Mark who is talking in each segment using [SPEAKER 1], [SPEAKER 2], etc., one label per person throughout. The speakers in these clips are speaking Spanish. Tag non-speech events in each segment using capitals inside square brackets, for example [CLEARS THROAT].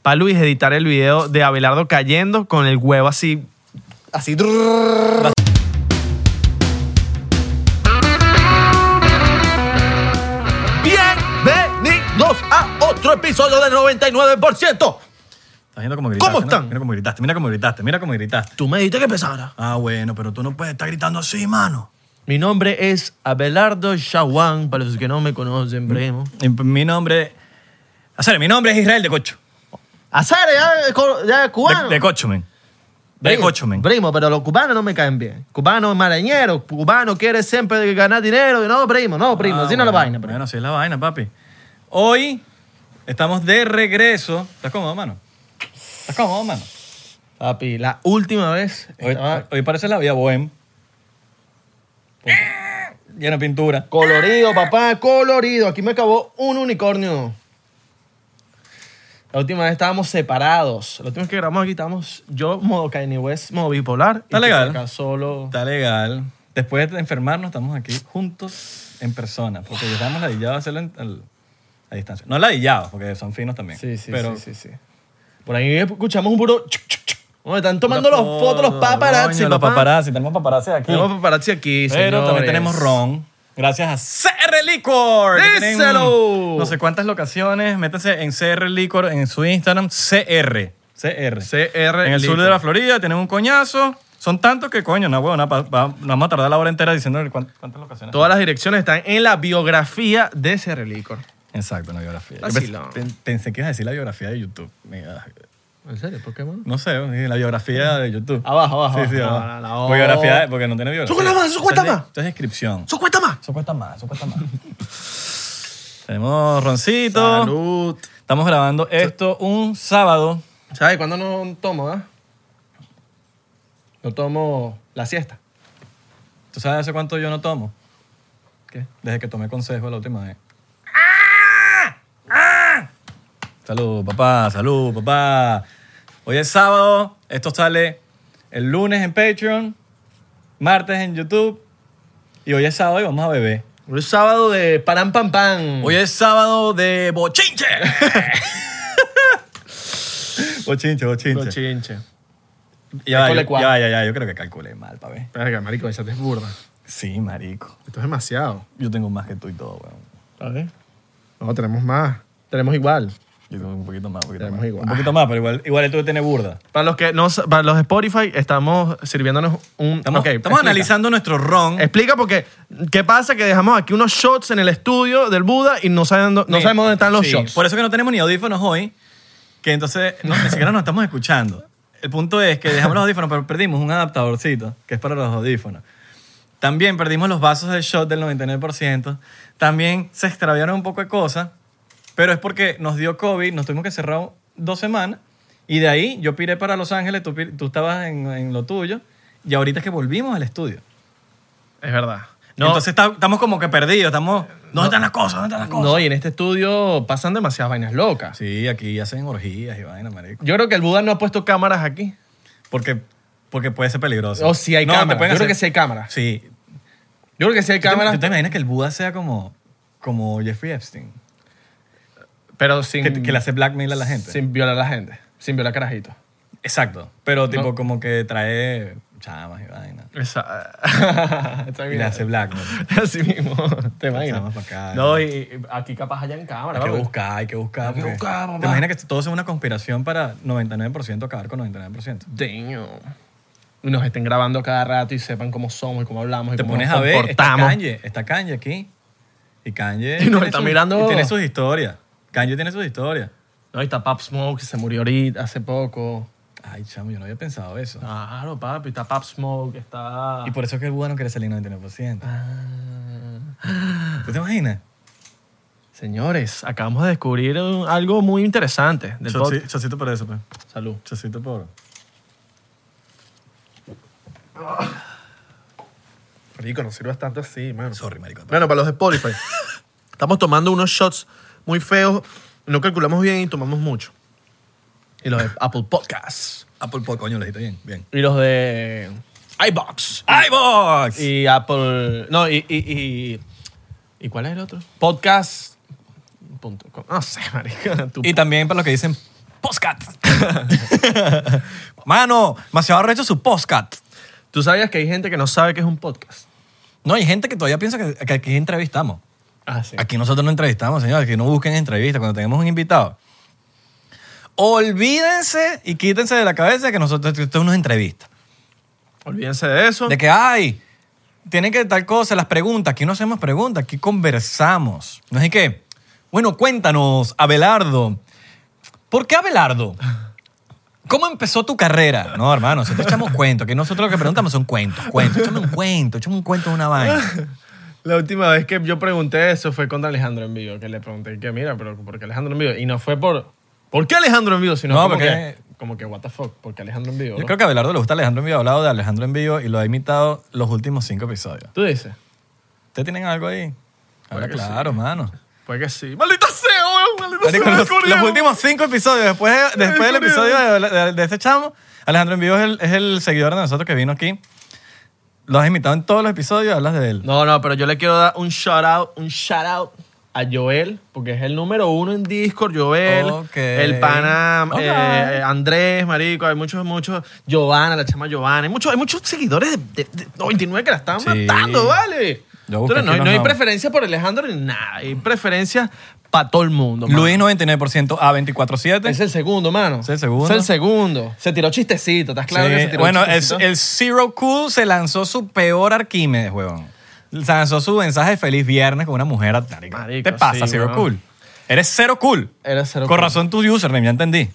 [SPEAKER 1] para Luis editar el video de Abelardo cayendo con el huevo así. Así.
[SPEAKER 2] Bienvenidos a otro episodio del 99%.
[SPEAKER 3] Estás viendo cómo gritaste.
[SPEAKER 2] ¿Cómo están?
[SPEAKER 3] ¿no? Mira cómo gritaste, mira cómo gritaste, mira cómo gritaste.
[SPEAKER 2] Tú me dijiste que empezara.
[SPEAKER 3] Ah, bueno, pero tú no puedes estar gritando así, mano.
[SPEAKER 2] Mi nombre es Abelardo Shawan, para los que no me conocen, primo.
[SPEAKER 3] Y p- Mi nombre. O sea, mi nombre es Israel de Cocho.
[SPEAKER 2] Hacer ya, de co- ya de cubano.
[SPEAKER 3] De, de Cocho, men. De
[SPEAKER 2] Primo,
[SPEAKER 3] Cocho, men.
[SPEAKER 2] Primo, pero los cubanos no me caen bien. Cubano marañero, cubano quiere siempre ganar dinero. No, primo, no, primo,
[SPEAKER 3] Ah,
[SPEAKER 2] así no es la
[SPEAKER 3] bueno,
[SPEAKER 2] vaina, primo.
[SPEAKER 3] Bueno, así es la vaina, papi. Hoy estamos de regreso. ¿Estás cómodo, mano? ¿Estás cómodo, mano?
[SPEAKER 2] Papi, la última vez
[SPEAKER 3] Hoy,
[SPEAKER 2] estaba
[SPEAKER 3] hoy parece la vía bohem. Llena de pintura.
[SPEAKER 2] colorido, papá, colorido. Aquí me acabó un unicornio. La última vez estábamos separados. La última vez que grabamos aquí estábamos yo modo Kanye West, modo bipolar.
[SPEAKER 3] Está
[SPEAKER 2] y tú
[SPEAKER 3] legal.
[SPEAKER 2] acá solo.
[SPEAKER 3] Está legal. Después de enfermarnos, estamos aquí juntos en persona. Porque ya estamos ladillados a hacerlo en- al- a distancia. No ladillados, porque son finos también.
[SPEAKER 2] Sí, sí,
[SPEAKER 3] Pero
[SPEAKER 2] sí, sí, sí. Por ahí escuchamos un puro... chuc, chuc, chuc. Bueno, están tomando las
[SPEAKER 3] Una
[SPEAKER 2] fotos los
[SPEAKER 3] foto,
[SPEAKER 2] paparazzi,
[SPEAKER 3] coño, Los
[SPEAKER 2] papá.
[SPEAKER 3] paparazzi. Tenemos paparazzi aquí.
[SPEAKER 2] Tenemos paparazzi aquí,
[SPEAKER 3] pero también
[SPEAKER 2] señores.
[SPEAKER 3] tenemos ron. Gracias a CR Liquor. que tienen
[SPEAKER 2] ¡Díselo!
[SPEAKER 3] No sé cuántas locaciones. Métanse en CR Liquor en su Instagram. CR. CR.
[SPEAKER 1] CR.
[SPEAKER 3] en el sur
[SPEAKER 1] Liquor.
[SPEAKER 3] de la Florida tienen un coñazo. Son tantos que, coño, no, huevona, pa- pa- nos vamos a tardar la hora entera diciendo cuántas, locaciones.
[SPEAKER 1] Todas las direcciones están en la biografía de CR Licor.
[SPEAKER 3] Exacto, en la biografía. Yo
[SPEAKER 1] Vacilón.
[SPEAKER 3] pens- pen- pensé que ibas a decir la biografía de YouTube. Mira,
[SPEAKER 2] ¿En serio? ¿Por qué, mano?
[SPEAKER 3] No sé, dije, la biografía de YouTube.
[SPEAKER 2] Abajo, abajo,
[SPEAKER 3] Sí, sí,
[SPEAKER 2] abajo.
[SPEAKER 3] abajo.
[SPEAKER 2] No, no, no.
[SPEAKER 3] Porque biografía, de- porque no tiene biografía.
[SPEAKER 2] cuesta más, eso cuesta
[SPEAKER 3] Esto es-
[SPEAKER 2] más.
[SPEAKER 3] Esto es descripción.
[SPEAKER 2] ¡Eso cuesta más!
[SPEAKER 3] Eso cuesta más, eso cuesta más. [LAUGHS] Tenemos roncito.
[SPEAKER 1] Salud.
[SPEAKER 3] Estamos grabando esto un sábado.
[SPEAKER 2] ¿Sabes cuándo no tomo, ah? No tomo la siesta.
[SPEAKER 3] ¿Tú sabes hace cuánto yo no tomo?
[SPEAKER 2] ¿Qué?
[SPEAKER 3] Desde que tomé consejo la última vez. ¡Ah! Salud, papá, salud, papá. Hoy es sábado, esto sale el lunes en Patreon, martes en YouTube y hoy es sábado y vamos a beber.
[SPEAKER 2] Un sábado de parán pam pam.
[SPEAKER 3] Hoy es sábado de bochinche. [LAUGHS] bochinche, bochinche.
[SPEAKER 2] chinche.
[SPEAKER 3] Ya, va,
[SPEAKER 2] Calcule
[SPEAKER 3] yo-
[SPEAKER 2] cuál.
[SPEAKER 3] ya, va, ya, ya, yo creo que calculé mal, pa' ver.
[SPEAKER 1] Verga, marico, esa te es burda.
[SPEAKER 3] Sí, marico.
[SPEAKER 1] Esto es demasiado.
[SPEAKER 3] Yo tengo más que tú y todo, weón.
[SPEAKER 2] A ver.
[SPEAKER 1] No, tenemos más. Tenemos igual.
[SPEAKER 3] Yo tengo un poquito más, un poquito
[SPEAKER 1] Tenemos
[SPEAKER 3] más.
[SPEAKER 1] igual.
[SPEAKER 3] Un poquito más, pero igual, igual tú tienes burda.
[SPEAKER 1] Para los que no, sa- para los de Spotify, estamos sirviéndonos un.
[SPEAKER 3] Estamos,
[SPEAKER 1] Ok,
[SPEAKER 3] estamos
[SPEAKER 1] explica.
[SPEAKER 3] analizando nuestro ron.
[SPEAKER 1] Explica porque qué pasa que dejamos aquí unos shots en el estudio del Buda y no sabemos, no
[SPEAKER 3] Sí.
[SPEAKER 1] sabemos dónde están los
[SPEAKER 3] Sí,
[SPEAKER 1] shots.
[SPEAKER 3] Por eso que no tenemos ni audífonos hoy, que entonces no, ni siquiera nos estamos escuchando. El punto es que dejamos los audífonos, pero perdimos un adaptadorcito, que es para los audífonos. También perdimos los vasos del shot del 99%. También se extraviaron un poco de cosas, pero es porque nos dio COVID, nos tuvimos que cerrar dos semanas. Y de ahí yo piré para Los Ángeles, tú, pir- tú estabas en, en lo tuyo, y ahorita es que volvimos al estudio.
[SPEAKER 2] e-
[SPEAKER 1] Es verdad. No,
[SPEAKER 3] Entonces está- estamos como que perdidos, estamos... ¿Dónde están las cosas? ¿Dónde están las cosas?
[SPEAKER 2] No, y en este estudio pasan demasiadas vainas locas.
[SPEAKER 3] Sí, aquí hacen orgías y vaina, marico.
[SPEAKER 2] Yo creo que el Buda no ha puesto cámaras aquí.
[SPEAKER 3] Porque, porque puede ser peligroso.
[SPEAKER 2] O si hay
[SPEAKER 3] No, te
[SPEAKER 2] cámaras. Yo
[SPEAKER 3] pueden
[SPEAKER 2] creo que
[SPEAKER 3] hacer-
[SPEAKER 2] Oh, sí hay cámaras.
[SPEAKER 3] Sí.
[SPEAKER 2] Yo creo que sí hay
[SPEAKER 3] ¿Tú te-
[SPEAKER 2] cámaras,
[SPEAKER 3] ¿Tú te imaginas que el Buda sea como, como Jeffrey Epstein?
[SPEAKER 2] pero sin,
[SPEAKER 3] Que, que le hace blackmail a la gente.
[SPEAKER 2] sin violar a la gente. Sin violar carajitos.
[SPEAKER 3] Exacto. Pero tipo como que trae chamas y vaina.
[SPEAKER 1] esa- [LAUGHS]
[SPEAKER 2] Está
[SPEAKER 3] Y le
[SPEAKER 2] bien.
[SPEAKER 3] hace blackmail.
[SPEAKER 2] Así mismo. ¿Te imaginas?
[SPEAKER 3] Estamos pa' acá.
[SPEAKER 2] no, y, y aquí capaz hayan cámara.
[SPEAKER 3] Hay que
[SPEAKER 2] ¿verdad?
[SPEAKER 3] buscar, hay que buscar.
[SPEAKER 2] Hay que
[SPEAKER 3] porque-
[SPEAKER 2] buscar, papá.
[SPEAKER 3] ¿Te imaginas que todo sea una conspiración para 99% acabar con 99%?
[SPEAKER 2] Damn. Y nos estén grabando cada rato y sepan cómo somos y cómo hablamos y
[SPEAKER 3] Te
[SPEAKER 2] cómo
[SPEAKER 3] pones
[SPEAKER 2] nos
[SPEAKER 3] a ver, está
[SPEAKER 2] comportamos.
[SPEAKER 3] Kanye, está Kanye aquí. Y Kanye...
[SPEAKER 2] [LAUGHS] Y nos
[SPEAKER 3] tiene
[SPEAKER 2] está
[SPEAKER 3] sus-
[SPEAKER 2] mirando.
[SPEAKER 3] y tiene sus historias. Kanye tiene sus historias.
[SPEAKER 2] No, ahí está Pop Smoke, que se murió ahorita hace poco.
[SPEAKER 3] Ay, chamo, yo no había pensado eso.
[SPEAKER 2] Claro, papi, está Pop Smoke, está...
[SPEAKER 3] Y por eso es que el Buda no quiere salir 99%. ¿Tú te imaginas?
[SPEAKER 1] señores, acabamos de descubrir un- algo muy interesante del podcast.
[SPEAKER 3] Chocito por eso, pues.
[SPEAKER 2] Salud.
[SPEAKER 3] Chocito por...
[SPEAKER 1] Rico, Ah. no sirvas tanto así, mano.
[SPEAKER 3] Sorry, marico.
[SPEAKER 1] Bueno, para los de
[SPEAKER 2] [LAUGHS]
[SPEAKER 1] Spotify. Estamos tomando unos shots muy feos, no calculamos bien y tomamos mucho.
[SPEAKER 2] Y los de Apple Podcasts.
[SPEAKER 3] Apple Podcast, coño, lo dijiste bien. Bien.
[SPEAKER 2] Y los de iBox.
[SPEAKER 3] ¡iBox!
[SPEAKER 2] Y Apple... No, y... ¿Y, y, ¿y cuál es el otro? Podcast... Punto com. No sé, marica. tu-
[SPEAKER 3] Y también para los que dicen Postcat. [LAUGHS] Mano, demasiado arrecho su postcat.
[SPEAKER 2] ¿Tú sabías que hay gente que no sabe que es un podcast?
[SPEAKER 3] No, hay gente que todavía piensa que, que aquí entrevistamos.
[SPEAKER 2] Ah, sí.
[SPEAKER 3] Aquí nosotros no entrevistamos, señores, que no busquen entrevistas cuando tenemos un invitado. Olvídense y quítense de la cabeza que nosotros esto es una entrevista.
[SPEAKER 2] Olvídense de eso.
[SPEAKER 3] De que, ay, tienen que tal cosa, las preguntas. Aquí no hacemos preguntas, aquí conversamos. No es que, bueno, cuéntanos, Abelardo. ¿Por qué Abelardo? ¿Cómo empezó tu carrera? No, hermano, si te echamos cuentos, que nosotros lo que preguntamos son cuentos, cuentos. Échame un cuento, échame un cuento de una vaina.
[SPEAKER 2] La última vez que yo pregunté eso fue contra Alejandro en vivo, que le pregunté que mira, pero ¿por qué Alejandro en vivo? Y no fue por ¿por qué Alejandro en vivo? Sino
[SPEAKER 3] No,
[SPEAKER 2] como
[SPEAKER 3] porque-
[SPEAKER 2] que como que what the fuck, ¿por qué Alejandro en vivo?
[SPEAKER 3] Yo
[SPEAKER 2] bro?
[SPEAKER 3] creo que a Abelardo le gusta Alejandro en vivo, ha hablado de Alejandro en vivo y lo ha imitado los últimos cinco episodios.
[SPEAKER 2] Tú dices,
[SPEAKER 3] ¿Ustedes tienen algo ahí?
[SPEAKER 2] Claro
[SPEAKER 3] Ahora,
[SPEAKER 2] que [LAUGHS]
[SPEAKER 3] claro, mano.
[SPEAKER 2] pues que sí. Maldita sea, weón, maldita
[SPEAKER 3] Marico,
[SPEAKER 2] sea.
[SPEAKER 3] los,
[SPEAKER 2] me
[SPEAKER 3] los
[SPEAKER 2] corrió.
[SPEAKER 3] últimos cinco episodios, después, de- después del
[SPEAKER 2] corrió.
[SPEAKER 3] episodio de, de- de este chamo, Alejandro en vivo es el, es el seguidor de nosotros que vino aquí. Lo has imitado en todos los episodios, hablas de él.
[SPEAKER 2] No, no, pero yo le quiero dar un shout out, un shout out a Joel, porque es el número uno en Discord, Joel,
[SPEAKER 3] Ok.
[SPEAKER 2] el pana
[SPEAKER 3] Ok.
[SPEAKER 2] eh, Andrés, marico, hay muchos, muchos, Giovanna, la chama Giovanna, hay muchos, hay muchos seguidores de, de- de 99 que la están
[SPEAKER 3] Sí.
[SPEAKER 2] matando, ¿vale?
[SPEAKER 3] Yo
[SPEAKER 2] Entonces,
[SPEAKER 3] busqué
[SPEAKER 2] no,
[SPEAKER 3] aquí
[SPEAKER 2] hay-
[SPEAKER 3] los
[SPEAKER 2] no hay
[SPEAKER 3] nombres.
[SPEAKER 2] preferencia por Alejandro ni nada, hay preferencia para todo el mundo. mano.
[SPEAKER 3] Luis 99% a 24-7.
[SPEAKER 2] Es el segundo, mano.
[SPEAKER 3] Es el segundo.
[SPEAKER 2] Es el segundo. Se tiró chistecito, ¿estás claro?
[SPEAKER 3] Sí,
[SPEAKER 2] que se tiró
[SPEAKER 3] Bueno, el,
[SPEAKER 2] chistecito?
[SPEAKER 3] el Zero Cool se lanzó su peor Arquímedes, huevón. Se lanzó su mensaje de feliz viernes con una mujer atlántica. ¿Qué
[SPEAKER 2] Marico,
[SPEAKER 3] te pasa,
[SPEAKER 2] sí,
[SPEAKER 3] Zero
[SPEAKER 2] huevón.
[SPEAKER 3] Cool? Eres Zero Cool.
[SPEAKER 2] Era cero.
[SPEAKER 3] con razón tu username, ya entendí.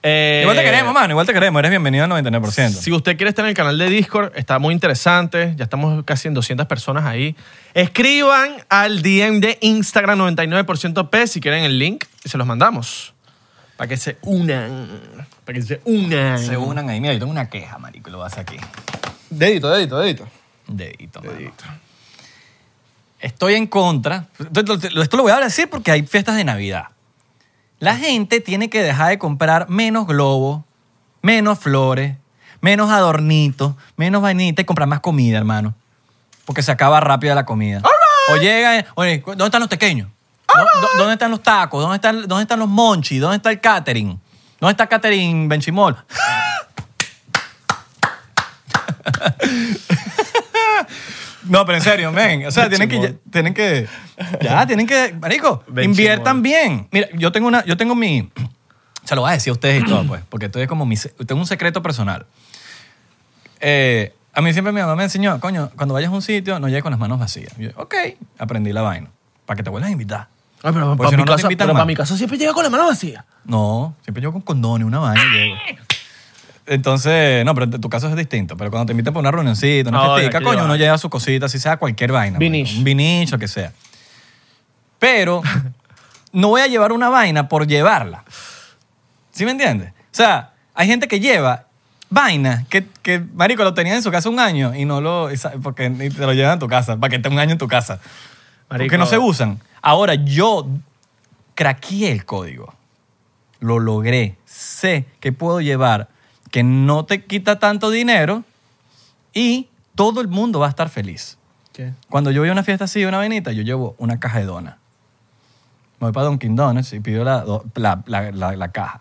[SPEAKER 2] Eh,
[SPEAKER 3] Igual te queremos, mano. Igual te queremos. Eres bienvenido al 99%.
[SPEAKER 2] Si usted quiere estar en el canal de Discord, está muy interesante. Ya estamos casi en 200 personas ahí. Escriban al DM de Instagram 99% P si quieren el link y se los mandamos. Para que se unan. Para que se unan.
[SPEAKER 3] Se unan ahí. Mira, yo tengo una queja, marico. y Lo vas aquí.
[SPEAKER 2] Dedito, dedito, dedito.
[SPEAKER 3] Dedito, mano. Estoy en contra. Esto, esto- esto lo voy a decir porque hay fiestas de Navidad. La gente tiene que dejar de comprar menos globos, menos flores, menos adornitos, menos vainitas y comprar más comida, hermano. Porque se acaba rápido la comida. O llega, oye, ¿dónde están los pequeños? ¿Dónde están los tacos? ¿Dónde están, ¿Dónde están los monchis? ¿Dónde está el catering? ¿Dónde está catering Benchimol? [LAUGHS] No, pero en serio, men. O sea, tienen que, ya, tienen que. Ya, tienen que. Marico,
[SPEAKER 2] Benchimol.
[SPEAKER 3] inviertan bien. Mira, yo tengo una. Yo tengo mi. [CLEARS THROAT] Se lo voy a decir a ustedes y todo, pues. Porque esto es como mi. se- Tengo un secreto personal. Eh, a mí siempre mi mamá me enseñó, coño, cuando vayas a un sitio, no llegues con las manos vacías. Y Yo, ok, aprendí la vaina. Para que te vuelvas a invitar.
[SPEAKER 2] Ay, Ah, pero para, mi
[SPEAKER 3] Porque si no, no te
[SPEAKER 2] casa,
[SPEAKER 3] invitan
[SPEAKER 2] pero
[SPEAKER 3] más.
[SPEAKER 2] para mi casa siempre llega con la mano vacía.
[SPEAKER 3] No, siempre llego con condones, una vaina y llego. Entonces, no, pero en tu caso es distinto. Pero cuando te invitan para una reunioncita, una
[SPEAKER 2] Ahora,
[SPEAKER 3] festica,
[SPEAKER 2] aquí
[SPEAKER 3] coño,
[SPEAKER 2] va.
[SPEAKER 3] uno lleva su cosita, así sea cualquier vaina.
[SPEAKER 2] Vinich.
[SPEAKER 3] mano, Un vinich, lo que sea. Pero no voy a llevar una vaina por llevarla. ¿Sí me entiendes? O sea, hay gente que lleva vainas que, que, marico, lo tenía en su casa un año y no lo... y sa- Porque ni te lo llevan a tu casa, para que esté un año en tu casa. Porque
[SPEAKER 2] Marico.
[SPEAKER 3] no se usan. Ahora, yo craqueé el código. Lo logré. Sé que puedo llevar, que no te quita tanto dinero y todo el mundo va a estar feliz.
[SPEAKER 2] ¿Qué?
[SPEAKER 3] Cuando yo voy a una fiesta así, una venita, yo llevo una caja de donas. Me voy para Dunkin' Donuts y pido la, do- la, la, la- la caja.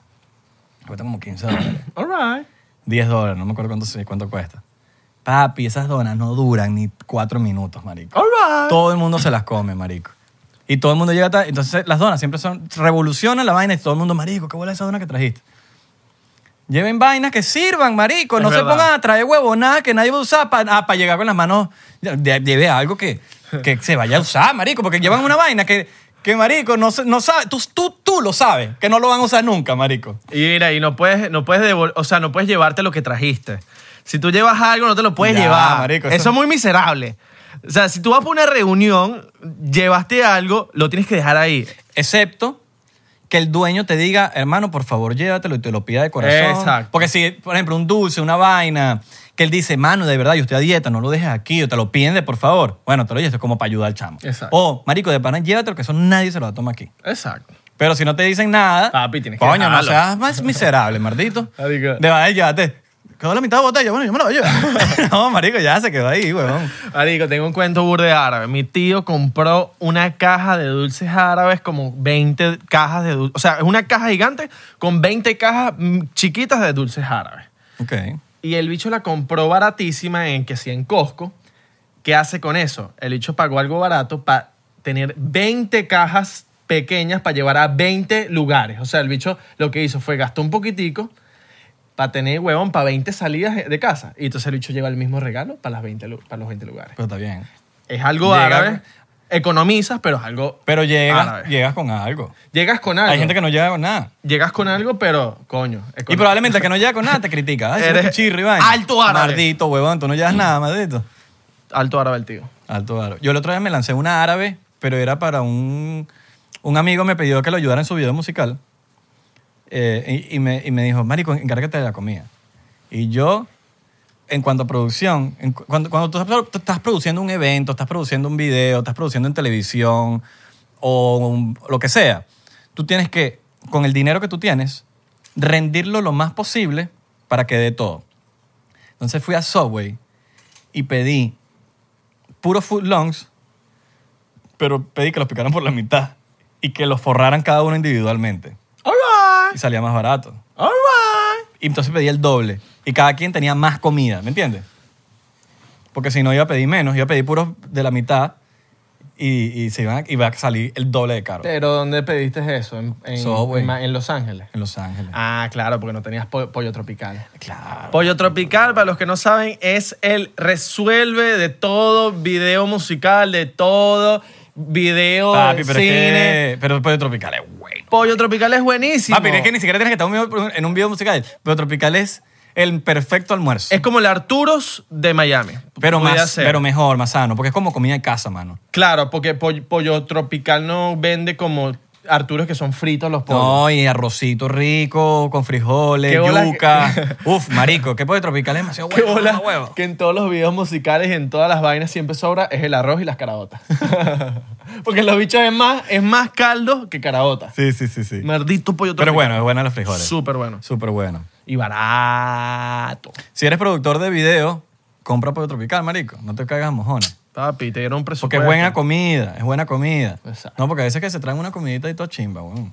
[SPEAKER 3] Me cuesta como 15 dólares. [COUGHS]
[SPEAKER 2] All right.
[SPEAKER 3] 10 dólares, no me acuerdo cuánto, cuánto cuesta. Papi, esas donas no duran ni 4 minutos, marico.
[SPEAKER 2] All right.
[SPEAKER 3] Todo el mundo se las come, marico. Y todo el mundo llega tarde. Entonces, las donas siempre son... Revolucionan la vaina y todo el mundo, marico, ¿qué bola esa dona que trajiste? Lleven vainas que sirvan, marico.
[SPEAKER 2] Es
[SPEAKER 3] no se
[SPEAKER 2] verdad.
[SPEAKER 3] pongan a traer huevonadas que nadie va a usar para llegar con las manos... de- Lleve algo que, que se vaya a usar, marico. Porque llevan una vaina que, que marico, no, se- no sabe... Tú, tú, tú lo sabes, que no lo van a usar nunca, marico.
[SPEAKER 2] Y mira, y no puedes, no puedes devol- o sea, no puedes llevarte lo que trajiste. Si tú llevas algo, no te lo puedes
[SPEAKER 3] Ya,
[SPEAKER 2] llevar.
[SPEAKER 3] marico, eso-
[SPEAKER 2] eso es muy miserable. O sea, si tú vas para una reunión, llevaste algo, lo tienes que dejar ahí.
[SPEAKER 3] excepto que el dueño te diga, hermano, por favor, llévatelo y te lo pida de corazón.
[SPEAKER 2] Exacto.
[SPEAKER 3] Porque si, por ejemplo, un dulce, una vaina, que él dice, mano, de verdad, yo estoy a dieta, no lo dejes aquí, o te lo piden de por favor. Bueno, te lo llevas, esto es como para ayudar al chamo.
[SPEAKER 2] Exacto.
[SPEAKER 3] O, marico, de pana, llévatelo, que eso nadie se lo va a tomar aquí.
[SPEAKER 2] Exacto.
[SPEAKER 3] Pero si no te dicen nada,
[SPEAKER 2] Papi, tienes que
[SPEAKER 3] coño, no
[SPEAKER 2] dejarlo.
[SPEAKER 3] seas más miserable, mardito.
[SPEAKER 2] [LAUGHS] Marico.
[SPEAKER 3] De verdad, llévate Quedó la mitad de botella, bueno, yo me la voy a
[SPEAKER 2] [LAUGHS]
[SPEAKER 3] llevar. no, marico, ya se quedó ahí, huevón.
[SPEAKER 2] Marico, tengo un cuento burde árabe. Mi tío compró una caja de dulces árabes, como 20 cajas de dulces. O sea, es una caja gigante con 20 cajas mm, chiquitas de dulces árabes.
[SPEAKER 3] Ok.
[SPEAKER 2] Y el bicho la compró baratísima en que sí, en Costco. ¿Qué hace con eso? El bicho pagó algo barato para tener 20 cajas pequeñas para llevar a 20 lugares. O sea, el bicho lo que hizo fue gastó un poquitico para tener, huevón, para 20 salidas de casa. Y entonces el bicho lleva el mismo regalo para para los 20 lugares.
[SPEAKER 3] Pero está bien.
[SPEAKER 2] Es algo
[SPEAKER 3] Llega-
[SPEAKER 2] árabe. Economizas, pero es algo.
[SPEAKER 3] Pero
[SPEAKER 2] Árabe.
[SPEAKER 3] llegas, llegas con algo.
[SPEAKER 2] Llegas con Ah, algo.
[SPEAKER 3] Hay gente que no llega con nada.
[SPEAKER 2] Llegas con algo, pero coño.
[SPEAKER 3] Y
[SPEAKER 2] econo-
[SPEAKER 3] probablemente el que no llega con nada te critica. Ay,
[SPEAKER 2] Eres
[SPEAKER 3] eres chirri, vaina.
[SPEAKER 2] alto árabe.
[SPEAKER 3] Maldito, huevón, tú no llevas nada, maldito.
[SPEAKER 2] Alto árabe el tío.
[SPEAKER 3] Alto árabe. Yo el otro día me lancé una árabe, pero era para un... Un amigo me pidió que lo ayudara en su video musical. Eh, y, y me, y me dijo, marico, encárgate de la comida. Y yo, en cuanto a producción, en cu- cuando, cuando tú, estás, tú estás produciendo un evento, estás produciendo un video, estás produciendo en televisión o un- lo que sea, tú tienes que, con el dinero que tú tienes, rendirlo lo más posible para que dé todo. Entonces fui a Subway y pedí puro food longs, pero pedí que los picaran por la mitad y que los forraran cada uno individualmente.
[SPEAKER 2] All right.
[SPEAKER 3] Y salía más barato.
[SPEAKER 2] All right.
[SPEAKER 3] Y entonces pedía el doble. Y cada quien tenía más comida, ¿me entiendes? Porque si no iba a pedir menos, iba a pedir puros de la mitad y, y se iban a, iba a salir el doble de caro.
[SPEAKER 2] Pero ¿dónde pediste eso? En, en-
[SPEAKER 3] Subway.
[SPEAKER 2] en Ma- en Los Ángeles.
[SPEAKER 3] En Los Ángeles.
[SPEAKER 2] Ah, claro, porque no tenías po- pollo tropical.
[SPEAKER 3] Claro.
[SPEAKER 2] Pollo Tropical, para los que no saben, es el resuelve de todo video musical, de todo video
[SPEAKER 3] Papi, pero es
[SPEAKER 2] cine.
[SPEAKER 3] que- Pero el pollo tropical es bueno.
[SPEAKER 2] Pollo Tropical es buenísimo.
[SPEAKER 3] Papi, es que ni siquiera tienes que estar un video- en un video musical. Pollo tropical es el perfecto almuerzo.
[SPEAKER 2] Es como el Arturos de Miami.
[SPEAKER 3] pero,
[SPEAKER 2] Pudiera
[SPEAKER 3] más,
[SPEAKER 2] ser.
[SPEAKER 3] pero mejor, más sano, porque es como comida de casa, mano.
[SPEAKER 2] Claro, porque pollo, pollo tropical no vende como Arturos que son fritos los pollos.
[SPEAKER 3] No, y arrocito rico, con frijoles,
[SPEAKER 2] Qué bola que- [LAUGHS]
[SPEAKER 3] yuca. Uf, marico, qué pollo tropical es demasiado
[SPEAKER 2] Qué
[SPEAKER 3] bueno.
[SPEAKER 2] bola
[SPEAKER 3] mamá huevo.
[SPEAKER 2] que en todos los videos musicales y en todas las vainas siempre sobra es el arroz y las caraotas. [LAUGHS] porque los bichos es más, es más caldo que caraotas.
[SPEAKER 3] Sí, sí, sí, sí.
[SPEAKER 2] Maldito pollo tropical.
[SPEAKER 3] Pero bueno, es bueno los frijoles.
[SPEAKER 2] Súper bueno.
[SPEAKER 3] Súper bueno.
[SPEAKER 2] Y barato.
[SPEAKER 3] Si eres productor de video, compra pollo tropical, marico. No te cagas a mojones.
[SPEAKER 2] Papi, te dieron un presupuesto.
[SPEAKER 3] Porque es buena comida, es buena comida.
[SPEAKER 2] Exacto.
[SPEAKER 3] No, porque a veces que se traen una comidita y todo chimba, weón.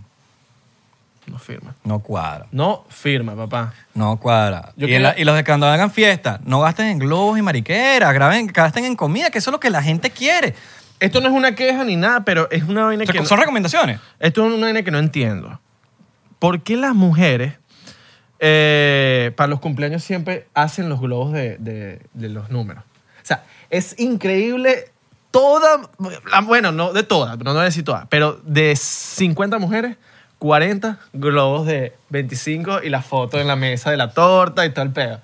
[SPEAKER 2] No firma.
[SPEAKER 3] No cuadra.
[SPEAKER 2] No firma, papá.
[SPEAKER 3] No cuadra.
[SPEAKER 2] Yo
[SPEAKER 3] y,
[SPEAKER 2] quería-
[SPEAKER 3] la- y los de cuando hagan fiesta, no gasten en globos y mariqueras, graben, gasten en comida, que eso es lo que la gente quiere.
[SPEAKER 2] Esto no es una queja ni nada, pero es una vaina
[SPEAKER 3] O sea,
[SPEAKER 2] que... no-
[SPEAKER 3] son recomendaciones.
[SPEAKER 2] Esto es una vaina que no entiendo. ¿Por qué las mujeres eh, para los cumpleaños siempre hacen los globos de, de- de los números? O sea, es increíble toda... la- Bueno, no de todas, no, no voy a decir todas, pero de 50 mujeres, 40 globos de 25 y la foto en la mesa de la torta y todo el pedo.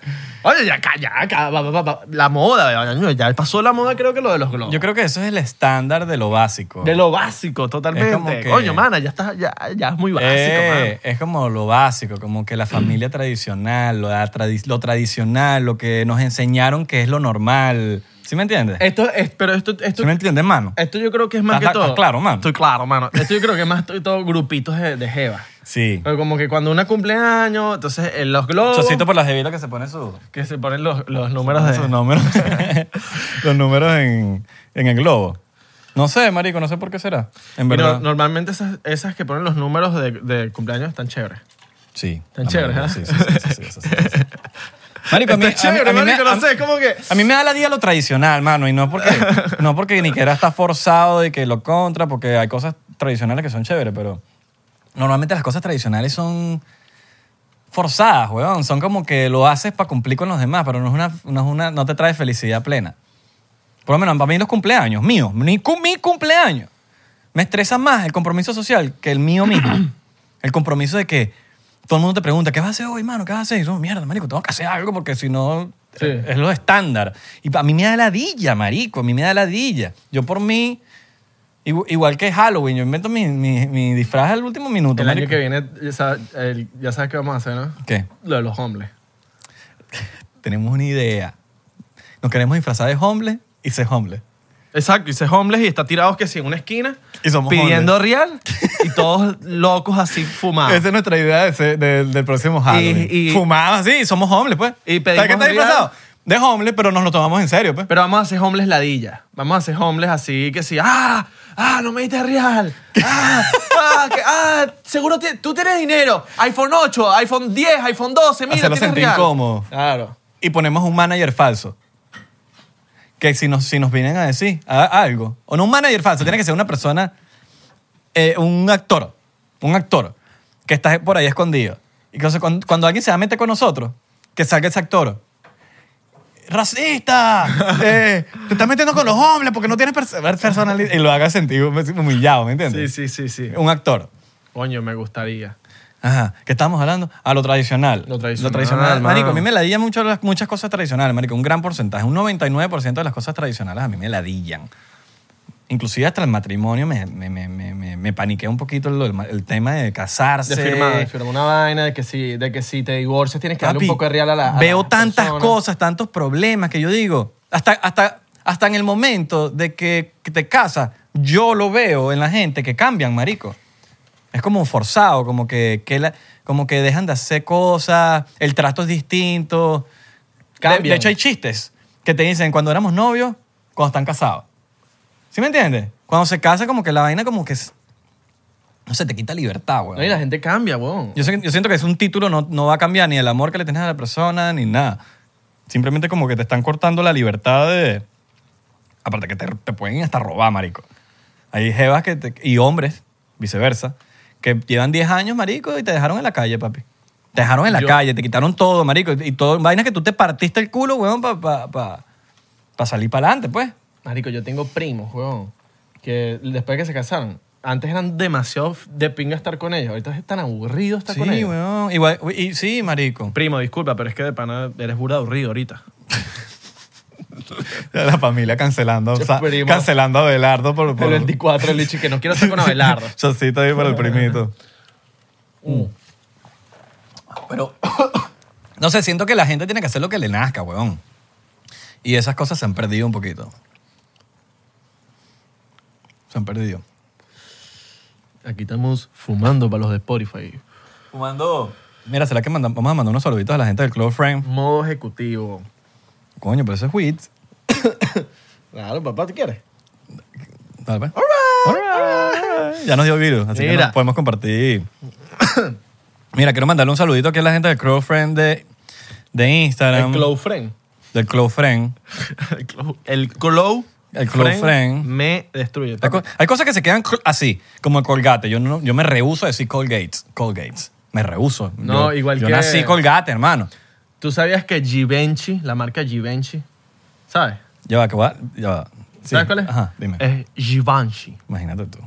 [SPEAKER 2] Oye, ya, ca- ya, ca- va- va- va- va- la moda, ya- ya pasó la moda creo que lo de los globos.
[SPEAKER 3] Yo creo que eso es el estándar de lo básico.
[SPEAKER 2] De lo básico, totalmente.
[SPEAKER 3] Es como que-
[SPEAKER 2] Coño, mana, ya, está, ya, ya es muy básico,
[SPEAKER 3] Eh,
[SPEAKER 2] mano.
[SPEAKER 3] es como lo básico, como que la familia tradicional, lo, la tradi- lo tradicional, lo que nos enseñaron que es lo normal. ¿Sí me entiendes?
[SPEAKER 2] Esto es, pero esto, esto,
[SPEAKER 3] ¿Sí me entiendes, mano?
[SPEAKER 2] esto yo creo que es más
[SPEAKER 3] Estás-
[SPEAKER 2] que todo.
[SPEAKER 3] estás claro, mano.
[SPEAKER 2] Estoy claro, mano. Esto yo creo que es más to- todo grupitos de, de jeva.
[SPEAKER 3] Sí.
[SPEAKER 2] Pero como que cuando una cumpleaños, entonces en los globos.
[SPEAKER 3] Chocito por las jevitas que se pone su,
[SPEAKER 2] Que se ponen los, los números
[SPEAKER 3] sus
[SPEAKER 2] de.
[SPEAKER 3] números, [LAUGHS] los números en, en el globo. No sé, marico, no sé por qué será. En
[SPEAKER 2] Y no-
[SPEAKER 3] verdad.
[SPEAKER 2] normalmente esas, esas que ponen los números de, de cumpleaños están chéveres.
[SPEAKER 3] [LAUGHS] Sí.
[SPEAKER 2] Tan chévere,
[SPEAKER 3] La
[SPEAKER 2] ¿eh?
[SPEAKER 3] mayoría, Sí, sí, sí, sí, sí, sí, sí, sí.
[SPEAKER 2] [LAUGHS]
[SPEAKER 3] Marico, a mí,
[SPEAKER 2] Está chévere,
[SPEAKER 3] a mí- a mí me-
[SPEAKER 2] marico,
[SPEAKER 3] a
[SPEAKER 2] no
[SPEAKER 3] mí-
[SPEAKER 2] sé, es como que.
[SPEAKER 3] A mí me da la día lo tradicional, mano, y no porque, no porque ni siquiera está forzado de que lo contra, porque hay cosas tradicionales que son chéveres, pero normalmente las cosas tradicionales son forzadas, weón. Son como que lo haces para cumplir con los demás, pero no, es una, no, es una, no te trae felicidad plena. Por lo menos para mí los cumpleaños, míos, mi, cu- mi cumpleaños, me estresa más el compromiso social que el
[SPEAKER 2] [CLEARS THROAT]
[SPEAKER 3] mío mismo. el compromiso de que todo el mundo te pregunta, ¿qué vas a hacer hoy, mano? ¿Qué vas a hacer? Y yo, mierda, marico, tengo que hacer algo porque si no
[SPEAKER 2] Sí.
[SPEAKER 3] eh, es lo estándar. Y a mí me da ladilla, marico, a mí me da ladilla. Yo por mí, igu- igual que Halloween, yo invento mi, mi, mi disfraz al último minuto,
[SPEAKER 2] El año
[SPEAKER 3] marico.
[SPEAKER 2] que viene, ya sabes, el- ya sabes qué vamos a hacer, ¿no?
[SPEAKER 3] ¿Qué?
[SPEAKER 2] Lo de los hombres.
[SPEAKER 3] Tenemos una idea. Nos queremos disfrazar de homeless y ser homeless.
[SPEAKER 2] Exacto, y se homeless y está tirados que sí en una esquina
[SPEAKER 3] Y somos
[SPEAKER 2] pidiendo real y todos locos así fumados.
[SPEAKER 3] Esa es nuestra idea de ese- de- del próximo Halloween.
[SPEAKER 2] Ah. y-
[SPEAKER 3] Fumados, sí, somos homeless, pues.
[SPEAKER 2] Y pedimos
[SPEAKER 3] ¿Sabes qué está
[SPEAKER 2] real.
[SPEAKER 3] disfrazado? De homeless, pero nos lo tomamos en serio, pues.
[SPEAKER 2] Pero vamos a hacer homeless ladilla. Vamos a hacer homeless así que sí. ¡Ah! ¡Ah! ¡No me diste real! ¡Ah! ¡Ah! que- ah seguro te- tú tienes dinero. iPhone 8, iPhone 10, iPhone 12. Mira,
[SPEAKER 3] Hacerlo
[SPEAKER 2] tienes
[SPEAKER 3] sentir
[SPEAKER 2] real.
[SPEAKER 3] incómodo.
[SPEAKER 2] Claro.
[SPEAKER 3] Y ponemos un manager falso. Que si nos, si nos vienen a decir a- algo. O no un manager falso, tiene que ser una persona, eh, un actor. Un actor que está por ahí escondido. Y que, o sea, cuando, cuando alguien se va a meter con nosotros, que salga ese actor.
[SPEAKER 2] [LAUGHS]
[SPEAKER 3] ¡Racista! Eh, te estás metiendo con los hombres porque no tienes pers- personalidad. Y lo haga sentir humillado, ¿me
[SPEAKER 2] Sí,
[SPEAKER 3] entiendes?
[SPEAKER 2] sí, sí, sí.
[SPEAKER 3] Un actor.
[SPEAKER 2] Coño, me gustaría.
[SPEAKER 3] Ajá, ¿qué estábamos hablando? A lo tradicional.
[SPEAKER 2] Lo tradicional, mano.
[SPEAKER 3] Marico, a mí me ladillan mucho las, muchas cosas tradicionales, marico. Un gran porcentaje, un 99% de las cosas tradicionales a mí me ladillan. Inclusive hasta el matrimonio me, me, me, me, me- me paniquea un poquito lo del ma- el, tema de casarse.
[SPEAKER 2] De firmar, de firmar una vaina, de que si, de que si te divorcias tienes que darle
[SPEAKER 3] Papi,
[SPEAKER 2] un poco de real a la. a
[SPEAKER 3] Veo
[SPEAKER 2] las
[SPEAKER 3] tantas
[SPEAKER 2] personas.
[SPEAKER 3] cosas, tantos problemas que yo digo, hasta, hasta, hasta en el momento de que, que te casas, yo lo veo en la gente que cambian, marico. Es como forzado, como que, que la- como que dejan de hacer cosas, el trato es distinto. De- De,
[SPEAKER 2] Cambian.
[SPEAKER 3] hecho, hay chistes que te dicen cuando éramos novios, cuando están casados. ¿Sí me entiendes? Cuando se casa, como que la vaina como que... es- No sé, te quita libertad, güey.
[SPEAKER 2] No, y la gente cambia, weón.
[SPEAKER 3] Yo, sé que- yo siento que es un título, no, no va a cambiar ni el amor que le tienes a la persona, ni nada. Simplemente como que te están cortando la libertad de... Aparte que te, te pueden hasta robar, marico. Hay jevas que te- y hombres, viceversa, que llevan 10 años, marico, y te dejaron en la calle, papi. Te dejaron en la
[SPEAKER 2] Yo-
[SPEAKER 3] calle, te quitaron todo, marico. Y todo, vainas que tú te partiste el culo, weón, para salir para adelante, pues.
[SPEAKER 2] Marico, yo tengo primos, weón, que después de que se casaron, antes eran demasiado f- de pinga estar con ellos. Ahorita es tan aburrido estar con ellos.
[SPEAKER 3] weón. Igual, y, sí, marico.
[SPEAKER 2] Primo, disculpa, pero es que de pana eres burda aburrido ahorita.
[SPEAKER 3] [LAUGHS] La familia cancelando,
[SPEAKER 2] Che,
[SPEAKER 3] o sea,
[SPEAKER 2] primo.
[SPEAKER 3] cancelando a Belardo por...
[SPEAKER 2] El
[SPEAKER 3] por-
[SPEAKER 2] 24, el Lichi, que no quiero estar con [LAUGHS] Abelardo.
[SPEAKER 3] [LAUGHS] Chocito ahí para el primito.
[SPEAKER 2] Mm.
[SPEAKER 3] Pero, no sé, siento que la gente tiene que hacer lo que le nazca, weón. Y esas cosas se han perdido un poquito. Se han perdido.
[SPEAKER 2] Aquí estamos fumando para los de Spotify.
[SPEAKER 3] Fumando. Mira, ¿será que mandan- vamos a mandar unos saluditos a la gente del Club Frame?
[SPEAKER 2] Modo ejecutivo.
[SPEAKER 3] Coño, pero eso es wheat.
[SPEAKER 2] [COUGHS] Claro, papá, ¿tú quieres?
[SPEAKER 3] Dale, pues. Alright. Ya nos dio virus, así que
[SPEAKER 2] Mira.
[SPEAKER 3] nos podemos compartir. Mira, quiero mandarle un saludito aquí a la gente del Club Frame de, de Instagram.
[SPEAKER 2] El Clow [LAUGHS] Friend.
[SPEAKER 3] Del Club Frame.
[SPEAKER 2] El Clow- El Clow
[SPEAKER 3] El Clow Friend.
[SPEAKER 2] me destruye.
[SPEAKER 3] Hay,
[SPEAKER 2] papi.
[SPEAKER 3] co- hay cosas que se quedan cl- así, como el colgate. Yo, no, yo me rehuso a decir colgates. Colgates. Me rehuso.
[SPEAKER 2] No,
[SPEAKER 3] yo,
[SPEAKER 2] igual
[SPEAKER 3] yo
[SPEAKER 2] que-
[SPEAKER 3] nací colgate, hermano.
[SPEAKER 2] ¿Tú sabías que Givenchy, la marca Givenchy, ¿sabes?
[SPEAKER 3] Ya va, que va. Ya va. Sí.
[SPEAKER 2] ¿Sabes cuál es?
[SPEAKER 3] Ajá, dime.
[SPEAKER 2] Es Givenchy.
[SPEAKER 3] Imagínate tú.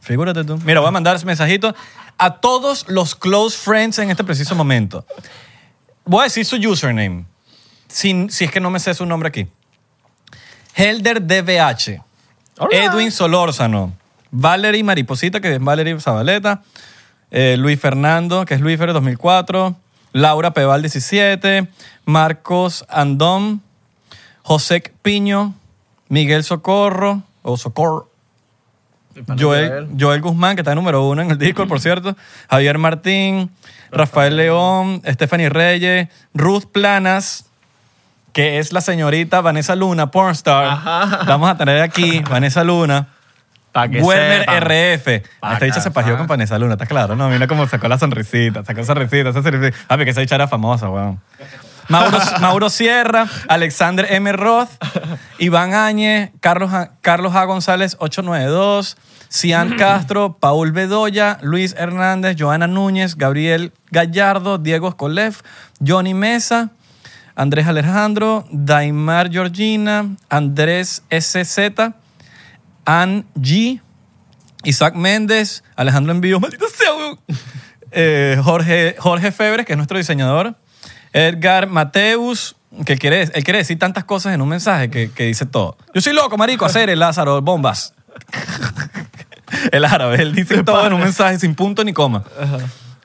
[SPEAKER 3] Figúrate tú. Mira, voy a mandar mensajitos a todos los close friends en este preciso momento. Voy a decir su username. Si, si es que no me sé su nombre aquí. Helder DBH.
[SPEAKER 2] Alright.
[SPEAKER 3] Edwin Solórzano. Valerie Mariposita, que es Valerie Zabaleta. eh, Luis Fernando, que es Luis Fer 2004. Laura Peval 17. Marcos Andón. José Piño. Miguel Socorro. O Socorro. Joel, Joel Guzmán, que está número uno en el Discord, por cierto. Javier Martín, Rafael León, Stephanie Reyes, Ruth Planas, que es la señorita Vanessa Luna, pornstar.
[SPEAKER 2] Ajá.
[SPEAKER 3] La Vamos a tener aquí, Vanessa Luna.
[SPEAKER 2] Pa' que
[SPEAKER 3] Werner
[SPEAKER 2] sepan.
[SPEAKER 3] RF.
[SPEAKER 2] Pa'
[SPEAKER 3] Esta dicha
[SPEAKER 2] que
[SPEAKER 3] se pajeó con
[SPEAKER 2] sepan.
[SPEAKER 3] Vanessa Luna, está claro, ¿no? Mira cómo sacó la sonrisita, sacó sonrisita, esa sonrisita. Ah, que esa dicha era famosa, weón. Mauro, Mauro Sierra, Alexander M. Roth, Iván Áñez, Carlos A, Carlos A. González 892, Cian Castro, Paul Bedoya, Luis Hernández, Joana Núñez, Gabriel Gallardo, Diego Escolef, Johnny Mesa, Andrés Alejandro, Daimar Georgina, Andrés SZ, Ann G, Isaac Méndez, Alejandro Envío, maldito sea, weón. Eh, Jorge, Jorge Febres, que es nuestro diseñador. Edgar Mateus, que quiere, él quiere decir tantas cosas en un mensaje que, que dice todo. Yo soy loco, marico, hacer el Lázaro, bombas. [LAUGHS] El árabe, él dice todo en un mensaje sin punto ni coma.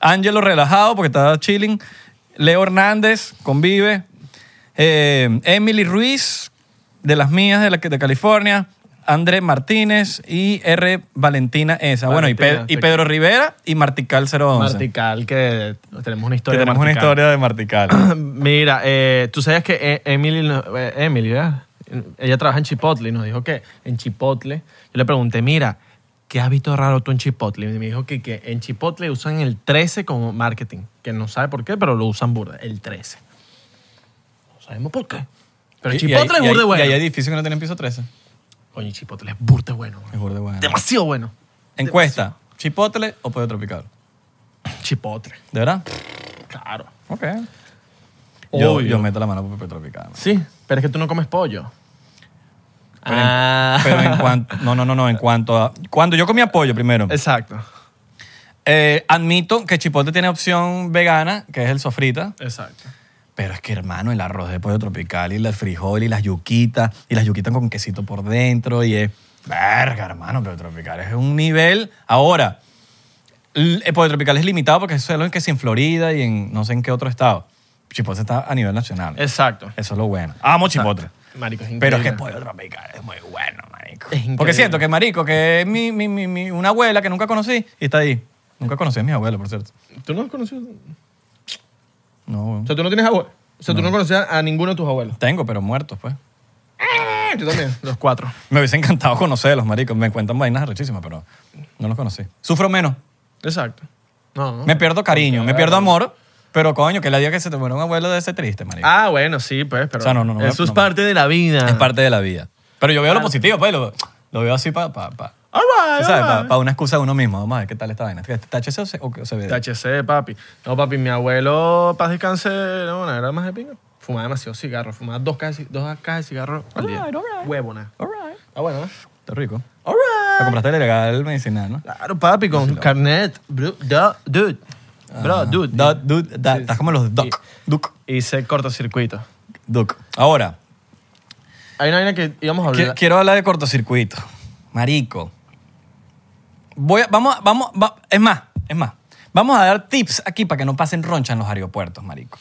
[SPEAKER 3] Ángelo relajado porque estaba chilling. Leo Hernández convive. Eh, Emily Ruiz, de las mías, de, la, que- de California, André Martínez y R. Valentina Esa. Bueno, y,
[SPEAKER 2] Valentina,
[SPEAKER 3] Pe- y
[SPEAKER 2] perfecto.
[SPEAKER 3] Pedro Rivera y Martical 011.
[SPEAKER 2] Martical, que tenemos una
[SPEAKER 3] que
[SPEAKER 2] historia. de
[SPEAKER 3] tenemos una
[SPEAKER 2] Martical.
[SPEAKER 3] historia de Martical.
[SPEAKER 2] Mira, eh, tú sabes que eh, Emily, no- eh, Emily, ¿verdad? Ella trabaja en Chipotle y nos dijo que en Chipotle. Yo le pregunté, mira, ¿qué hábito raro tú en Chipotle? Y me dijo que, que en Chipotle usan el 13 como marketing, que no sabe por qué, pero lo usan burda, el 13. No sabemos por qué. [CLEARS THROAT] Pero
[SPEAKER 3] Y- y
[SPEAKER 2] Chipotle
[SPEAKER 3] hay-
[SPEAKER 2] es burda
[SPEAKER 3] y hay-
[SPEAKER 2] bueno.
[SPEAKER 3] Y hay edificios que no tienen piso 13.
[SPEAKER 2] Coño, Chipotle es burda bueno. bro.
[SPEAKER 3] Es burda bueno.
[SPEAKER 2] Demasiado bueno.
[SPEAKER 3] Encuesta, Chipotle o Pollo Tropical.
[SPEAKER 2] Chipotle,
[SPEAKER 3] ¿De verdad?
[SPEAKER 2] claro.
[SPEAKER 3] Ok. Yo,
[SPEAKER 2] Obvio.
[SPEAKER 3] yo meto la mano por Pollo Tropical. man.
[SPEAKER 2] Sí, pero es que tú no comes pollo.
[SPEAKER 3] Pero, en- pero en cuanto... [LAUGHS] No, no, no, no. En cuanto a... Cuando yo comía pollo primero,
[SPEAKER 2] [LAUGHS] Exacto,
[SPEAKER 3] eh, admito que Chipotle tiene opción vegana, que es el sofrita.
[SPEAKER 2] exacto.
[SPEAKER 3] Pero es que, hermano, el arroz de pollo tropical y el frijol y las yuquitas, y las yuquitas con quesito por dentro, y es. Verga, hermano, pollo tropical es un nivel. Ahora, el el pollo tropical es limitado porque eso es lo que es en Florida y en no sé en qué otro estado. Chipotle está a nivel nacional.
[SPEAKER 2] Exacto.
[SPEAKER 3] Eso es lo bueno. Amo Chipotle.
[SPEAKER 2] Marico, es
[SPEAKER 3] Pero
[SPEAKER 2] increíble.
[SPEAKER 3] es que pollo tropical es muy bueno, marico.
[SPEAKER 2] Es increíble.
[SPEAKER 3] Porque siento que, marico, que es mi, mi- mi- mi- una abuela que nunca conocí y está ahí. Nunca conocí a mis abuelos, por cierto.
[SPEAKER 2] ¿Tú no conocías? O
[SPEAKER 3] No, weón.
[SPEAKER 2] sea, tú no tienes abuelos. O sea, tú no conocías a ninguno de tus abuelos. Ah,
[SPEAKER 3] Tengo, pero muertos, pues.
[SPEAKER 2] Yo también. Los cuatro.
[SPEAKER 3] Me hubiese encantado conocerlos, marico. Me cuentan vainas rechísimas, pero no los conocí. Sufro menos.
[SPEAKER 2] Exacto. No, no.
[SPEAKER 3] Me pierdo cariño, me pierdo amor, pero coño, que la día que se te muera un abuelo debe ser triste, marico.
[SPEAKER 2] Ah, bueno, sí, pues, pero.
[SPEAKER 3] O sea, no, no, no,
[SPEAKER 2] Eso
[SPEAKER 3] no,
[SPEAKER 2] es
[SPEAKER 3] no.
[SPEAKER 2] parte de la vida.
[SPEAKER 3] Es parte de la vida. Pero yo veo
[SPEAKER 2] Ah.
[SPEAKER 3] lo positivo, pues. Lo, lo veo así para pa, pa,
[SPEAKER 2] All right, all
[SPEAKER 3] ¿sabes? Pa-
[SPEAKER 2] right.
[SPEAKER 3] pa una excusa de uno mismo. Vamos a ver qué tal esta vaina. ¿Está HC o se- o se ve?
[SPEAKER 2] THC, papi. No, papi, mi abuelo, paz descanse, no, bueno, era más de pinga. Fumaba demasiado cigarro. Fumaba dos cajas, de ci- dos cajas de cigarro al día.
[SPEAKER 3] Alright, alright.
[SPEAKER 2] Huevona.
[SPEAKER 3] Alright.
[SPEAKER 2] Ah, bueno. ¿eh?
[SPEAKER 3] Está rico.
[SPEAKER 2] All
[SPEAKER 3] Lo
[SPEAKER 2] right.
[SPEAKER 3] compraste legal medicinal, ¿no?
[SPEAKER 2] Claro, papi, con carnet. Bro, da- dude. Bro, dude. eh,
[SPEAKER 3] Da- dude, da-
[SPEAKER 2] Sí,
[SPEAKER 3] Estás
[SPEAKER 2] sí.
[SPEAKER 3] como los duck. Duck.
[SPEAKER 2] Hice cortocircuito.
[SPEAKER 3] Duck. Ahora,
[SPEAKER 2] Hay una vaina que íbamos a
[SPEAKER 3] Qui-
[SPEAKER 2] hablar.
[SPEAKER 3] Quiero hablar de cortocircuito. Marico. Voy a- vamos, a- vamos, va- es más, es más. Vamos a dar tips aquí para que no pasen roncha en los aeropuertos, marico.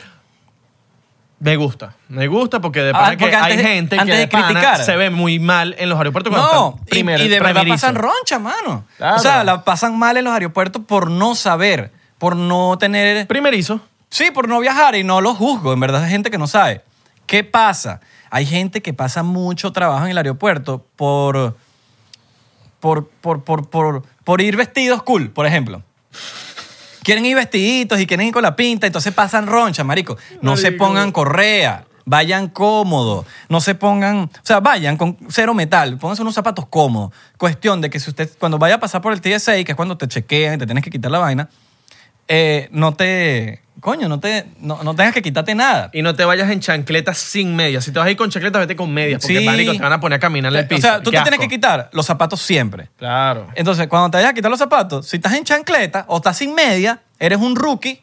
[SPEAKER 2] Me gusta. Me gusta porque de
[SPEAKER 3] Ah,
[SPEAKER 2] pana
[SPEAKER 3] porque
[SPEAKER 2] que
[SPEAKER 3] antes
[SPEAKER 2] hay
[SPEAKER 3] de-
[SPEAKER 2] gente que
[SPEAKER 3] antes de
[SPEAKER 2] de pana
[SPEAKER 3] criticar.
[SPEAKER 2] se ve muy mal en los aeropuertos cuando
[SPEAKER 3] No,
[SPEAKER 2] están
[SPEAKER 3] y,
[SPEAKER 2] primer-
[SPEAKER 3] y de verdad
[SPEAKER 2] primerizo.
[SPEAKER 3] pasan roncha, mano.
[SPEAKER 2] Claro.
[SPEAKER 3] O sea, la pasan mal en los aeropuertos por no saber, por no tener...
[SPEAKER 2] Primerizo.
[SPEAKER 3] Sí, por no viajar y no los juzgo, en verdad es gente que no sabe. ¿Qué pasa? Hay gente que pasa mucho trabajo en el aeropuerto por, por, por, por, por, por ir vestidos cool, por ejemplo. Quieren ir vestiditos y quieren ir con la pinta, entonces pasan ronchas, marico. No se
[SPEAKER 2] Marico.
[SPEAKER 3] pongan correa, vayan cómodos, no se pongan, o sea, vayan con cero metal, pónganse unos zapatos cómodos. Cuestión de que si usted, cuando vaya a pasar por el TSA, que es cuando te chequean y te tienes que quitar la vaina, eh, no te, coño, no te, no, no tengas que quitarte nada.
[SPEAKER 2] Y no te vayas en chancletas sin medias. Si te vas a ir con chancletas, vete con medias. Porque,
[SPEAKER 3] Sí.
[SPEAKER 2] marico, te van a poner a caminar en el piso.
[SPEAKER 3] O sea, tú
[SPEAKER 2] Qué
[SPEAKER 3] te tienes
[SPEAKER 2] asco.
[SPEAKER 3] que quitar los zapatos siempre.
[SPEAKER 2] Claro.
[SPEAKER 3] Entonces, cuando te vayas a quitar los zapatos, si estás en chancleta o estás sin media, eres un rookie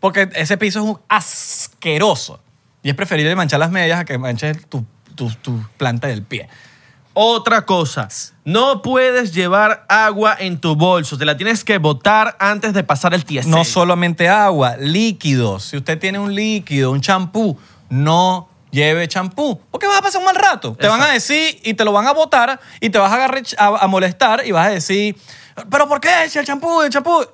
[SPEAKER 3] porque ese piso es un asqueroso. Y es preferible manchar las medias a que manches tu, tu- tu planta del pie.
[SPEAKER 2] Otra cosa, no puedes llevar agua en tu bolso, te la tienes que botar antes de pasar el TSA.
[SPEAKER 3] No solamente agua, líquidos. Si usted tiene un líquido, un champú, no lleve champú. Porque vas a pasar un mal rato. Te van a
[SPEAKER 2] Exacto.
[SPEAKER 3] decir y te lo van a botar y te vas a, agarrar a, a molestar y vas a decir, ¿pero por qué? Si el champú, el champú.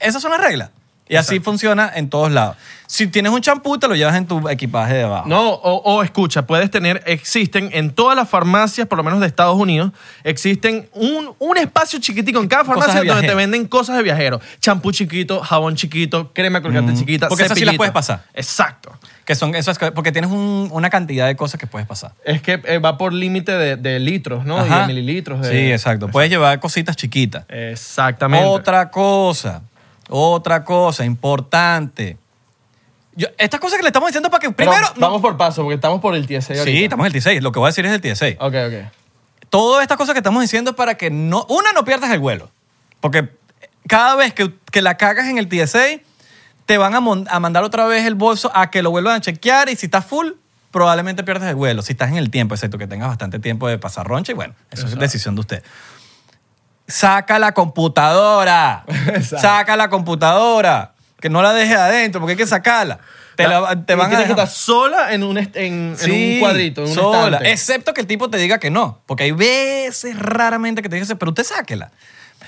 [SPEAKER 3] Esas son las reglas. Y así funciona en todos lados. Si tienes un champú, te lo llevas en tu equipaje de abajo.
[SPEAKER 2] No, o, o escucha, puedes tener, existen en todas las farmacias, por lo menos de Estados Unidos, existen un, un espacio chiquitico en cada
[SPEAKER 3] Cosas
[SPEAKER 2] farmacia
[SPEAKER 3] de
[SPEAKER 2] donde te
[SPEAKER 3] viajero.
[SPEAKER 2] venden cosas de viajero. Champú chiquito, jabón chiquito, crema colgante chiquita,
[SPEAKER 3] Mm. Porque esas sí las
[SPEAKER 2] cepillito.
[SPEAKER 3] puedes pasar.
[SPEAKER 2] Exacto.
[SPEAKER 3] Que son esas, co- porque tienes un- una cantidad de cosas que puedes pasar.
[SPEAKER 2] Es que eh, va por límite de, de litros, ¿no? Y
[SPEAKER 3] Ajá.
[SPEAKER 2] de mililitros. De...
[SPEAKER 3] Sí, exacto. Puedes llevar cositas chiquitas.
[SPEAKER 2] Exactamente.
[SPEAKER 3] Otra cosa, otra cosa importante. Yo- estas cosas que le estamos diciendo para que
[SPEAKER 2] Pero
[SPEAKER 3] primero... no-
[SPEAKER 2] Vamos por paso, porque estamos por el TSA ahorita.
[SPEAKER 3] sí, estamos en el 16. Lo que voy a decir es el 16.
[SPEAKER 2] Ok, ok.
[SPEAKER 3] Todas estas cosas que estamos diciendo es para que no... Una, no pierdas el vuelo. Porque cada vez que, que la cagas en el 16, te van a, mon- a mandar otra vez el bolso a que lo vuelvan a chequear y si estás full, probablemente pierdas el vuelo. Si estás en el tiempo, excepto que tengas bastante tiempo de pasar roncha y bueno, eso es decisión de usted. Saca la computadora.
[SPEAKER 2] Exacto.
[SPEAKER 3] Saca la computadora. Que no la dejes adentro porque hay que sacarla. Te, la- te
[SPEAKER 2] Y
[SPEAKER 3] van a
[SPEAKER 2] tienes que
[SPEAKER 3] dejar-
[SPEAKER 2] estar sola en un, est- en, en
[SPEAKER 3] Sí,
[SPEAKER 2] un cuadrito, en un
[SPEAKER 3] sola.
[SPEAKER 2] estante.
[SPEAKER 3] Excepto que el tipo te diga que no. Porque hay veces raramente que te dice, pero usted sáquela.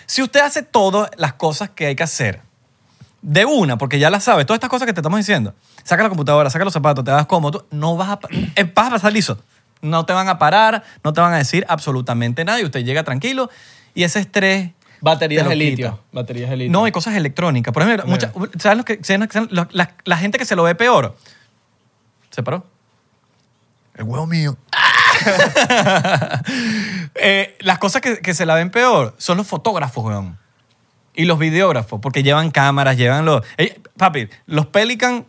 [SPEAKER 3] Si usted hace todas las cosas que hay que hacer, de una, porque ya las sabes, todas estas cosas que te estamos diciendo, saca la computadora, saca los zapatos, te das cómodo, tú no vas a, pa- eh, vas a pasar liso. No te van a parar, no te van a decir absolutamente nada y usted llega tranquilo y ese estrés...
[SPEAKER 2] Baterías
[SPEAKER 3] te lo
[SPEAKER 2] de
[SPEAKER 3] quita.
[SPEAKER 2] litio. Baterías de litio.
[SPEAKER 3] No, hay cosas electrónicas. Por ejemplo, mucha- ¿saben los que, saben los- la, la- la gente que se lo ve peor? ¿Se paró? El huevo mío. [LAUGHS] Eh, las cosas que, que se la ven peor son los fotógrafos, weón. Y los videógrafos, porque llevan cámaras, llevan los... Ey, papi, los Pelican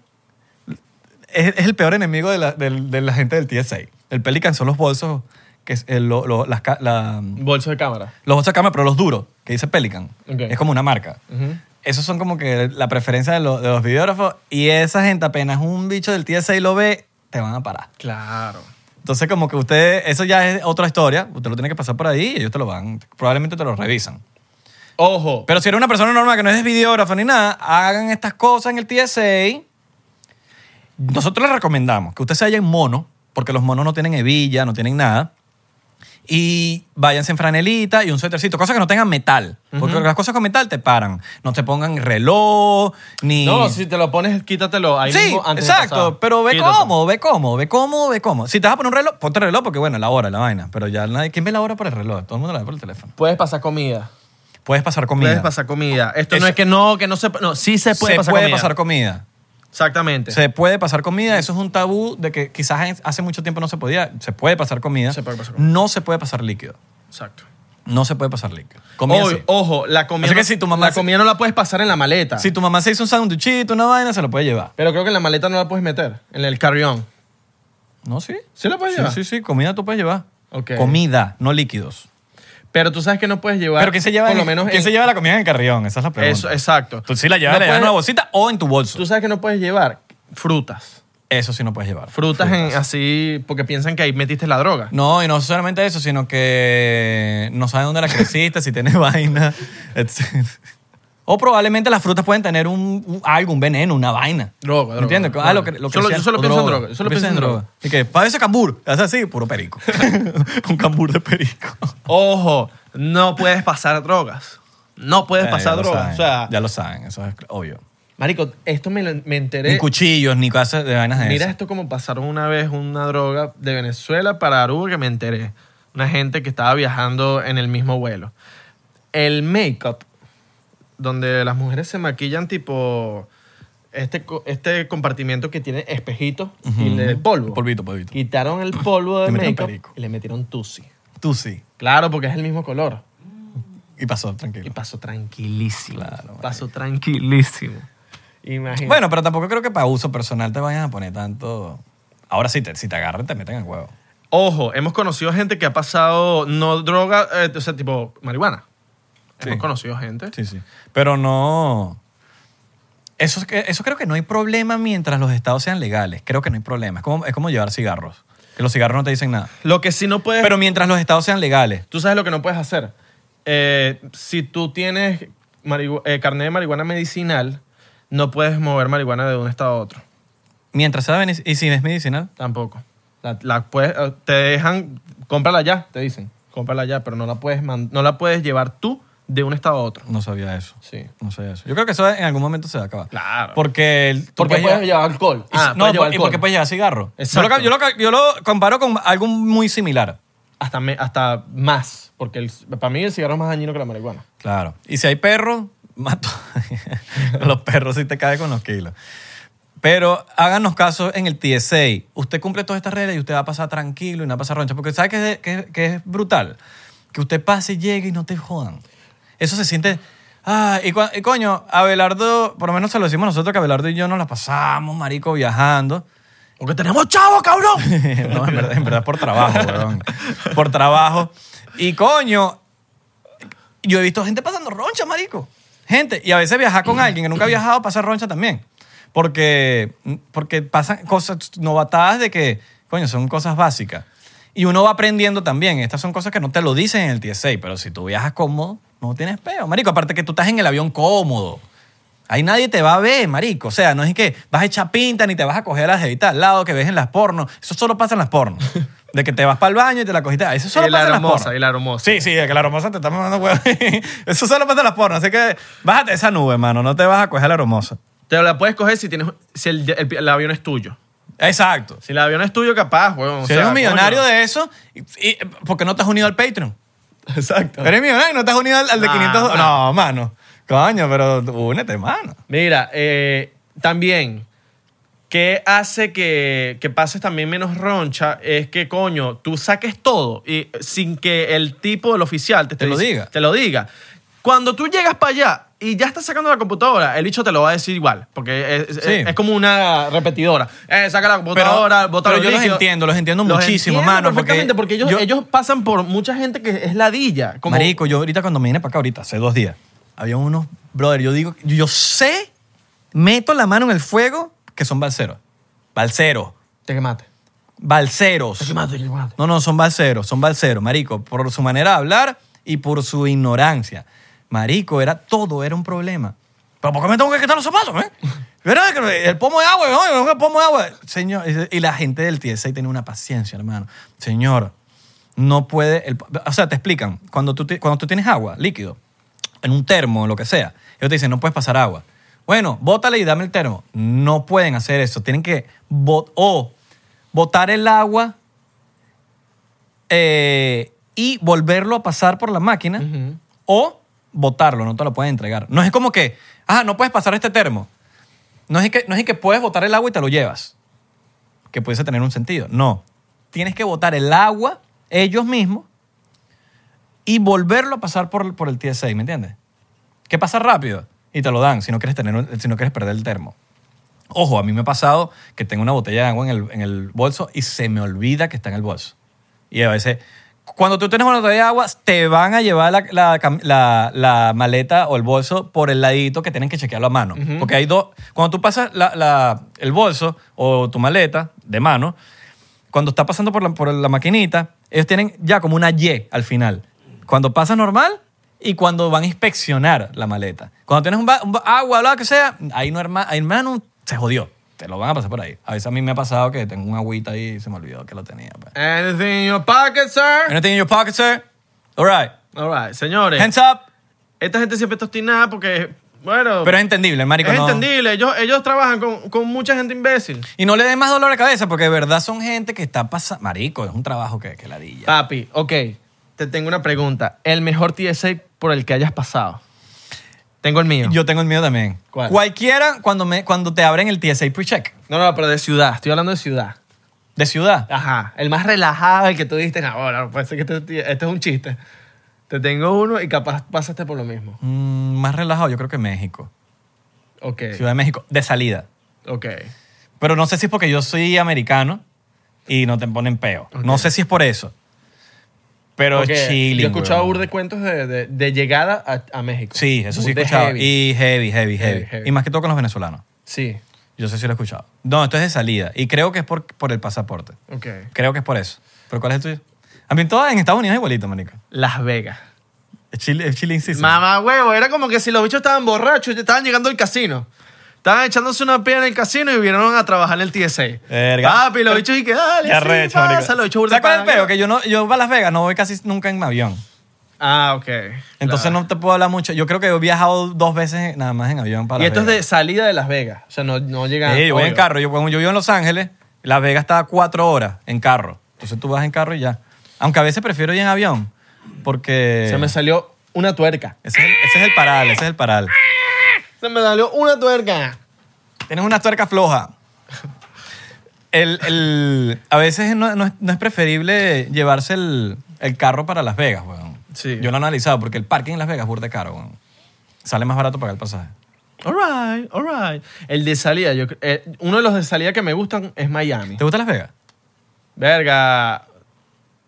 [SPEAKER 3] es, es el peor enemigo de la, del- de la gente del TSA. El Pelican son los bolsos, que es el- lo- lo- las ca- la-
[SPEAKER 2] Bolso de cámara.
[SPEAKER 3] los bolsos de cámara, pero los duros, que dice Pelican.
[SPEAKER 2] Ok.
[SPEAKER 3] Es como una marca.
[SPEAKER 2] Ujú.
[SPEAKER 3] Esos son como que la preferencia de, los- de los videógrafos. Y esa gente, apenas un bicho del TSA lo ve, te van a parar.
[SPEAKER 2] Claro.
[SPEAKER 3] Entonces, como que usted, eso ya es otra historia. Usted lo tiene que pasar por ahí y ellos te lo van, probablemente te lo revisan.
[SPEAKER 2] Ojo.
[SPEAKER 3] Pero si eres una persona normal que no es videógrafo ni nada, hagan estas cosas en el TSA. Nosotros les recomendamos que usted se vaya en mono, porque los monos no tienen hebilla, no tienen nada. Y váyanse en franelita y un suétercito, cosas que no tengan metal. Porque las cosas con metal te paran. No te pongan reloj, ni.
[SPEAKER 2] No, si te lo pones, quítatelo ahí
[SPEAKER 3] sí,
[SPEAKER 2] mismo antes de
[SPEAKER 3] exacto.
[SPEAKER 2] pasar.
[SPEAKER 3] Pero ve
[SPEAKER 2] Quítatelo.
[SPEAKER 3] cómodo, ve cómodo, ve cómodo, ve cómodo. Si te vas a poner un reloj, ponte el reloj porque, bueno, la hora, la vaina. Pero ya nadie. ¿Quién ve la hora por el reloj? Todo el mundo la ve por el teléfono.
[SPEAKER 2] Puedes pasar comida.
[SPEAKER 3] Puedes pasar comida.
[SPEAKER 1] Puedes pasar comida. Esto
[SPEAKER 2] Esto no
[SPEAKER 1] no
[SPEAKER 2] es que no, que no se... No, sí se puede
[SPEAKER 3] se
[SPEAKER 2] pasar
[SPEAKER 3] puede
[SPEAKER 2] comida.
[SPEAKER 3] pasar comida.
[SPEAKER 1] Exactamente.
[SPEAKER 2] Este.
[SPEAKER 3] Se puede pasar comida, eso es un tabú de que quizás en- hace mucho tiempo no se podía. Se puede pasar comida.
[SPEAKER 1] Se puede pasar comida.
[SPEAKER 3] No se puede pasar líquido.
[SPEAKER 1] Exacto.
[SPEAKER 3] No se puede pasar líquido. Comida
[SPEAKER 1] Ojo,
[SPEAKER 3] sí.
[SPEAKER 1] ojo, la comida.
[SPEAKER 3] Así que
[SPEAKER 1] no-
[SPEAKER 3] si tu mamá
[SPEAKER 2] la
[SPEAKER 3] se-
[SPEAKER 2] comida no la puedes pasar en la maleta.
[SPEAKER 3] Si tu mamá se hizo un sándwichito, una vaina, se lo puede llevar.
[SPEAKER 2] Pero creo que en la maleta no la puedes meter. En el carrión.
[SPEAKER 3] No, sí.
[SPEAKER 2] ¿Sí la puedes
[SPEAKER 3] Sí,
[SPEAKER 2] llevar?
[SPEAKER 3] sí, sí, comida tú puedes llevar.
[SPEAKER 2] Ok.
[SPEAKER 3] Comida, no líquidos.
[SPEAKER 2] Pero tú sabes que no puedes llevar...
[SPEAKER 3] Pero ¿quién se lleva,
[SPEAKER 2] Por
[SPEAKER 3] en-
[SPEAKER 2] lo menos
[SPEAKER 3] ¿quién
[SPEAKER 2] en-
[SPEAKER 3] se lleva la comida en el carrión? Esa es la pregunta.
[SPEAKER 2] Eso, exacto.
[SPEAKER 3] Tú sí la llevas,
[SPEAKER 2] No
[SPEAKER 3] le das en
[SPEAKER 2] puedes-
[SPEAKER 3] una bolsita o en tu bolso.
[SPEAKER 2] Tú sabes que no puedes llevar frutas.
[SPEAKER 3] Eso sí no puedes llevar.
[SPEAKER 2] Frutas, En, así porque piensan que ahí metiste la droga.
[SPEAKER 3] No, y no solamente eso, sino que no sabes dónde la creciste, si tienes [LAUGHS] vaina, etc. O probablemente las frutas pueden tener un, un- algo, un veneno, una vaina.
[SPEAKER 2] Droga, droga,
[SPEAKER 3] ¿Entiendes?
[SPEAKER 2] droga.
[SPEAKER 3] Ah, lo que, lo que
[SPEAKER 2] Solo-
[SPEAKER 3] sea-
[SPEAKER 2] yo solo
[SPEAKER 3] o
[SPEAKER 2] pienso en droga, yo solo
[SPEAKER 3] Piensas
[SPEAKER 2] pienso en droga.
[SPEAKER 3] Y que, para ese cambur, [LAUGHS] es así,
[SPEAKER 2] [LAUGHS]
[SPEAKER 3] puro perico. Eh, un cambur de perico.
[SPEAKER 2] Ojo, no puedes pasar drogas. No puedes
[SPEAKER 3] Eh,
[SPEAKER 2] pasar
[SPEAKER 3] ya lo
[SPEAKER 2] drogas.
[SPEAKER 3] saben,
[SPEAKER 2] O sea,
[SPEAKER 3] ya lo saben, eso es obvio.
[SPEAKER 2] marico, esto me, lo- me
[SPEAKER 3] Ni
[SPEAKER 2] enteré.
[SPEAKER 3] cuchillos, ni cosas de vainas de
[SPEAKER 2] Mira
[SPEAKER 3] esas.
[SPEAKER 2] esto como pasaron una vez una droga de Venezuela para Aruba que me enteré. Una gente que estaba viajando en el mismo vuelo. El make-up, donde las mujeres se maquillan tipo este, co- este compartimiento que tiene espejitos y le polvo.
[SPEAKER 3] Polvito, polvito.
[SPEAKER 2] Quitaron el polvo de
[SPEAKER 3] Le metieron
[SPEAKER 2] make-up
[SPEAKER 3] perico.
[SPEAKER 2] y le metieron tusi.
[SPEAKER 3] Tú sí.
[SPEAKER 2] Claro, porque es el mismo color.
[SPEAKER 3] Y pasó,
[SPEAKER 2] Y
[SPEAKER 3] tranquilo.
[SPEAKER 2] pasó tranquilísimo.
[SPEAKER 3] Claro,
[SPEAKER 2] pasó tranquilísimo. Imagínate.
[SPEAKER 3] Bueno, pero tampoco creo que para uso personal te vayan a poner tanto. Ahora sí, te, si te agarran, te meten en huevo.
[SPEAKER 2] Ojo, hemos conocido gente que ha pasado no droga, eh, o sea, tipo marihuana.
[SPEAKER 3] Sí.
[SPEAKER 2] Hemos conocido gente.
[SPEAKER 3] Sí, sí. Pero no. Eso, es que- eso creo que no hay problema mientras los estados sean legales. Creo que no hay problema. Es como, es como llevar cigarros. Que los cigarros no te dicen nada.
[SPEAKER 2] Lo que sí no puedes.
[SPEAKER 3] Pero mientras los estados sean legales.
[SPEAKER 2] tú sabes lo que no puedes hacer. Eh, si tú tienes marihu- eh, carnet de marihuana medicinal, no puedes mover marihuana de un estado a otro.
[SPEAKER 3] Mientras sea medic- y si es medicinal.
[SPEAKER 2] Tampoco. La, la puedes- eh, te dejan, cómprala ya, te dicen. Cómprala ya, pero no la puedes, man- no la puedes llevar tú de un estado a otro.
[SPEAKER 3] No sabía eso.
[SPEAKER 2] Sí.
[SPEAKER 3] No sabía eso. Yo creo que eso en algún momento se va a acabar.
[SPEAKER 2] Claro.
[SPEAKER 3] Porque. el- tú
[SPEAKER 2] Porque puedes llevar alcohol.
[SPEAKER 3] Y si-
[SPEAKER 2] Ah,
[SPEAKER 3] no, pues,
[SPEAKER 2] puedes llevar
[SPEAKER 3] y
[SPEAKER 2] alcohol.
[SPEAKER 3] porque puedes llevar cigarro. Yo lo,
[SPEAKER 2] Exacto.
[SPEAKER 3] yo, lo, yo lo comparo con algo muy similar.
[SPEAKER 2] hasta, me- hasta más, porque el- para mí el cigarro es más dañino que la marihuana.
[SPEAKER 3] Claro. Y si hay perros, mato. [LAUGHS] los perros sí te caen con los kilos. Pero háganos caso en el TSA. Usted cumple todas estas reglas y usted va a pasar tranquilo y no va a pasar roncha. Porque ¿sabe qué es, qué- qué es brutal? Que usted pase y llegue y no te jodan. Eso se siente... Ah, y, cua- y coño, Abelardo, por lo menos se lo decimos nosotros que Abelardo y yo nos la pasamos, marico, viajando.
[SPEAKER 2] Porque tenemos chavo, cabrón.
[SPEAKER 3] no, en verdad, en verdad por trabajo, weón. Por trabajo. Y coño, yo he visto gente pasando roncha, marico. Gente, y a veces viajar con alguien que nunca ha viajado pasa roncha también. Porque, porque pasan cosas novatadas de que, coño, son cosas básicas. Y uno va aprendiendo también. Estas son cosas que no te lo dicen en el TSA, pero si tú viajas cómodo, no tienes peo, marico. Aparte que tú estás en el avión cómodo. Ahí nadie te va a ver, marico. O sea, no es que vas a echar pinta ni te vas a coger a la jevita al lado que ves en las pornos. Eso solo pasa en las pornos. De que te vas para el baño y te la cogiste. Ah, Eso solo
[SPEAKER 2] Y la
[SPEAKER 3] pasa en las
[SPEAKER 2] hermosa,
[SPEAKER 3] pornos.
[SPEAKER 2] y la hermosa.
[SPEAKER 3] Sí, sí, de que la hermosa te está mandando huevo. [LAUGHS] Eso solo pasa en las pornos. Así que bájate de esa nube, mano. No te vas a coger a la hermosa.
[SPEAKER 2] Te la puedes coger si, tienes, si el, el- el avión es tuyo.
[SPEAKER 3] Exacto.
[SPEAKER 2] Si el avión es tuyo, capaz, weón.
[SPEAKER 3] si eres un millonario de eso, y, y- ¿por qué no te has unido al Patreon? [LAUGHS]
[SPEAKER 2] Exacto.
[SPEAKER 3] Eres millonario y no te has unido al, al de
[SPEAKER 2] Nah,
[SPEAKER 3] 500.
[SPEAKER 2] nah.
[SPEAKER 3] No, mano. Coño, pero únete, mano.
[SPEAKER 2] Mira, eh, también, ¿qué hace que, que pases también menos roncha? Es que, coño, tú saques todo y sin que el tipo, el oficial, te, esté
[SPEAKER 3] Te lo
[SPEAKER 2] dic-
[SPEAKER 3] diga.
[SPEAKER 2] Te lo diga. Cuando tú llegas para allá y ya estás sacando la computadora, el bicho te lo va a decir igual, porque es, es-
[SPEAKER 3] Sí.
[SPEAKER 2] es como una repetidora. Eh, saca la computadora, bota
[SPEAKER 3] pero yo los
[SPEAKER 2] líquidos.
[SPEAKER 3] entiendo, los entiendo muchísimo, mano, porque
[SPEAKER 2] Perfectamente, porque, ellos,
[SPEAKER 3] yo-
[SPEAKER 2] ellos pasan por mucha gente que es ladilla. Como,
[SPEAKER 3] Marico, yo ahorita cuando me vine para acá, ahorita, hace dos días, había unos, brother, yo digo, yo sé, meto la mano en el fuego, que son balseros. Balseros.
[SPEAKER 2] Te quemaste.
[SPEAKER 3] Balseros.
[SPEAKER 2] Te quemaste, te quemaste.
[SPEAKER 3] No, no, son balseros, son balseros, marico, por su manera de hablar y por su ignorancia. Marico, era todo, era un problema. ¿Pero por qué me tengo que quitar los zapatos, eh? [LAUGHS] ¿Verdad? Que El pomo de agua, ¿no? el pomo de agua. Señor, y la gente del TSA tiene una paciencia, hermano. Señor, no puede... el- o sea, te explican, cuando tú, ti- cuando tú tienes agua, líquido, en un termo, lo que sea, ellos te dicen, no puedes pasar agua. Bueno, bótale y dame el termo. No pueden hacer eso. Tienen que... bot- o botar el agua eh, y volverlo a pasar por la máquina o botarlo, no te lo pueden entregar. No es como que, ah, no puedes pasar este termo. No es que, no es que puedes botar el agua y te lo llevas, que pudiese tener un sentido. No, tienes que botar el agua ellos mismos y volverlo a pasar por, por el TSA, ¿me entiendes? Que pasa rápido y te lo dan si no quieres, tener un- si no quieres perder el termo. Ojo, a mí me ha pasado que tengo una botella de agua en el, en el bolso y se me olvida que está en el bolso. Y a veces, cuando tú tienes una botella de agua, te van a llevar la, la cam- la- la maleta o el bolso por el ladito que tienen que chequearlo a mano. Porque hay dos. Cuando tú pasas la- la- el bolso o tu maleta de mano, cuando está pasando por la, por la maquinita, ellos tienen ya como una Y al final. Cuando pasa normal y cuando van a inspeccionar la maleta. Cuando tienes un, ba- un ba- agua, lo que sea, ahí no herma- ahí, hermano, se jodió. Te lo van a pasar por ahí. A veces a mí me ha pasado que tengo un agüita ahí y se me olvidó que lo tenía. pues.
[SPEAKER 2] Anything in your pocket, sir?
[SPEAKER 3] Anything in your pocket, sir? All right.
[SPEAKER 2] All right, señores.
[SPEAKER 3] Hands up.
[SPEAKER 2] Esta gente siempre está obstinada porque, bueno,
[SPEAKER 3] Pero es entendible, marico.
[SPEAKER 2] es
[SPEAKER 3] no-
[SPEAKER 2] entendible. Ellos, ellos trabajan con, con mucha gente imbécil.
[SPEAKER 3] Y no le dé más dolor de cabeza porque de verdad son gente que está pasando... Marico, es un trabajo que, que ladilla.
[SPEAKER 2] Papi, ok, te tengo una pregunta. El mejor TSA por el que hayas pasado. Tengo el mío.
[SPEAKER 3] Ah, Yo tengo el mío también.
[SPEAKER 2] ¿Cuál?
[SPEAKER 3] Cualquiera cuando, me, cuando te abren el TSA pre-check
[SPEAKER 2] No, no, pero de ciudad. Estoy hablando de ciudad.
[SPEAKER 3] de ciudad.
[SPEAKER 2] Ajá. El más relajado, el que tú diste. "Ah, Ahora, parece que este, este es un chiste. Te tengo uno y capaz pasaste por lo mismo.
[SPEAKER 3] Mm, más relajado, yo creo que México.
[SPEAKER 2] Ok.
[SPEAKER 3] Ciudad de México, de salida.
[SPEAKER 2] Ok.
[SPEAKER 3] Pero no sé si es porque yo soy americano y no te ponen peo. No sé si es por eso. Pero
[SPEAKER 2] Ok,
[SPEAKER 3] chilling,
[SPEAKER 2] Yo he escuchado
[SPEAKER 3] weón.
[SPEAKER 2] bur de cuentos de, de- de llegada a, a México.
[SPEAKER 3] Sí, eso sí he
[SPEAKER 2] De
[SPEAKER 3] escuchado.
[SPEAKER 2] heavy.
[SPEAKER 3] Y heavy, heavy, heavy,
[SPEAKER 2] Heavy, heavy.
[SPEAKER 3] Y más que todo con los venezolanos.
[SPEAKER 2] Sí.
[SPEAKER 3] Yo sé si lo he escuchado. No, esto es de salida. Y creo que es por, por el pasaporte.
[SPEAKER 2] Ok.
[SPEAKER 3] Creo que es por eso. ¿Pero cuál es el tuyo? A mí todas en Estados Unidos es igualito, manica.
[SPEAKER 2] Las Vegas.
[SPEAKER 3] Es chilling, es chilling season.
[SPEAKER 2] Mamá huevo, era como que si los bichos estaban borrachos y estaban llegando al casino. Estaban echándose una pía en el casino y vinieron a trabajar en el TSA.
[SPEAKER 3] Verga.
[SPEAKER 2] Papi, los bichos y que dale,
[SPEAKER 3] Qué
[SPEAKER 2] sí,
[SPEAKER 3] arrecho,
[SPEAKER 2] pasa,
[SPEAKER 3] marico.
[SPEAKER 2] los bichos burda
[SPEAKER 3] ¿Sabes cuál es
[SPEAKER 2] pana,
[SPEAKER 3] el peo?
[SPEAKER 2] ¿no?
[SPEAKER 3] Que yo, no, yo a Las Vegas no voy casi nunca en avión.
[SPEAKER 2] Ah, ok.
[SPEAKER 3] Entonces no te puedo hablar mucho. Yo creo que he viajado dos veces nada más en avión
[SPEAKER 2] Y
[SPEAKER 3] para Las
[SPEAKER 2] esto es
[SPEAKER 3] Vegas.
[SPEAKER 2] de salida de Las Vegas. O sea, no, no llegan.
[SPEAKER 3] Sí, yo voy en
[SPEAKER 2] obvio.
[SPEAKER 3] carro. Yo, cuando yo vivo en Los Ángeles, Las Vegas está a cuatro horas en carro. Entonces tú vas en carro y ya. Aunque a veces prefiero ir en avión porque...
[SPEAKER 2] Se me
[SPEAKER 3] ese,
[SPEAKER 2] salió una tuerca.
[SPEAKER 3] es el, ese es el paral, ese es el paral.
[SPEAKER 2] Se me salió una tuerca.
[SPEAKER 3] Tienes una tuerca floja. El, el- a veces no, no es, no es preferible llevarse el, el carro para Las Vegas, weón.
[SPEAKER 2] Sí.
[SPEAKER 3] Yo lo he analizado porque el parking en Las Vegas es burda de caro, weón. Sale más barato pagar el pasaje.
[SPEAKER 2] All right, all right. El de salida, yo, cre- eh, uno de los de salida que me gustan es Miami.
[SPEAKER 3] ¿Te gusta Las Vegas?
[SPEAKER 2] Verga.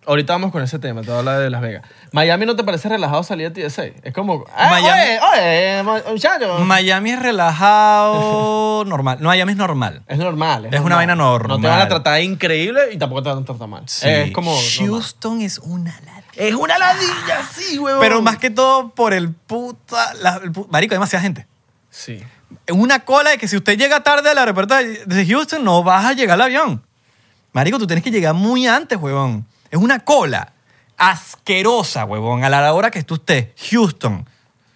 [SPEAKER 2] Ahorita vamos con ese tema, te voy a hablar de Las Vegas. Miami no te parece relajado salir a TSA. Es como. "Ah,
[SPEAKER 3] Miami-
[SPEAKER 2] Oye, oye, ma- muchacho.
[SPEAKER 3] Miami es
[SPEAKER 2] [LAUGHS]
[SPEAKER 3] relajado, normal. No, Miami es normal.
[SPEAKER 2] es normal.
[SPEAKER 3] Es una
[SPEAKER 2] normal.
[SPEAKER 3] vaina normal.
[SPEAKER 2] No te van a tratar increíble y tampoco te van a tratar mal.
[SPEAKER 3] Sí.
[SPEAKER 2] Es como. normal.
[SPEAKER 3] Eh, Houston es una ladilla.
[SPEAKER 2] Es una ladilla, sí, huevón.
[SPEAKER 3] Pero más que todo por el puta. la- el pu- marico, hay demasiada gente.
[SPEAKER 2] Sí.
[SPEAKER 3] una cola de que si usted llega tarde al aeropuerto de Houston, no vas a llegar al avión. Marico, tú tienes que llegar muy antes, huevón. Es una cola asquerosa, huevón, a la hora que tú estés. Houston.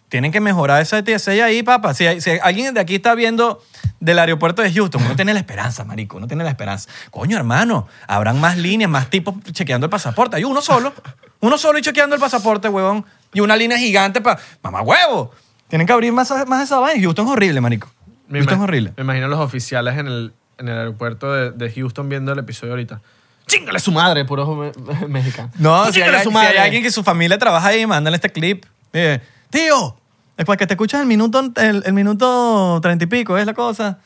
[SPEAKER 3] Tienen que mejorar esa TSA ahí, papá. Si, hay- si alguien de aquí está viendo del aeropuerto de Houston, no tiene la esperanza, marico, no tiene la esperanza. Coño, hermano, habrán más líneas, más tipos chequeando el pasaporte. Hay uno solo, uno solo y chequeando el pasaporte, huevón. Y una línea gigante para... ¡Mamá huevo! Tienen que abrir más, más esa vaina. Houston es horrible, marico.
[SPEAKER 2] Me
[SPEAKER 3] Houston es
[SPEAKER 2] ima-
[SPEAKER 3] horrible.
[SPEAKER 2] Me imagino los oficiales en el, en el aeropuerto de, de Houston viendo el episodio ahorita. ¡Chingale su madre, puros me- [LAUGHS] mexicanos!
[SPEAKER 3] No, si
[SPEAKER 2] ¡Chíngale
[SPEAKER 3] hay,
[SPEAKER 2] su
[SPEAKER 3] si
[SPEAKER 2] madre!
[SPEAKER 3] hay alguien que su familia trabaja ahí, mándale este clip. Dile, tío, es para que te escuchas el minuto, el, el minuto treinta y pico, es
[SPEAKER 2] [LAUGHS]
[SPEAKER 3] la cosa.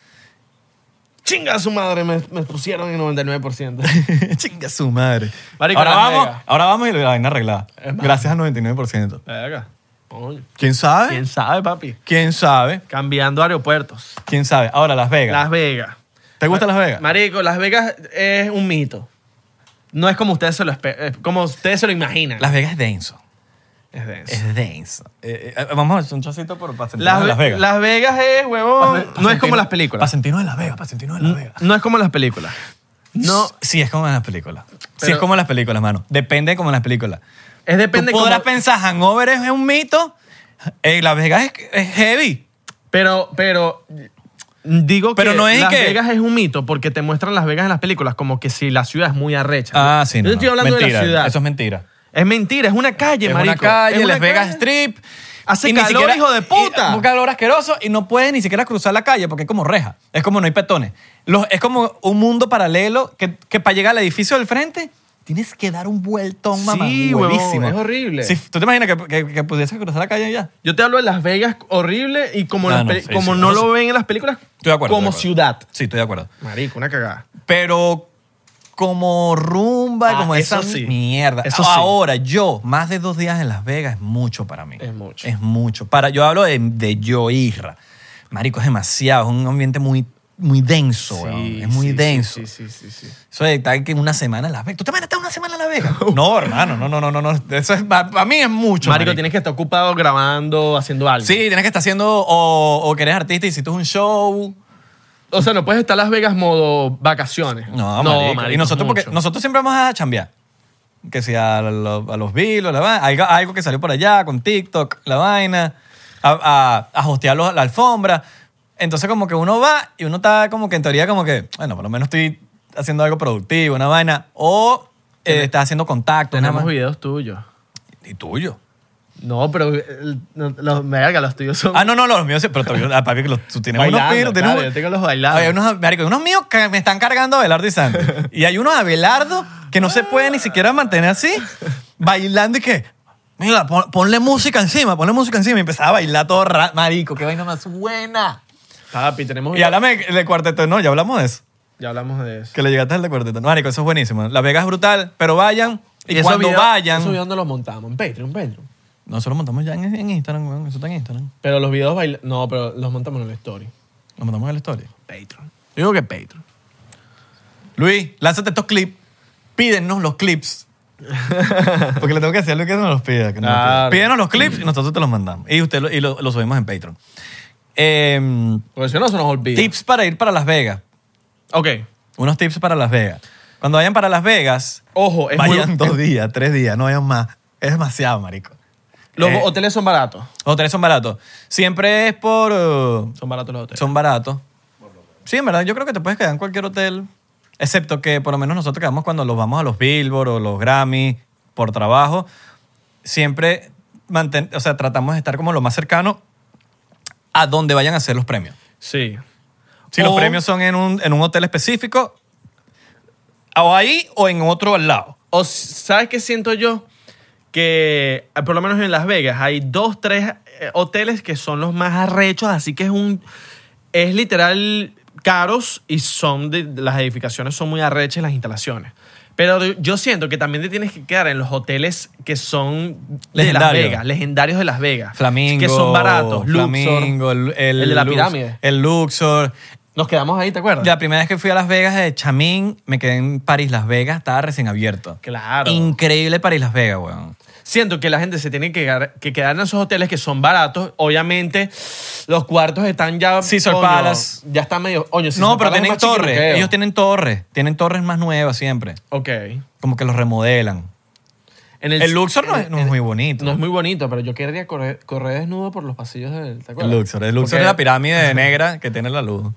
[SPEAKER 2] ¡Chinga su madre! Me, me pusieron en 99%.
[SPEAKER 3] Chinga su madre.
[SPEAKER 2] Marico,
[SPEAKER 3] ahora,
[SPEAKER 2] la
[SPEAKER 3] vamos,
[SPEAKER 2] mega.
[SPEAKER 3] ahora vamos y la vaina arreglada. Gracias al 99%.
[SPEAKER 2] Verga. Coño.
[SPEAKER 3] ¿Quién sabe?
[SPEAKER 2] ¿Quién sabe, papi?
[SPEAKER 3] ¿Quién sabe?
[SPEAKER 2] Cambiando aeropuertos.
[SPEAKER 3] ¿Quién sabe? Ahora, Las Vegas.
[SPEAKER 2] Las Vegas.
[SPEAKER 3] ¿Te gusta Las Vegas?
[SPEAKER 2] Marico, Las Vegas es un mito. No es como ustedes se lo, espe- eh, como ustedes se lo imaginan.
[SPEAKER 3] Las Vegas es denso.
[SPEAKER 2] es denso.
[SPEAKER 3] Es denso. Eh, eh, vamos a hacer un chocito por, para sentirnos
[SPEAKER 2] Las,
[SPEAKER 3] en Las Vegas.
[SPEAKER 2] Las Vegas es,
[SPEAKER 3] Pa-
[SPEAKER 2] huevón. No
[SPEAKER 3] pa-
[SPEAKER 2] es como
[SPEAKER 3] sentirnos-
[SPEAKER 2] las
[SPEAKER 3] Para
[SPEAKER 2] películas. Mm.
[SPEAKER 3] sentirnos en Las Vegas, para sentirnos en Las Vegas.
[SPEAKER 2] No es como las películas. No,
[SPEAKER 3] No, sí es como en las películas. sí
[SPEAKER 2] Pero-
[SPEAKER 3] es como en las películas, mano. Depende como en las películas.
[SPEAKER 2] es depende
[SPEAKER 3] Tú podrás
[SPEAKER 2] cómo-
[SPEAKER 3] pensar, Hangover es un mito. Eh, Las Vegas es, es heavy.
[SPEAKER 2] Pero, pero digo
[SPEAKER 3] Pero
[SPEAKER 2] que
[SPEAKER 3] no es
[SPEAKER 2] Las
[SPEAKER 3] que-
[SPEAKER 2] Vegas es un mito porque te muestran Las Vegas en las películas como que si la ciudad es muy arrecha.
[SPEAKER 3] Ah, sí. No,
[SPEAKER 2] Yo te estoy
[SPEAKER 3] no.
[SPEAKER 2] hablando
[SPEAKER 3] mentira,
[SPEAKER 2] de la ciudad.
[SPEAKER 3] Eso
[SPEAKER 2] Es,
[SPEAKER 3] es mentira.
[SPEAKER 2] mentira, es una calle,
[SPEAKER 3] es
[SPEAKER 2] marico.
[SPEAKER 3] una calle,
[SPEAKER 2] Es una
[SPEAKER 3] Las Vegas
[SPEAKER 2] calle.
[SPEAKER 3] Strip.
[SPEAKER 2] Hace
[SPEAKER 3] ni
[SPEAKER 2] calor, hijo de puta.
[SPEAKER 3] y- un calor asqueroso y no puedes ni siquiera cruzar la calle porque es como reja. Es como no hay petones. es como un mundo paralelo que, que para llegar al edificio del frente tienes que dar un vueltón,
[SPEAKER 2] Sí,
[SPEAKER 3] mamá.
[SPEAKER 2] huevón, es horrible.
[SPEAKER 3] ¿Tú te imaginas que, que, que pudieses cruzar la calle ya?
[SPEAKER 2] Yo te hablo de Las Vegas horrible y como,
[SPEAKER 3] Ah,
[SPEAKER 2] las
[SPEAKER 3] no,
[SPEAKER 2] pe-
[SPEAKER 3] sí,
[SPEAKER 2] como
[SPEAKER 3] sí,
[SPEAKER 2] no
[SPEAKER 3] eso
[SPEAKER 2] lo
[SPEAKER 3] sí.
[SPEAKER 2] ven en las películas,
[SPEAKER 3] Estoy de acuerdo.
[SPEAKER 2] como
[SPEAKER 3] estoy de acuerdo.
[SPEAKER 2] ciudad.
[SPEAKER 3] Sí, estoy de acuerdo.
[SPEAKER 2] Marico, una cagada.
[SPEAKER 3] Pero como rumba,
[SPEAKER 2] Ah,
[SPEAKER 3] como
[SPEAKER 2] eso
[SPEAKER 3] esa
[SPEAKER 2] sí.
[SPEAKER 3] mierda.
[SPEAKER 2] Eso sí.
[SPEAKER 3] Ahora, yo, más de dos días en Las Vegas es mucho para mí.
[SPEAKER 2] Es mucho.
[SPEAKER 3] Es mucho. Para, yo hablo de, de yo, Isra. Marico, es demasiado. Es un ambiente muy, muy denso, weón. Es muy
[SPEAKER 2] sí, sí,
[SPEAKER 3] denso.
[SPEAKER 2] Sí, sí, sí, sí.
[SPEAKER 3] Eso de estar que una semana en Las Vegas. ¿Tú te vas a estar una semana en
[SPEAKER 2] [LAUGHS]
[SPEAKER 3] Las Vegas? No, hermano. No, no, no, no. no. Eso es, para, para mí es mucho.
[SPEAKER 2] Marico, tienes que estar ocupado grabando, haciendo algo.
[SPEAKER 3] Sí, tienes que estar haciendo o, o que eres artista y hiciste un show.
[SPEAKER 2] O sea, no puedes estar Las Vegas modo vacaciones.
[SPEAKER 3] No, marico. Y nosotros, porque,
[SPEAKER 2] mucho.
[SPEAKER 3] nosotros siempre vamos a chambear. Que sea a, lo- a los Bills, la vaina. Algo, algo que salió por allá con TikTok, la vaina. A, a, a hostear los- la alfombra. Entonces, como que uno va y uno está como que en teoría, como que, bueno, por lo menos estoy haciendo algo productivo, una vaina. O eh, estás haciendo contacto, nada
[SPEAKER 2] Tenemos
[SPEAKER 3] más.
[SPEAKER 2] videos tuyos.
[SPEAKER 3] Y tuyo.
[SPEAKER 2] No, pero el- no, los, verga, los tuyos son...
[SPEAKER 3] Ah, no, no, los míos, sí, pero todavía- ah, papi, que los, tú tienes
[SPEAKER 2] Bailando,
[SPEAKER 3] unos finos, tienes
[SPEAKER 2] claro,
[SPEAKER 3] unos-
[SPEAKER 2] yo tengo los bailando.
[SPEAKER 3] Hay unos, marico, hay unos míos que me están cargando Abelardo y Santi. Y hay unos Abelardo que no se puede ni siquiera mantener así, bailando y que, mira, pon- ponle música encima, ponle música encima. Y empezaba a bailar todo ra- marico, qué vaina más buena.
[SPEAKER 2] Papi, tenemos
[SPEAKER 3] Y háblame del cuarteto, no, ya hablamos de eso.
[SPEAKER 2] Ya hablamos de eso.
[SPEAKER 3] Que le llegaste al de cuarteto. No, marico, eso es buenísimo. La Vega es brutal, pero vayan. Y,
[SPEAKER 2] esos
[SPEAKER 3] cuando
[SPEAKER 2] videos-
[SPEAKER 3] vayan...
[SPEAKER 2] Esos videos no los montamos en Patreon, Patreon.
[SPEAKER 3] Nosotros lo montamos ya en, en Instagram, weón, eso está en Instagram.
[SPEAKER 2] Pero los videos baila... No, pero los montamos en la story.
[SPEAKER 3] Lo montamos en la historia.
[SPEAKER 2] Patreon. Yo digo que Patreon.
[SPEAKER 3] Luis, lánzate estos clips. Pídenos los clips. Porque le tengo que decir a Luis que no los pida. que no los pida.
[SPEAKER 2] Claro.
[SPEAKER 3] Pídenos los clips y nosotros te los mandamos. Y, usted lo- y lo- los subimos en Patreon. Em,
[SPEAKER 2] [LAUGHS] Porque si no, se nos olvida.
[SPEAKER 3] tips para ir para Las Vegas.
[SPEAKER 2] Ok.
[SPEAKER 3] Unos tips para Las Vegas. Cuando vayan para Las Vegas,
[SPEAKER 2] Ojo, es
[SPEAKER 3] vayan
[SPEAKER 2] muy-
[SPEAKER 3] dos días, tres días, no vayan más. Es demasiado, marico.
[SPEAKER 2] Los
[SPEAKER 3] Eh,
[SPEAKER 2] hoteles son baratos.
[SPEAKER 3] Los hoteles son baratos. Siempre es por... eh,
[SPEAKER 2] Son baratos los hoteles.
[SPEAKER 3] Son baratos. Sí, en verdad, yo creo que te puedes quedar en cualquier hotel, excepto que por lo menos nosotros quedamos cuando los vamos a los Billboard o los Grammy por trabajo, siempre manten, o sea, tratamos de estar como lo más cercano a donde vayan a hacer los premios.
[SPEAKER 2] Sí.
[SPEAKER 3] Si
[SPEAKER 2] O-
[SPEAKER 3] los premios son en un, en un hotel específico, o ahí o en otro al lado.
[SPEAKER 2] O s- sabes qué siento yo que eh, por lo menos en Las Vegas hay dos, tres eh, hoteles que son los más arrechos, así que es un es literal caros y son de, las edificaciones son muy arrechas las instalaciones. Pero de- yo siento que también te tienes que quedar en los hoteles que son de Las
[SPEAKER 3] Legendarios.
[SPEAKER 2] Vegas, legendarios de Las Vegas,
[SPEAKER 3] Flamingo.
[SPEAKER 2] que son baratos,
[SPEAKER 3] Flamingo,
[SPEAKER 2] Luxor.
[SPEAKER 3] el, el
[SPEAKER 2] el de la
[SPEAKER 3] Lux-
[SPEAKER 2] pirámide.
[SPEAKER 3] El Luxor.
[SPEAKER 2] Nos quedamos ahí, ¿te acuerdas?
[SPEAKER 3] La primera vez que fui a Las Vegas de Chamín, me quedé en París, Las Vegas, estaba recién abierto.
[SPEAKER 2] Claro.
[SPEAKER 3] Increíble París, Las Vegas, weón.
[SPEAKER 2] Siento que la gente se tiene que quedar, que quedar en esos hoteles que son baratos. Obviamente, los cuartos están ya.
[SPEAKER 3] Caesar
[SPEAKER 2] coño,
[SPEAKER 3] Palace.
[SPEAKER 2] Ya están medio. Coño, Caesar
[SPEAKER 3] No,
[SPEAKER 2] Palace
[SPEAKER 3] pero
[SPEAKER 2] es
[SPEAKER 3] tienen
[SPEAKER 2] más chiquito
[SPEAKER 3] torres.
[SPEAKER 2] que yo.
[SPEAKER 3] Ellos tienen torres. Tienen torres más nuevas siempre.
[SPEAKER 2] Ok.
[SPEAKER 3] Como que los remodelan.
[SPEAKER 2] En
[SPEAKER 3] El, Luxor no, es, no es muy bonito.
[SPEAKER 2] No es muy bonito, pero yo querría correr, correr desnudo por los pasillos del. ¿Te
[SPEAKER 3] el
[SPEAKER 2] acuerdas?
[SPEAKER 3] Luxor. El Luxor
[SPEAKER 2] Porque
[SPEAKER 3] es la
[SPEAKER 2] [LAUGHS]
[SPEAKER 3] pirámide negra que tiene la luz.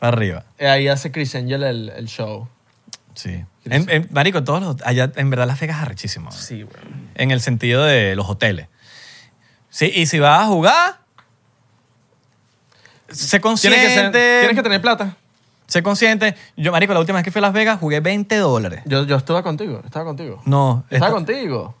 [SPEAKER 3] Arriba.
[SPEAKER 2] eh, Ahí hace Chris Angel el, el show.
[SPEAKER 3] Sí. En, en- marico, todos los, allá en verdad Las Vegas es arrechísimo. bro.
[SPEAKER 2] Sí, güey.
[SPEAKER 3] En el sentido de los hoteles. Sí, y si vas a jugar, sé consciente.
[SPEAKER 2] Tienes que, ser- tienes que tener plata.
[SPEAKER 3] Sé consciente. Yo, marico, la última vez que fui a Las Vegas jugué 20 dólares.
[SPEAKER 2] Yo, yo estaba contigo, estaba contigo.
[SPEAKER 3] No,
[SPEAKER 2] Estaba
[SPEAKER 3] esta-
[SPEAKER 2] contigo.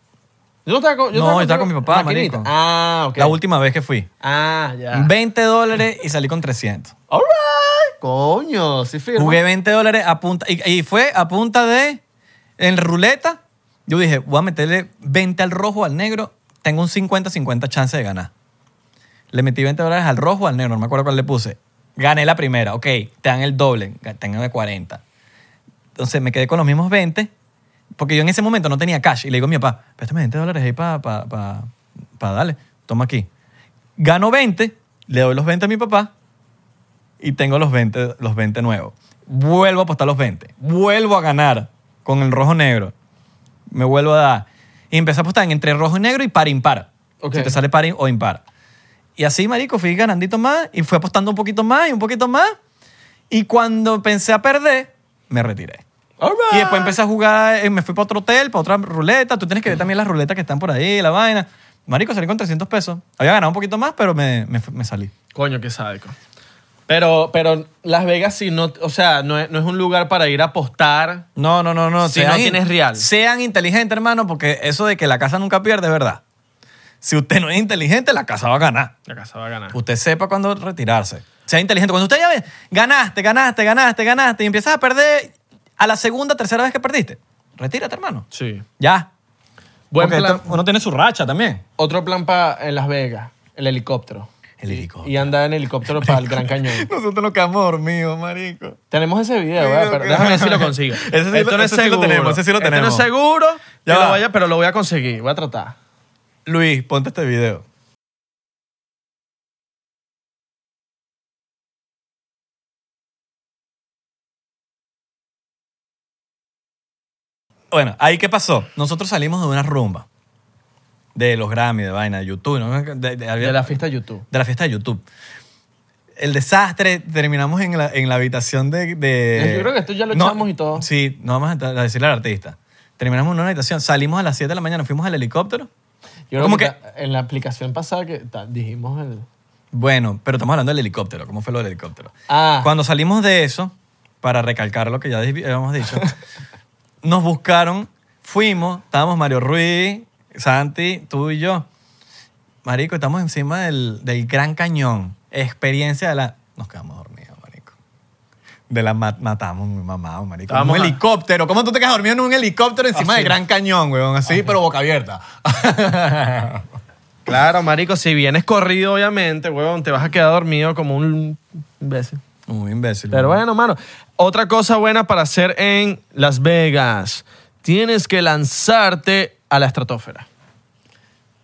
[SPEAKER 2] Yo no estaba, con- yo
[SPEAKER 3] No, yo
[SPEAKER 2] contigo.
[SPEAKER 3] estaba con mi papá,
[SPEAKER 2] Maquinita.
[SPEAKER 3] marico.
[SPEAKER 2] Ah, ok.
[SPEAKER 3] la última vez que fui.
[SPEAKER 2] Ah, ya.
[SPEAKER 3] 20 dólares y salí con 300.
[SPEAKER 2] All right. Coño, sí firma.
[SPEAKER 3] Jugué 20 dólares a punta. Y, y fue a punta de. En ruleta. Yo dije, voy a meterle 20 al rojo, al negro. Tengo un 50-50 chance de ganar. Le metí 20 dólares al rojo, al negro. No me acuerdo cuál le puse. Gané la primera. Ok, te dan el doble. ga- Tengo de 40. Entonces me quedé con los mismos 20. Porque yo en ese momento no tenía cash. Y le digo a mi papá, préstame 20 dólares ahí para pa, pa, pa darle. Toma aquí. Gano 20. Le doy los 20 a mi papá y tengo los 20, los 20 nuevos. Vuelvo a apostar los 20. Vuelvo a ganar con el rojo negro. Me vuelvo a dar. Y empecé a apostar en entre rojo y negro y par impar.
[SPEAKER 2] Ok.
[SPEAKER 3] Si te sale par in- o impar. Y así, marico, fui ganandito más y fui apostando un poquito más y un poquito más. Y cuando pensé a perder, me retiré.
[SPEAKER 2] All right.
[SPEAKER 3] Y después empecé a jugar, eh, me fui para otro hotel, para otra ruleta. Tú tienes que ver también las ruletas que están por ahí, la vaina. Marico, salí con 300 pesos. Había ganado un poquito más, pero me, me, me salí.
[SPEAKER 2] Coño, qué sádico. Pero, pero Las Vegas sí no, o sea, no es, no es un lugar para ir a apostar.
[SPEAKER 3] No, no, no, no.
[SPEAKER 2] Si no
[SPEAKER 3] in-
[SPEAKER 2] tienes real.
[SPEAKER 3] Sean inteligentes, hermano, porque eso de que la casa nunca pierde es verdad. Si usted no es inteligente, la casa va a ganar.
[SPEAKER 2] La casa va a ganar.
[SPEAKER 3] Usted sepa cuándo retirarse. Sea inteligente. Cuando usted ya ve, ganaste, ganaste, ganaste, ganaste y empiezas a perder a la segunda, tercera vez que perdiste, retírate, hermano.
[SPEAKER 2] Sí.
[SPEAKER 3] Ya.
[SPEAKER 2] Buen
[SPEAKER 3] Porque
[SPEAKER 2] plan.
[SPEAKER 3] esto- uno tiene su racha también.
[SPEAKER 2] Otro plan para en Las Vegas, el helicóptero.
[SPEAKER 3] El helicóptero.
[SPEAKER 2] Y andar en helicóptero para el
[SPEAKER 3] [LAUGHS]
[SPEAKER 2] Gran Cañón.
[SPEAKER 3] Nosotros nos quedamos dormidos, marico.
[SPEAKER 2] Tenemos ese video, ¿verdad? Pero
[SPEAKER 3] que-
[SPEAKER 2] déjame ver si
[SPEAKER 3] [LAUGHS]
[SPEAKER 2] lo consigo.
[SPEAKER 3] Ese sí lo-
[SPEAKER 2] Esto no es
[SPEAKER 3] ese sí lo
[SPEAKER 2] seguro.
[SPEAKER 3] tenemos, ese sí lo
[SPEAKER 2] Esto no es
[SPEAKER 3] tenemos.
[SPEAKER 2] seguro,
[SPEAKER 3] Ya
[SPEAKER 2] que lo
[SPEAKER 3] va.
[SPEAKER 2] vaya, pero lo voy a conseguir. Voy a tratar.
[SPEAKER 3] Luis, ponte este video. Bueno, ahí qué pasó. Nosotros salimos de una rumba. De los Grammy, de vaina, de YouTube. ¿no? De, de- había-
[SPEAKER 2] De la fiesta de YouTube.
[SPEAKER 3] de la fiesta de YouTube. El desastre, terminamos en la, en la habitación de, de-
[SPEAKER 2] Yo creo que esto ya lo echamos y todo.
[SPEAKER 3] Sí, no vamos a, a decirle al artista. Terminamos en una habitación, salimos a las 7 de la mañana, fuimos al helicóptero.
[SPEAKER 2] Yo creo
[SPEAKER 3] ¿Cómo
[SPEAKER 2] que,
[SPEAKER 3] que?
[SPEAKER 2] ta- en la aplicación pasada que ta- dijimos el...
[SPEAKER 3] Bueno, pero estamos hablando del helicóptero. ¿Cómo fue lo del helicóptero?
[SPEAKER 2] Ah,
[SPEAKER 3] Cuando salimos de eso, para recalcar lo que ya di-
[SPEAKER 2] [LAUGHS]
[SPEAKER 3] habíamos dicho, nos buscaron, fuimos, estábamos Mario Ruiz, Santi, tú y yo. Marico, estamos encima del, del Gran Cañón. Experiencia de la... Nos quedamos dormidos, marico. De la ma- matamos, mi mamá, marico.
[SPEAKER 2] Estábamos
[SPEAKER 3] un
[SPEAKER 2] a- Ah,
[SPEAKER 3] helicóptero. ¿Cómo tú te quedas dormido en un helicóptero encima del Gran Cañón, weón? Así, pero boca abierta. [LAUGHS]
[SPEAKER 2] claro, marico, si vienes corrido, obviamente, huevón, te vas a quedar dormido como un imbécil.
[SPEAKER 3] Muy imbécil.
[SPEAKER 2] Pero
[SPEAKER 3] weón.
[SPEAKER 2] bueno, mano. Otra cosa buena para hacer en Las Vegas. Tienes que lanzarte a la estratosfera.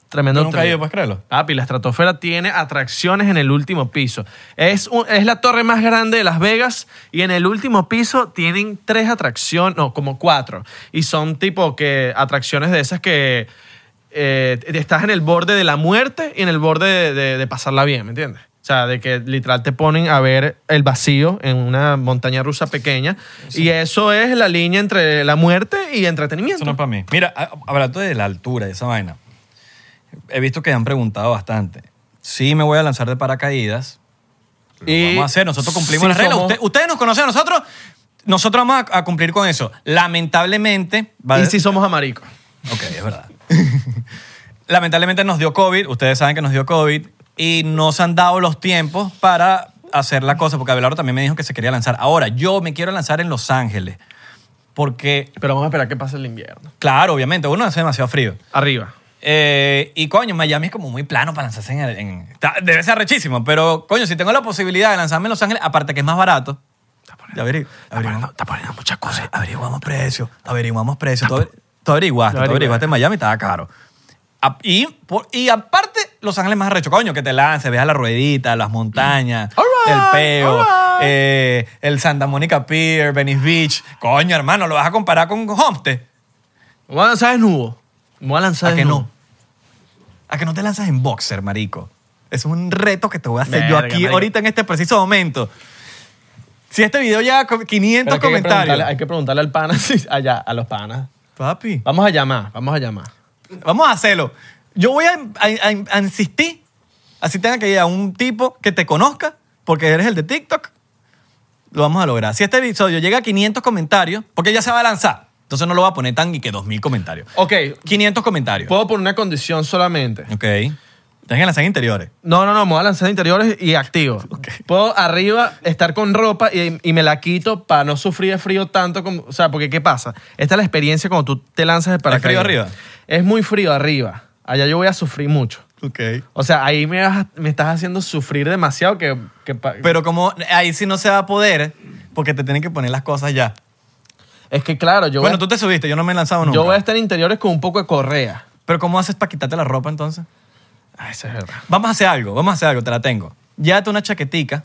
[SPEAKER 2] Tremendo
[SPEAKER 3] Tú nunca has
[SPEAKER 2] trip.
[SPEAKER 3] ido, pues, ¿puedes creerlo?
[SPEAKER 2] Papi, la estratosfera tiene atracciones en el último piso. Es, un- es la torre más grande de Las Vegas y en el último piso tienen tres atracciones, no, como cuatro. Y son tipo que atracciones de esas que eh, estás en el borde de la muerte y en el borde de, de- de pasarla bien, ¿me entiendes? O sea, de que literal te ponen a ver el vacío en una montaña rusa pequeña. Y eso es la línea entre la muerte y entretenimiento.
[SPEAKER 3] Eso no es para mí. Mira, a- hablando de la altura de esa vaina, he visto que han preguntado bastante. Sí, me voy a lanzar de paracaídas. Lo
[SPEAKER 2] Y
[SPEAKER 3] vamos a hacer, nosotros cumplimos
[SPEAKER 2] si
[SPEAKER 3] las reglas.
[SPEAKER 2] somos-
[SPEAKER 3] Usted- ustedes nos conocen a nosotros, nosotros vamos a, a cumplir con eso. Lamentablemente. va-
[SPEAKER 2] Y si somos amaricos.
[SPEAKER 3] Ok, es verdad. [LAUGHS] Lamentablemente nos dio COVID, ustedes saben que nos dio COVID, y no se han dado los tiempos para hacer la cosa, porque Abelardo también me dijo que se quería lanzar. Ahora, yo me quiero lanzar en Los Ángeles, porque,
[SPEAKER 2] Pero vamos a esperar que pase el invierno.
[SPEAKER 3] claro, obviamente, uno hace demasiado frío.
[SPEAKER 2] Arriba.
[SPEAKER 3] Eh, y coño, Miami es como muy plano para lanzarse en, en- está- Debe ser rechísimo, pero coño, si tengo la posibilidad de lanzarme en Los Ángeles, aparte que es más barato. Ya averigu- averiguamos-
[SPEAKER 2] muchas
[SPEAKER 3] averiguamos precios, averiguamos precios. Tú, aver- tú averiguaste,
[SPEAKER 2] Yo
[SPEAKER 3] tú
[SPEAKER 2] averigué.
[SPEAKER 3] averiguaste en Miami, estaba caro. A- Y, por- y aparte, Los Ángeles más arrecho, coño, que te lances, veas la ruedita, las montañas,
[SPEAKER 2] Mm. All right,
[SPEAKER 3] el peo,
[SPEAKER 2] all right.
[SPEAKER 3] eh, el Santa Monica Pier, Venice Beach. Coño, hermano, lo vas a comparar con Homestead.
[SPEAKER 2] Me voy a lanzar desnudo. Me voy a lanzar
[SPEAKER 3] ¿A que
[SPEAKER 2] desnudo.
[SPEAKER 3] no? ¿A que no te lanzas en boxer, marico? Es un reto que te voy a hacer yo
[SPEAKER 2] Verga,
[SPEAKER 3] aquí,
[SPEAKER 2] marico.
[SPEAKER 3] ahorita en este preciso momento. Si este video llega a co- 500
[SPEAKER 2] Pero es que hay que preguntarle-
[SPEAKER 3] comentarios.
[SPEAKER 2] Hay que preguntarle al pana, [LAUGHS] si- allá, a los panas.
[SPEAKER 3] Papi,
[SPEAKER 2] Vamos a llamar, vamos a llamar.
[SPEAKER 3] vamos a hacerlo. Yo voy a, a- a- a insistir, así tenga que ir a un tipo que te conozca, porque eres el de TikTok, lo vamos a lograr. Si este episodio llega a 500 comentarios, porque ya se va a lanzar, entonces no lo voy a poner tan ni que 2000 comentarios.
[SPEAKER 2] Ok,
[SPEAKER 3] 500 comentarios.
[SPEAKER 2] puedo poner una condición solamente.
[SPEAKER 3] Ok. Tengan las en interiores.
[SPEAKER 2] No, no, no, me voy a lanzar de interiores y activo. Puedo arriba estar con ropa y, y me la quito para no sufrir de frío tanto como... O sea, porque ¿qué pasa? Esta es la experiencia cuando tú te lanzas de paracaídas.
[SPEAKER 3] frío arriba?
[SPEAKER 2] Es muy frío arriba. Allá yo voy a sufrir mucho.
[SPEAKER 3] Ok.
[SPEAKER 2] O sea, ahí me, vas a- me estás haciendo sufrir demasiado que... que pa-
[SPEAKER 3] Pero como ahí sí no se va a poder, porque te tienen que poner las cosas ya.
[SPEAKER 2] es que claro, yo,
[SPEAKER 3] bueno,
[SPEAKER 2] voy,
[SPEAKER 3] tú te subiste, yo no me he lanzado
[SPEAKER 2] a,
[SPEAKER 3] nunca.
[SPEAKER 2] yo voy a estar en interiores con un poco de correa.
[SPEAKER 3] Pero ¿cómo haces para quitarte la ropa entonces?
[SPEAKER 2] Ah, eso es verdad.
[SPEAKER 3] Vamos a hacer algo, vamos a hacer algo, te la tengo. Llévate una chaquetica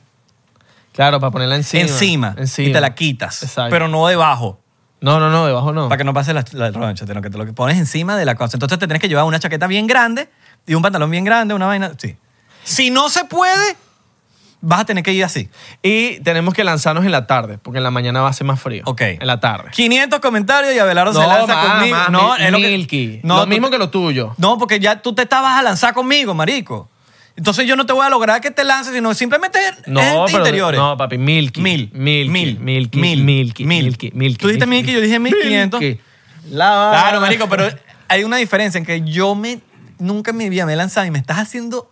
[SPEAKER 2] Claro, para ponerla encima.
[SPEAKER 3] encima, y te la quitas,
[SPEAKER 2] Exacto.
[SPEAKER 3] pero no debajo,
[SPEAKER 2] No, no, no, debajo no.
[SPEAKER 3] para que no pase la, la roncha, sino que te lo pones encima de la cosa. Entonces te tienes que llevar una chaqueta bien grande y un pantalón bien grande, una vaina, sí. Si no se puede, vas a tener que ir así.
[SPEAKER 2] Y tenemos que lanzarnos en la tarde, porque en la mañana va a ser más frío.
[SPEAKER 3] Ok.
[SPEAKER 2] En la tarde.
[SPEAKER 3] 500 comentarios y Abelardo se lanza
[SPEAKER 2] más,
[SPEAKER 3] conmigo.
[SPEAKER 2] más,
[SPEAKER 3] no,
[SPEAKER 2] mi-
[SPEAKER 3] es lo que-
[SPEAKER 2] Milky.
[SPEAKER 3] No,
[SPEAKER 2] lo
[SPEAKER 3] tú
[SPEAKER 2] mismo
[SPEAKER 3] te-
[SPEAKER 2] que lo tuyo.
[SPEAKER 3] No, porque ya tú te estabas a lanzar conmigo, marico. Entonces yo no te voy a lograr que te lances, sino simplemente
[SPEAKER 2] No,
[SPEAKER 3] es
[SPEAKER 2] pero-
[SPEAKER 3] interiores.
[SPEAKER 2] no, papi, Milky.
[SPEAKER 3] Mil.
[SPEAKER 2] Milky,
[SPEAKER 3] Mil.
[SPEAKER 2] Milky,
[SPEAKER 3] Mil.
[SPEAKER 2] Milky,
[SPEAKER 3] Mil.
[SPEAKER 2] Milky, Milky,
[SPEAKER 3] Tú dijiste
[SPEAKER 2] Milky.
[SPEAKER 3] Milky, yo dije 1500.
[SPEAKER 2] Milky. La-
[SPEAKER 3] Claro, marico, pero hay una diferencia en que yo me nunca en mi vida me he lanzado y me estás haciendo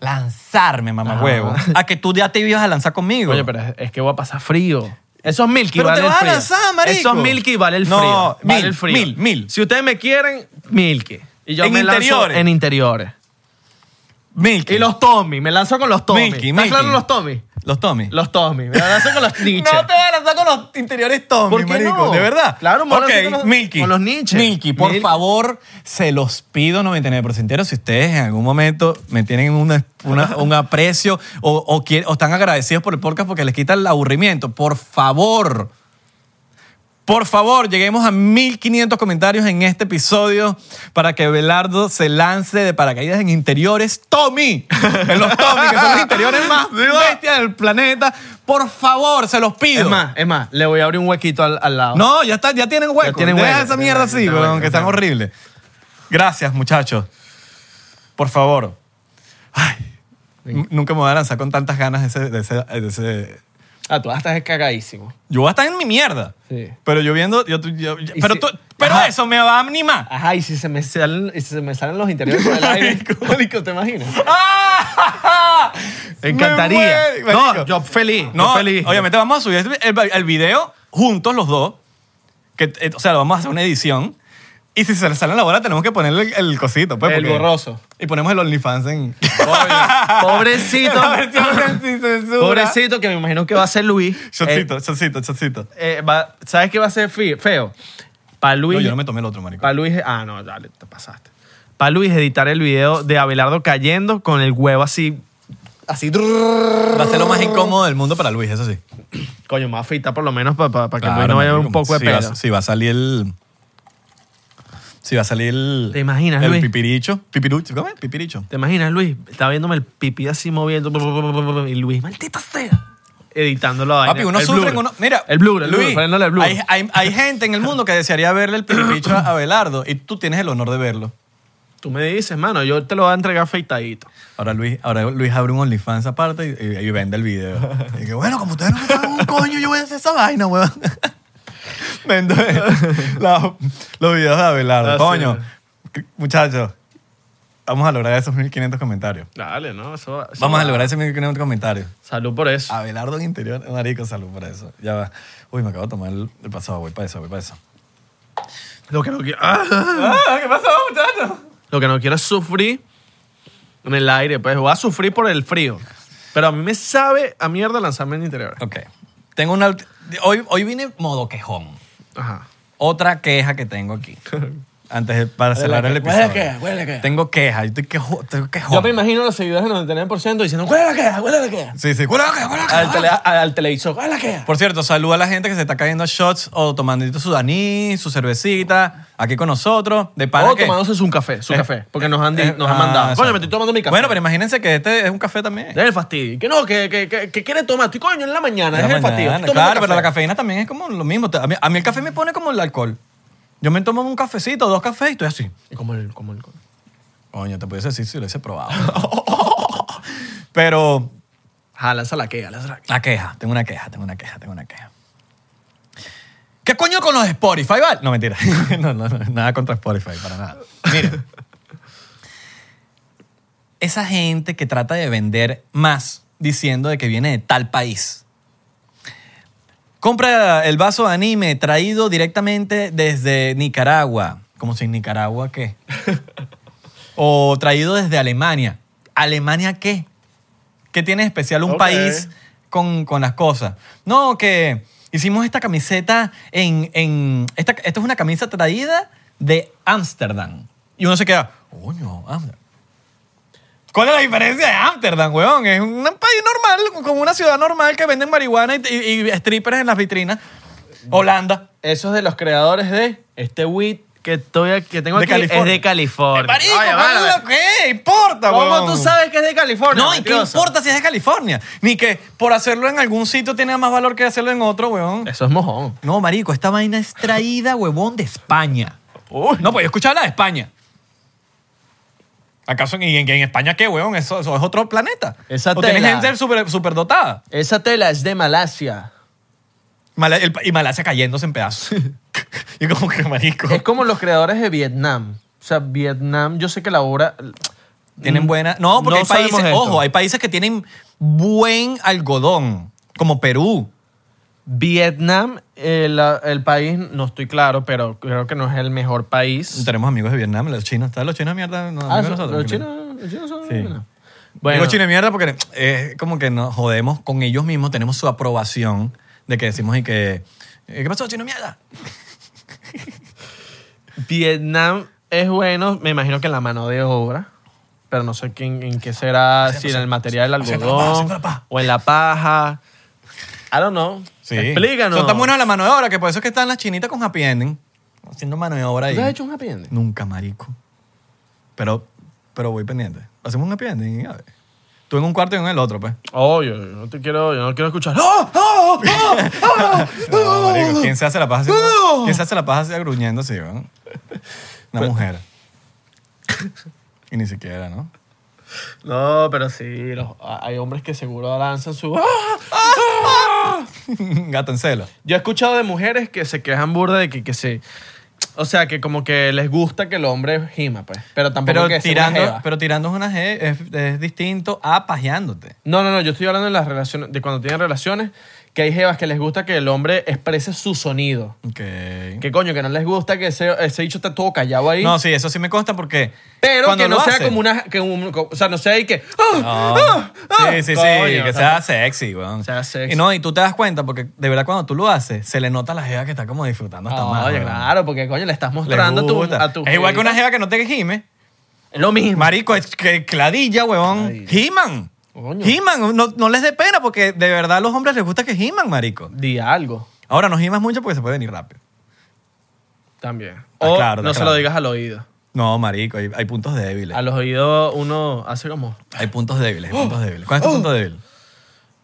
[SPEAKER 3] lanzarme, mamá huevo.
[SPEAKER 2] Ajá.
[SPEAKER 3] A que tú ya te ibas a lanzar conmigo.
[SPEAKER 2] Coño, pero es, es que voy a pasar frío. Esos Milky
[SPEAKER 3] Pero
[SPEAKER 2] vale
[SPEAKER 3] te
[SPEAKER 2] el
[SPEAKER 3] vas a
[SPEAKER 2] frío.
[SPEAKER 3] lanzar, marico.
[SPEAKER 2] Esos Milky vale el
[SPEAKER 3] No,
[SPEAKER 2] frío. vale
[SPEAKER 3] mil,
[SPEAKER 2] el frío.
[SPEAKER 3] mil, mil.
[SPEAKER 2] Si ustedes me quieren, Milky. Y yo
[SPEAKER 3] En
[SPEAKER 2] me
[SPEAKER 3] interiores.
[SPEAKER 2] lanzo en interiores.
[SPEAKER 3] Milky.
[SPEAKER 2] Y los Tommy, me lanzo con los Tommy.
[SPEAKER 3] Milky,
[SPEAKER 2] ¿Estás
[SPEAKER 3] Milky.
[SPEAKER 2] claro los Tommy?
[SPEAKER 3] Los Tommy.
[SPEAKER 2] Los Tommy. Me lanzo [LAUGHS] con los Nietzsche.
[SPEAKER 3] No te vas a lanzar con los interiores Tommy,
[SPEAKER 2] ¿Por qué
[SPEAKER 3] marico,
[SPEAKER 2] no?
[SPEAKER 3] de verdad.
[SPEAKER 2] Claro, me voy a
[SPEAKER 3] Ok,
[SPEAKER 2] lanzar con los-
[SPEAKER 3] Milky.
[SPEAKER 2] con los Nietzsche.
[SPEAKER 3] Milky, por
[SPEAKER 2] Mil-
[SPEAKER 3] favor, se los pido 99%eros si ustedes en algún momento me tienen una- una- un aprecio o, o quieren- o están agradecidos por el podcast porque les quita el aburrimiento. Por favor. Por favor, lleguemos a 1500 comentarios en este episodio para que Belardo se lance de paracaídas en interiores Tommy. En los Tommy, que son los
[SPEAKER 2] [LAUGHS]
[SPEAKER 3] interiores más bestias del planeta. Por favor, se los pido.
[SPEAKER 2] Es más, es más, le voy a abrir un huequito al, al lado.
[SPEAKER 3] No, ya, está, ya tienen hueco.
[SPEAKER 2] Ya tienen
[SPEAKER 3] Deja
[SPEAKER 2] hueco,
[SPEAKER 3] esa
[SPEAKER 2] tienen
[SPEAKER 3] mierda
[SPEAKER 2] hueco,
[SPEAKER 3] así,
[SPEAKER 2] tienen
[SPEAKER 3] weón,
[SPEAKER 2] hueco,
[SPEAKER 3] que están
[SPEAKER 2] tienen hueco.
[SPEAKER 3] horribles. Gracias, muchachos. Por favor. Ay, n- nunca me voy a lanzar con tantas ganas de ese, de ese- de ese-
[SPEAKER 2] Ah, tú estás cagadísimo.
[SPEAKER 3] Yo voy a estar en mi mierda.
[SPEAKER 2] Sí.
[SPEAKER 3] Pero yo viendo... yo- yo- yo-
[SPEAKER 2] Y
[SPEAKER 3] pero
[SPEAKER 2] si-
[SPEAKER 3] tú- pero
[SPEAKER 2] Ajá.
[SPEAKER 3] eso me va a animar. [LAUGHS]
[SPEAKER 2] Ajá, y si se me salen, y si se me salen los interiores [LAUGHS] por el aire, marico, ¿te imaginas?
[SPEAKER 3] ¡Ah!
[SPEAKER 2] Me encantaría.
[SPEAKER 3] Me muero, marico.
[SPEAKER 2] No, yo feliz. yo
[SPEAKER 3] No,
[SPEAKER 2] feliz.
[SPEAKER 3] obviamente vamos a subir este el, el video juntos los dos. Que, eh, o sea, vamos a hacer una edición. Y si se le sale en la bola, tenemos que ponerle el, el cosito. Pues,
[SPEAKER 2] El
[SPEAKER 3] porque-
[SPEAKER 2] borroso.
[SPEAKER 3] Y ponemos el OnlyFans [LAUGHS] en...
[SPEAKER 2] Obvio. Pobrecito.
[SPEAKER 3] [LAUGHS] La versión sin- sin censura.
[SPEAKER 2] Pobrecito, que me imagino que va a ser Luis.
[SPEAKER 3] Shotcito, shotcito, shotcito.
[SPEAKER 2] Eh, eh, va- ¿Sabes qué va a ser fi- feo? Para Luis.
[SPEAKER 3] No, yo no me tomé el otro, marico.
[SPEAKER 2] Para Luis. Ah, no, dale, te pasaste. Para Luis editar el video de Abelardo cayendo con el huevo así. Así.
[SPEAKER 3] Va a ser lo más incómodo del mundo para Luis, eso sí.
[SPEAKER 2] Coño, más fita por lo menos para que Luis
[SPEAKER 3] Claro,
[SPEAKER 2] no vaya
[SPEAKER 3] marico,
[SPEAKER 2] un poco de
[SPEAKER 3] si
[SPEAKER 2] pelo.
[SPEAKER 3] Va, si va a salir el... Si va a salir el...
[SPEAKER 2] ¿Te imaginas,
[SPEAKER 3] El
[SPEAKER 2] Luis?
[SPEAKER 3] pipiricho. Pipiricho, ¿cómo es? Pipiricho.
[SPEAKER 2] ¿Te imaginas, Luis? Está viéndome el pipí así moviendo. blu, blu, blu, blu, blu, Y Luis, maldita sea. Editando la vaina.
[SPEAKER 3] Papi, uno
[SPEAKER 2] El
[SPEAKER 3] sufre
[SPEAKER 2] blur.
[SPEAKER 3] en uno- Mira,
[SPEAKER 2] El blur, el blur.
[SPEAKER 3] Luis,
[SPEAKER 2] poniéndole el blur.
[SPEAKER 3] Hay, hay- hay gente en el mundo que desearía verle el
[SPEAKER 2] [COUGHS]
[SPEAKER 3] piripicho a Belardo y tú tienes el honor de verlo.
[SPEAKER 2] Tú me dices, mano, yo te lo voy a entregar feitadito.
[SPEAKER 3] Ahora Luis, ahora Luis abre un OnlyFans aparte y, y- y vende el
[SPEAKER 2] [LAUGHS]
[SPEAKER 3] video. Y que, bueno, como ustedes no me saben un coño, yo voy a hacer esa vaina, weón. [LAUGHS] Vendo el- la- los videos de Abelardo.
[SPEAKER 2] Ah,
[SPEAKER 3] coño, muchachos, vamos a lograr esos 1500 comentarios.
[SPEAKER 2] Dale, no, eso va- eso
[SPEAKER 3] Vamos a Ah.
[SPEAKER 2] va.
[SPEAKER 3] lograr esos 1500 comentarios.
[SPEAKER 2] Salud por eso.
[SPEAKER 3] Abelardo en interior, marico, salud por eso. Ya va. Uy, me acabo de tomar el, el pasado, voy para eso, voy para eso.
[SPEAKER 2] Lo que no quiero. ¡Ah!
[SPEAKER 3] ¿Qué pasó, muchachos?
[SPEAKER 2] Lo que no quiero es sufrir en el aire, pues. Voy a sufrir por el frío. Pero a mí me sabe a mierda lanzarme en interior.
[SPEAKER 3] Ok. Tengo una. ulti- Hoy, hoy vine modo quejón.
[SPEAKER 2] Ajá. [LAUGHS]
[SPEAKER 3] Otra queja que tengo aquí. antes de, para cerrar el
[SPEAKER 2] que- huele
[SPEAKER 3] episodio.
[SPEAKER 2] queja, huele queja.
[SPEAKER 3] Tengo quejas, yo estoy quejo, tengo quejón.
[SPEAKER 2] Yo me imagino los seguidores del 99% diciendo, ¿cuál es la queja? ¿Cuál es la queja?
[SPEAKER 3] Sí, sí.
[SPEAKER 2] Al, tele- al- al televisor, ¿cuál es la queja?
[SPEAKER 3] Por cierto, saluda a la gente que se está cayendo shots o tomando su daní, su cervecita, aquí con nosotros, de pana
[SPEAKER 2] O
[SPEAKER 3] que-
[SPEAKER 2] tomándose un café, su
[SPEAKER 3] Eh,
[SPEAKER 2] café, porque nos han, di-
[SPEAKER 3] eh,
[SPEAKER 2] nos han
[SPEAKER 3] ah,
[SPEAKER 2] mandado.
[SPEAKER 3] exacto.
[SPEAKER 2] Coño, me estoy tomando mi café.
[SPEAKER 3] Bueno, pero imagínense que este es un café también.
[SPEAKER 2] Es el fastidio. Que no, que, que, que, que quiere tomar. Estoy coño en la mañana.
[SPEAKER 3] En
[SPEAKER 2] es
[SPEAKER 3] la
[SPEAKER 2] el
[SPEAKER 3] mañana.
[SPEAKER 2] fastidio. Estoy tomando
[SPEAKER 3] Claro, pero
[SPEAKER 2] café.
[SPEAKER 3] la cafeína también es como lo mismo. A mí, a mí el café me pone como el alcohol. Yo me tomo un cafecito, dos cafés y estoy así.
[SPEAKER 2] Y como el, como el.
[SPEAKER 3] Coño, te pudiese decir si lo hubiese probado. [LAUGHS] pero
[SPEAKER 2] Ah, lanza la queja, lanza la queja.
[SPEAKER 3] La queja, tengo una queja, tengo una queja, tengo una queja. ¿Qué coño con los Spotify, vale? No, mentira. [LAUGHS] No, no, no, nada contra Spotify, para nada. Miren. Esa gente que trata de vender más diciendo de que viene de tal país. Compra el vaso de anime traído directamente desde Nicaragua. Como si en Nicaragua, ¿qué? o traído desde Alemania. ¿Alemania qué? ¿Qué tiene de especial un
[SPEAKER 1] Ok.
[SPEAKER 3] país con, con las cosas? No, que hicimos esta camiseta en... en esta, esta es una camisa traída de Ámsterdam. Y uno se queda, coño, Ámsterdam. ¿Cuál es la diferencia de Ámsterdam, weón? Es un país normal, como una ciudad normal que venden marihuana y, y- y strippers en las vitrinas. Holanda.
[SPEAKER 2] Eso es de los creadores de este weed que, estoy aquí- que tengo
[SPEAKER 3] De
[SPEAKER 2] aquí.
[SPEAKER 3] California.
[SPEAKER 2] Es de California.
[SPEAKER 3] Marico,
[SPEAKER 2] Oye,
[SPEAKER 3] ¿cuál
[SPEAKER 2] vale.
[SPEAKER 3] es lo que importa,
[SPEAKER 2] ¿Cómo
[SPEAKER 3] weón?
[SPEAKER 2] tú sabes que es de California?
[SPEAKER 3] No, ¿y qué
[SPEAKER 2] mentiroso?
[SPEAKER 3] importa si es de California? Ni que por hacerlo en algún sitio tiene más valor que hacerlo en otro, weón.
[SPEAKER 2] Eso es mojón.
[SPEAKER 3] No, marico, esta vaina es traída, [LAUGHS] huevón, de España. No, pues yo escuchaba la de España. ¿Acaso en, en, en España qué, weón? Eso, eso es otro planeta.
[SPEAKER 2] Esa
[SPEAKER 3] o tienes
[SPEAKER 2] tela.
[SPEAKER 3] gente super, superdotada.
[SPEAKER 2] Esa tela es de Malasia.
[SPEAKER 3] Mala- el- y Malasia cayéndose en pedazos. [LAUGHS] y como que, marico,
[SPEAKER 2] Es como los creadores de Vietnam. O sea, Vietnam, yo sé que la obra.
[SPEAKER 3] tienen buena... No, porque hay
[SPEAKER 2] sabemos
[SPEAKER 3] países...
[SPEAKER 2] esto.
[SPEAKER 3] Ojo, hay países que tienen buen algodón, como Perú.
[SPEAKER 2] Vietnam, eh, la- el país, no estoy claro, pero creo que no es el mejor país.
[SPEAKER 3] Tenemos amigos de Vietnam, los chinos. ¿Están los chinos de mierda? No,
[SPEAKER 2] Ah,
[SPEAKER 3] amigos
[SPEAKER 2] son-
[SPEAKER 3] nosotros,
[SPEAKER 2] los
[SPEAKER 3] que-
[SPEAKER 2] chinos, los chinos son.
[SPEAKER 3] Sí.
[SPEAKER 2] bueno. Bueno,
[SPEAKER 3] Digo chino de mierda porque es como que nos jodemos con ellos mismos, tenemos su aprobación de que decimos y que... eh, ¿Qué pasó, chino de mierda?
[SPEAKER 2] Vietnam es bueno, me imagino que en la mano de obra, pero no sé quién, en qué será, si en el material del
[SPEAKER 3] haciendo la paja,
[SPEAKER 2] algodón
[SPEAKER 3] haciendo la paja.
[SPEAKER 2] o en la paja. I don't know. Explícanos.
[SPEAKER 3] Son tan buenos a la mano de obra que por eso es que están las chinitas con happy ending, haciendo mano de obra ahí.
[SPEAKER 2] ¿Tú has hecho un happy ending?
[SPEAKER 3] Nunca, marico. Pero, pero voy pendiente. Hacemos un happy ending, a ver. Tú en un cuarto y yo en el otro, pues.
[SPEAKER 2] Oh, yo, yo no te quiero, yo no quiero escuchar. ¡Oh!
[SPEAKER 3] No, marico, ¿quién se hace la paja así? ¿Quién se hace la paja así agruñando así, weón? Una mujer. Y ni siquiera, ¿no? [LAUGHS]
[SPEAKER 2] No, pero sí, los- ah, hay hombres que seguro lanzan su. ¡Ah!
[SPEAKER 3] Gato en celo.
[SPEAKER 2] Yo he escuchado de mujeres que se quejan burda de que, que se. O sea, que como que les gusta que el hombre gima, pues. Pero tampoco
[SPEAKER 3] Pero
[SPEAKER 2] que sea una
[SPEAKER 3] tirando,
[SPEAKER 2] jeva.
[SPEAKER 3] pero tirando una G es, es distinto a pajeándote.
[SPEAKER 2] No, no, no, yo estoy hablando de las relaciones, de cuando tienen relaciones, que hay jevas que les gusta que el hombre exprese su sonido.
[SPEAKER 3] Ok.
[SPEAKER 2] Que coño, que no les gusta que ese, ese bicho esté todo callado ahí.
[SPEAKER 3] No, sí, eso sí me consta porque.
[SPEAKER 2] pero
[SPEAKER 3] cuando
[SPEAKER 2] que no
[SPEAKER 3] lo
[SPEAKER 2] sea
[SPEAKER 3] hace-
[SPEAKER 2] como una. Que un- o sea, no sea ahí que. ¡ah!
[SPEAKER 3] No.
[SPEAKER 2] ¡ah! ¡ah!
[SPEAKER 3] sí, sí, sí,
[SPEAKER 2] Coño,
[SPEAKER 3] que
[SPEAKER 2] o sea,
[SPEAKER 3] sea sexy, weón.
[SPEAKER 2] Sea sexy.
[SPEAKER 3] Y no, y tú te das cuenta porque de verdad cuando tú lo haces, se le nota a la jeva que está como disfrutando hasta más.
[SPEAKER 2] Oye,
[SPEAKER 3] weón.
[SPEAKER 2] claro, porque coño, le estás
[SPEAKER 3] Le
[SPEAKER 2] mostrando a tu,
[SPEAKER 3] gusta.
[SPEAKER 2] a tu
[SPEAKER 3] Es igual que una
[SPEAKER 2] jevita.
[SPEAKER 3] jeva que no te gime.
[SPEAKER 2] Es Lo mismo.
[SPEAKER 3] Marico, es que cladilla, weón.
[SPEAKER 2] Ay.
[SPEAKER 3] Giman.
[SPEAKER 2] Coño.
[SPEAKER 3] Giman, no, no les dé pena porque de verdad a los hombres les gusta que giman, marico.
[SPEAKER 2] Di algo.
[SPEAKER 3] Ahora no gimas mucho porque se puede venir rápido.
[SPEAKER 2] También.
[SPEAKER 3] Ah,
[SPEAKER 2] O
[SPEAKER 3] claro,
[SPEAKER 2] no
[SPEAKER 3] ah,
[SPEAKER 2] se
[SPEAKER 3] claro.
[SPEAKER 2] lo digas al oído.
[SPEAKER 3] No, marico, hay, hay puntos débiles.
[SPEAKER 2] A los oídos uno hace como
[SPEAKER 3] Hay puntos débiles,
[SPEAKER 2] ¡Oh!
[SPEAKER 3] hay puntos débiles. ¿Cuál es tu punto débil?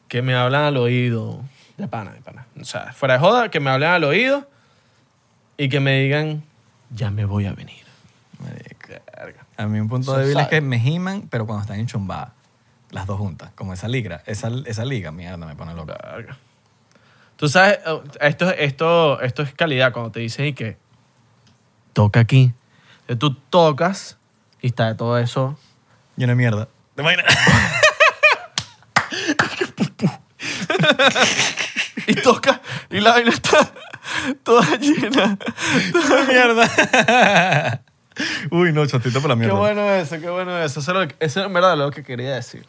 [SPEAKER 2] que me hablan al oído. De pana, de pana. O sea, fuera de joda, que me hablen al oído y que me digan, ya me voy a venir.
[SPEAKER 3] Marico.
[SPEAKER 2] Verga.
[SPEAKER 3] A mí un punto
[SPEAKER 2] Eso
[SPEAKER 3] débil es
[SPEAKER 2] sabe.
[SPEAKER 3] que me giman, pero cuando están enchumbadas. Las dos juntas, como esa liga. Esa, esa liga, mierda, me pone loca.
[SPEAKER 2] Verga. Tú sabes, eh, esto, esto, esto es calidad cuando te dicen y que toca aquí. Entonces, Tú tocas y está de todo eso.
[SPEAKER 3] Llena de mierda. ¿Te imaginas?
[SPEAKER 2] Y toca y la vaina está toda llena.
[SPEAKER 3] [LAUGHS] mierda. Uy, no, chotito por la
[SPEAKER 2] Qué
[SPEAKER 3] mierda.
[SPEAKER 2] bueno eso, qué bueno eso. Eso, era lo que- eso en verdad lo que quería decir.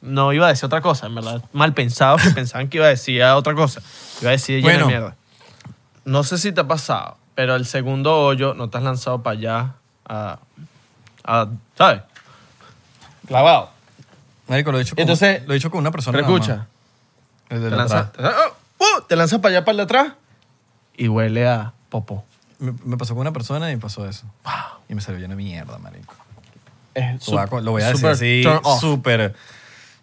[SPEAKER 2] No iba a decir otra cosa, en verdad. Mal pensados que pensaban que iba a decir otra cosa. Iba a decir lleno de
[SPEAKER 3] Bueno.
[SPEAKER 2] mierda. No sé si te ha pasado pero el segundo hoyo no te has lanzado para allá a, a- ¿sabes? Clavado.
[SPEAKER 3] Marico, lo he dicho con,
[SPEAKER 2] Entonces-
[SPEAKER 3] lo he dicho con una persona.
[SPEAKER 2] Pero
[SPEAKER 3] nada
[SPEAKER 2] escucha,
[SPEAKER 3] más. El de
[SPEAKER 2] te
[SPEAKER 3] la
[SPEAKER 2] lanzas,
[SPEAKER 3] atrás.
[SPEAKER 2] te lanzas- ¡oh! ¡Uh! te lanzas para allá, para el de atrás y huele a popo.
[SPEAKER 3] Me, me pasó con una persona y pasó eso. Y me salió llena de mierda, marico.
[SPEAKER 2] Es
[SPEAKER 3] Lo voy a co- lo voy a decir
[SPEAKER 2] super
[SPEAKER 3] así,
[SPEAKER 2] turn off.
[SPEAKER 3] súper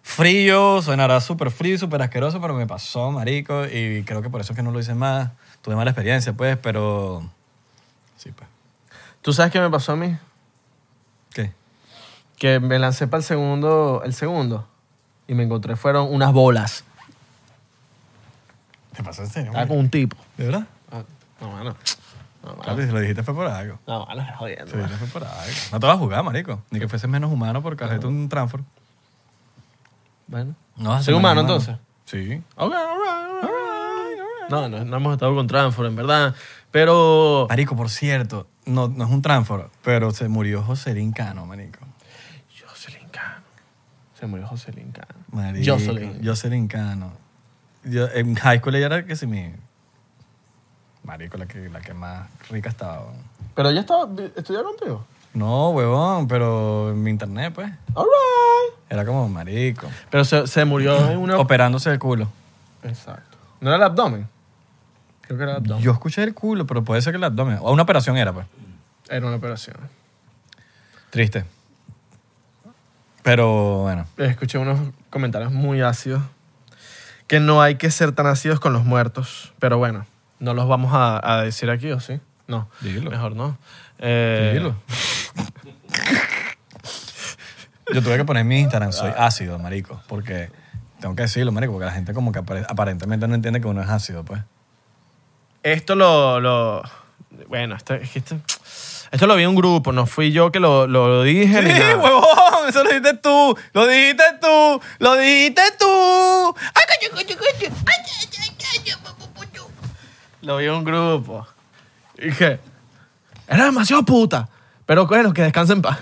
[SPEAKER 3] frío, sonará súper frío, súper asqueroso, pero me pasó, marico, y creo que por eso es que no lo hice más. Tuve mala experiencia, pues, pero... Sí, pues.
[SPEAKER 2] ¿Tú sabes qué me pasó a mí?
[SPEAKER 3] ¿Qué?
[SPEAKER 2] Que me lancé para el segundo, el segundo y me encontré fueron unas bolas.
[SPEAKER 3] ¿Te pasó en serio?
[SPEAKER 2] Estaba
[SPEAKER 3] marico?
[SPEAKER 2] con un tipo.
[SPEAKER 3] ¿De verdad?
[SPEAKER 2] Ah, No, mano. No, mano.
[SPEAKER 3] Claro, si lo dijiste fue por algo.
[SPEAKER 2] No, mano, estás
[SPEAKER 3] Si
[SPEAKER 2] jodiendo.
[SPEAKER 3] lo dijiste fue por algo. No te vas a jugar, marico. Ni que fueses menos humano por cajete un transfer.
[SPEAKER 2] Bueno.
[SPEAKER 3] No vas a
[SPEAKER 2] ¿Soy
[SPEAKER 3] menos
[SPEAKER 2] humano, entonces?
[SPEAKER 3] Sí.
[SPEAKER 2] Ok, all right, all right, all right. No, no, no hemos estado con Transform, en verdad. Pero
[SPEAKER 3] Marico, por cierto, no, no es un transfer, pero se murió Joselín Cano, marico.
[SPEAKER 2] Jocelyn Cano. Se murió Jocelyn Cano.
[SPEAKER 3] Marico,
[SPEAKER 2] Jocelyn.
[SPEAKER 3] Jocelyn Cano. Yo- en high school ella era que si mi... Marico, la que, la que más rica estaba. weón.
[SPEAKER 2] Pero ella estaba, estudiaba contigo.
[SPEAKER 3] No, huevón, pero en mi internet, pues.
[SPEAKER 2] All right.
[SPEAKER 3] Era como marico.
[SPEAKER 2] Pero se, se murió en una...
[SPEAKER 3] Operándose el culo.
[SPEAKER 2] Exacto. ¿No era el abdomen? Creo que era el abdomen.
[SPEAKER 3] Yo escuché el culo, pero puede ser que el abdomen. O una operación era, pues.
[SPEAKER 2] Era una operación.
[SPEAKER 3] Triste. Pero bueno.
[SPEAKER 2] Escuché unos comentarios muy ácidos. Que no hay que ser tan ácidos con los muertos. Pero bueno, no los vamos a, a decir aquí, ¿o sí? No.
[SPEAKER 3] Dilo.
[SPEAKER 2] Mejor no. Eh,
[SPEAKER 3] Dilo. Yo tuve que poner en mi Instagram, soy ácido, marico, porque tengo que decirlo, marico, porque la gente como que apare- aparentemente no entiende que uno es ácido, pues.
[SPEAKER 2] Esto lo. lo- bueno, esto, es que esto, esto lo vi en un grupo, no fui yo que lo, lo dije. ni nada.
[SPEAKER 3] huevón, eso lo dijiste tú, lo dijiste tú, lo dijiste tú.
[SPEAKER 2] Lo vi en un grupo. Y Dije, era demasiado puta. Pero bueno, que descansen en paz.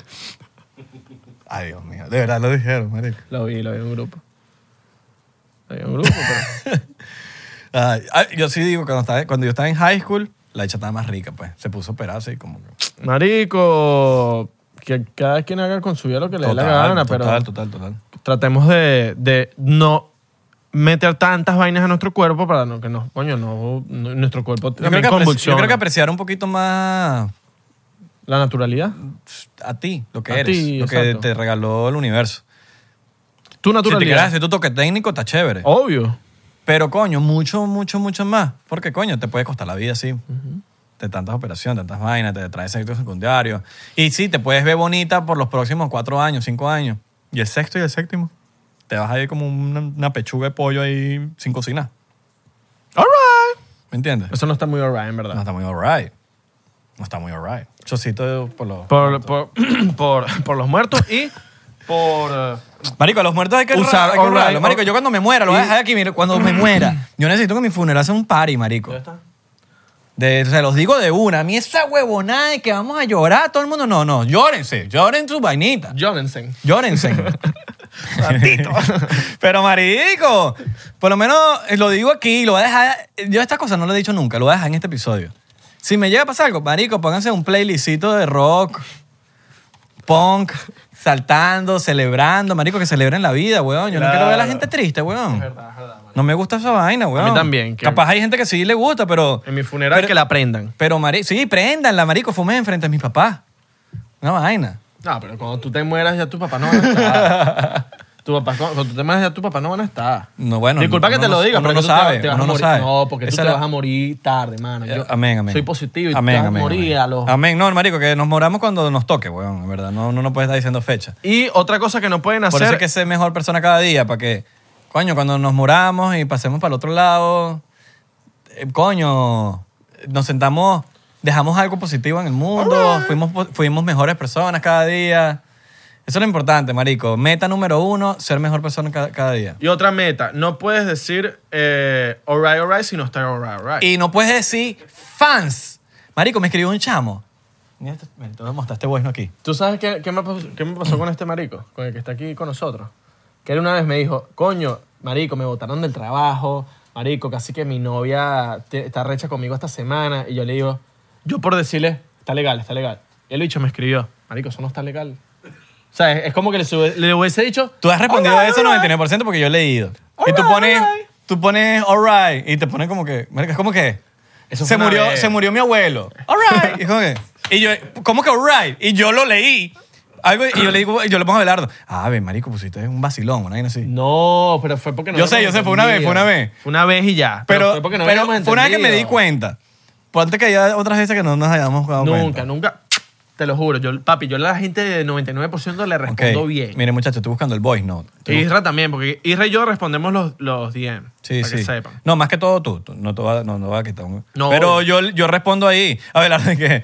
[SPEAKER 3] Ay, Dios mío, de verdad lo dijeron, marico.
[SPEAKER 2] Lo vi, lo vi en un grupo. Lo vi en un grupo, pero.
[SPEAKER 3] Ay, ay, yo sí digo, cuando, estaba, cuando yo estaba en high school, la hecha estaba más rica, pues. Se puso perazo y como que...
[SPEAKER 2] Marico, que cada quien haga con su vida lo que le dé la gana, pero.
[SPEAKER 3] total, total, total.
[SPEAKER 2] tratemos de, de no meter tantas vainas a nuestro cuerpo para no, que no, coño, no, no- nuestro cuerpo
[SPEAKER 3] Yo creo,
[SPEAKER 2] también
[SPEAKER 3] que apreci- yo
[SPEAKER 2] convulsiona.
[SPEAKER 3] creo que apreciar un poquito más
[SPEAKER 2] la naturalidad.
[SPEAKER 3] a ti, lo que
[SPEAKER 2] A
[SPEAKER 3] eres,
[SPEAKER 2] ti,
[SPEAKER 3] lo que
[SPEAKER 2] exacto.
[SPEAKER 3] te regaló el universo.
[SPEAKER 2] Tu
[SPEAKER 3] Si te quieres
[SPEAKER 2] naturalidad.
[SPEAKER 3] hacer tu toque técnico, está chévere.
[SPEAKER 2] Obvio.
[SPEAKER 3] Pero coño, mucho, mucho, mucho más. Porque coño, te puede costar la vida así. De tantas operaciones, tantas vainas, te traes efectos secundarios. Y sí, te puedes ver bonita por los próximos cuatro años, cinco años. Y el sexto y el séptimo. Te vas a ir como una, una pechuga de pollo ahí sin cocinar.
[SPEAKER 2] All right.
[SPEAKER 3] ¿Me entiendes?
[SPEAKER 2] Eso no está muy all right, en
[SPEAKER 3] No
[SPEAKER 2] verdad.
[SPEAKER 3] está muy alright. No está muy alright. Chocito por los.
[SPEAKER 2] Por, por, [CLEARS THROAT] por, por los muertos y por... eh,
[SPEAKER 3] Marico, a los muertos hay que
[SPEAKER 2] Usar
[SPEAKER 3] honrar- hay que
[SPEAKER 2] alright,
[SPEAKER 3] honrarlo. Marico,
[SPEAKER 2] or-
[SPEAKER 3] yo cuando me muera, lo voy a dejar aquí, mira, cuando me [CLEARS THROAT] muera. Yo necesito que mi funeral sea un party, marico.
[SPEAKER 2] ¿Dónde está?
[SPEAKER 3] De- se los digo de una. A mí esa huevonada de que vamos a llorar todo el mundo. No, no, llórense. Lloren sus vainitas.
[SPEAKER 2] Jonensen. [LAUGHS]
[SPEAKER 3] Llórense. [LAUGHS] Pero marico, por lo menos eh, lo digo aquí, lo voy a dejar. Yo estas cosas no lo he dicho nunca, lo voy a dejar en este episodio. Si me llega a pasar algo, marico, pónganse un playlistito de rock, punk, saltando, celebrando, marico, que celebren la vida, weón. Yo no quiero ver a la
[SPEAKER 2] Claro.
[SPEAKER 3] gente triste, weón.
[SPEAKER 2] verdad, verdad.
[SPEAKER 3] No me gusta esa vaina, weón.
[SPEAKER 2] también, que-
[SPEAKER 3] Capaz hay gente que sí le gusta, pero.
[SPEAKER 2] En mi funeral
[SPEAKER 3] Pero-
[SPEAKER 2] que la prendan.
[SPEAKER 3] Pero, marico, sí, préndanla, marico, fumen enfrente a mis papás. Una vaina.
[SPEAKER 2] No, pero cuando tú te mueras ya tu papá no van a estar. [LAUGHS] tu papá, cuando tú te mueras ya tu papá no van a estar.
[SPEAKER 3] No, bueno.
[SPEAKER 2] Disculpa
[SPEAKER 3] no-
[SPEAKER 2] que te
[SPEAKER 3] uno
[SPEAKER 2] lo
[SPEAKER 3] no-
[SPEAKER 2] diga,
[SPEAKER 3] uno
[SPEAKER 2] pero
[SPEAKER 3] no
[SPEAKER 2] tú te-
[SPEAKER 3] sabe.
[SPEAKER 2] te vas a
[SPEAKER 3] uno no
[SPEAKER 2] morir.
[SPEAKER 3] sabe.
[SPEAKER 2] No, porque tú
[SPEAKER 3] Esa
[SPEAKER 2] te
[SPEAKER 3] la-
[SPEAKER 2] vas a morir tarde, mano.
[SPEAKER 3] Eh,
[SPEAKER 2] Yo
[SPEAKER 3] amén, amén.
[SPEAKER 2] Soy positivo y
[SPEAKER 3] amén,
[SPEAKER 2] tú te vas
[SPEAKER 3] amén,
[SPEAKER 2] a morir
[SPEAKER 3] amén. Ah.
[SPEAKER 2] a los...
[SPEAKER 3] Amén, no, marico, que nos moramos cuando nos toque, weón, en verdad. No, no nos puedes estar diciendo fecha.
[SPEAKER 2] Y otra cosa que no pueden
[SPEAKER 3] Por eso
[SPEAKER 2] hacer...
[SPEAKER 3] hay que ser mejor persona cada día, para que, coño, cuando nos moramos y pasemos para el otro lado, eh, coño, nos sentamos, dejamos algo positivo en el mundo, fuimos, po- fuimos mejores personas cada día. Eso es lo importante, marico. Meta número uno, ser mejor persona ca- cada, día.
[SPEAKER 2] Y otra meta, no puedes decir eh, alright, alright si no está alright, alright.
[SPEAKER 3] Y no puedes decir fans. Marico, me escribió un chamo. Mira, este- mira, te voy a mostrar este bueno aquí.
[SPEAKER 2] ¿Tú sabes qué, qué me pasó, qué me pasó con este marico? Con el que está aquí con nosotros. Que él una vez me dijo, coño, marico, me botaron del trabajo, marico, casi que mi novia te- está recha conmigo esta semana. Y yo le digo, Yo por decirle, está legal, está legal. Y el bicho me escribió, marico, eso no está legal. O sea, es, es como que le, sube- le hubiese dicho...
[SPEAKER 3] Tú has respondido
[SPEAKER 2] "Alright,
[SPEAKER 3] a eso
[SPEAKER 2] alright".
[SPEAKER 3] 99% porque yo he leído. y tú
[SPEAKER 2] Alright,
[SPEAKER 3] pones,
[SPEAKER 2] alright.
[SPEAKER 3] tú pones alright y te pones como que, marica, es como que
[SPEAKER 2] Eso
[SPEAKER 3] se
[SPEAKER 2] fue una
[SPEAKER 3] murió,
[SPEAKER 2] vez.
[SPEAKER 3] se murió mi abuelo. Alright. Y, es como que- y yo, ¿cómo que alright? Y yo lo leí. Algo, y yo le digo, yo le pongo a Belardo. A ver, marico, pusiste un vacilón, una vaina así.
[SPEAKER 2] Mm. No, pero fue porque no...
[SPEAKER 3] Yo
[SPEAKER 2] lo
[SPEAKER 3] sé, yo
[SPEAKER 2] habíamos
[SPEAKER 3] sé, fue una vez,
[SPEAKER 2] entendido.
[SPEAKER 3] fue una vez.
[SPEAKER 2] Fue una vez y ya.
[SPEAKER 3] Pero,
[SPEAKER 2] fue
[SPEAKER 3] pero,
[SPEAKER 2] porque no habíamos
[SPEAKER 3] fue una vez que me di
[SPEAKER 2] entendido.
[SPEAKER 3] cuenta. Ponte que haya otras veces que no nos hayamos dado
[SPEAKER 2] Nunca,
[SPEAKER 3] cuenta.
[SPEAKER 2] nunca. Te lo juro. Yo, papi, yo a la gente de 99% le respondo
[SPEAKER 3] Ok.
[SPEAKER 2] bien.
[SPEAKER 3] Mire, muchachos, estoy buscando el voice note.
[SPEAKER 2] Y Isra también, porque Isra y yo respondemos los, los DM.
[SPEAKER 3] Sí,
[SPEAKER 2] para
[SPEAKER 3] sí.
[SPEAKER 2] que sepan.
[SPEAKER 3] No, más que todo tú. tú- No te va, no, no va a quitar un-
[SPEAKER 2] No,
[SPEAKER 3] Pero
[SPEAKER 2] obvio.
[SPEAKER 3] yo, yo respondo ahí. Abelardo, [LAUGHS] es que, es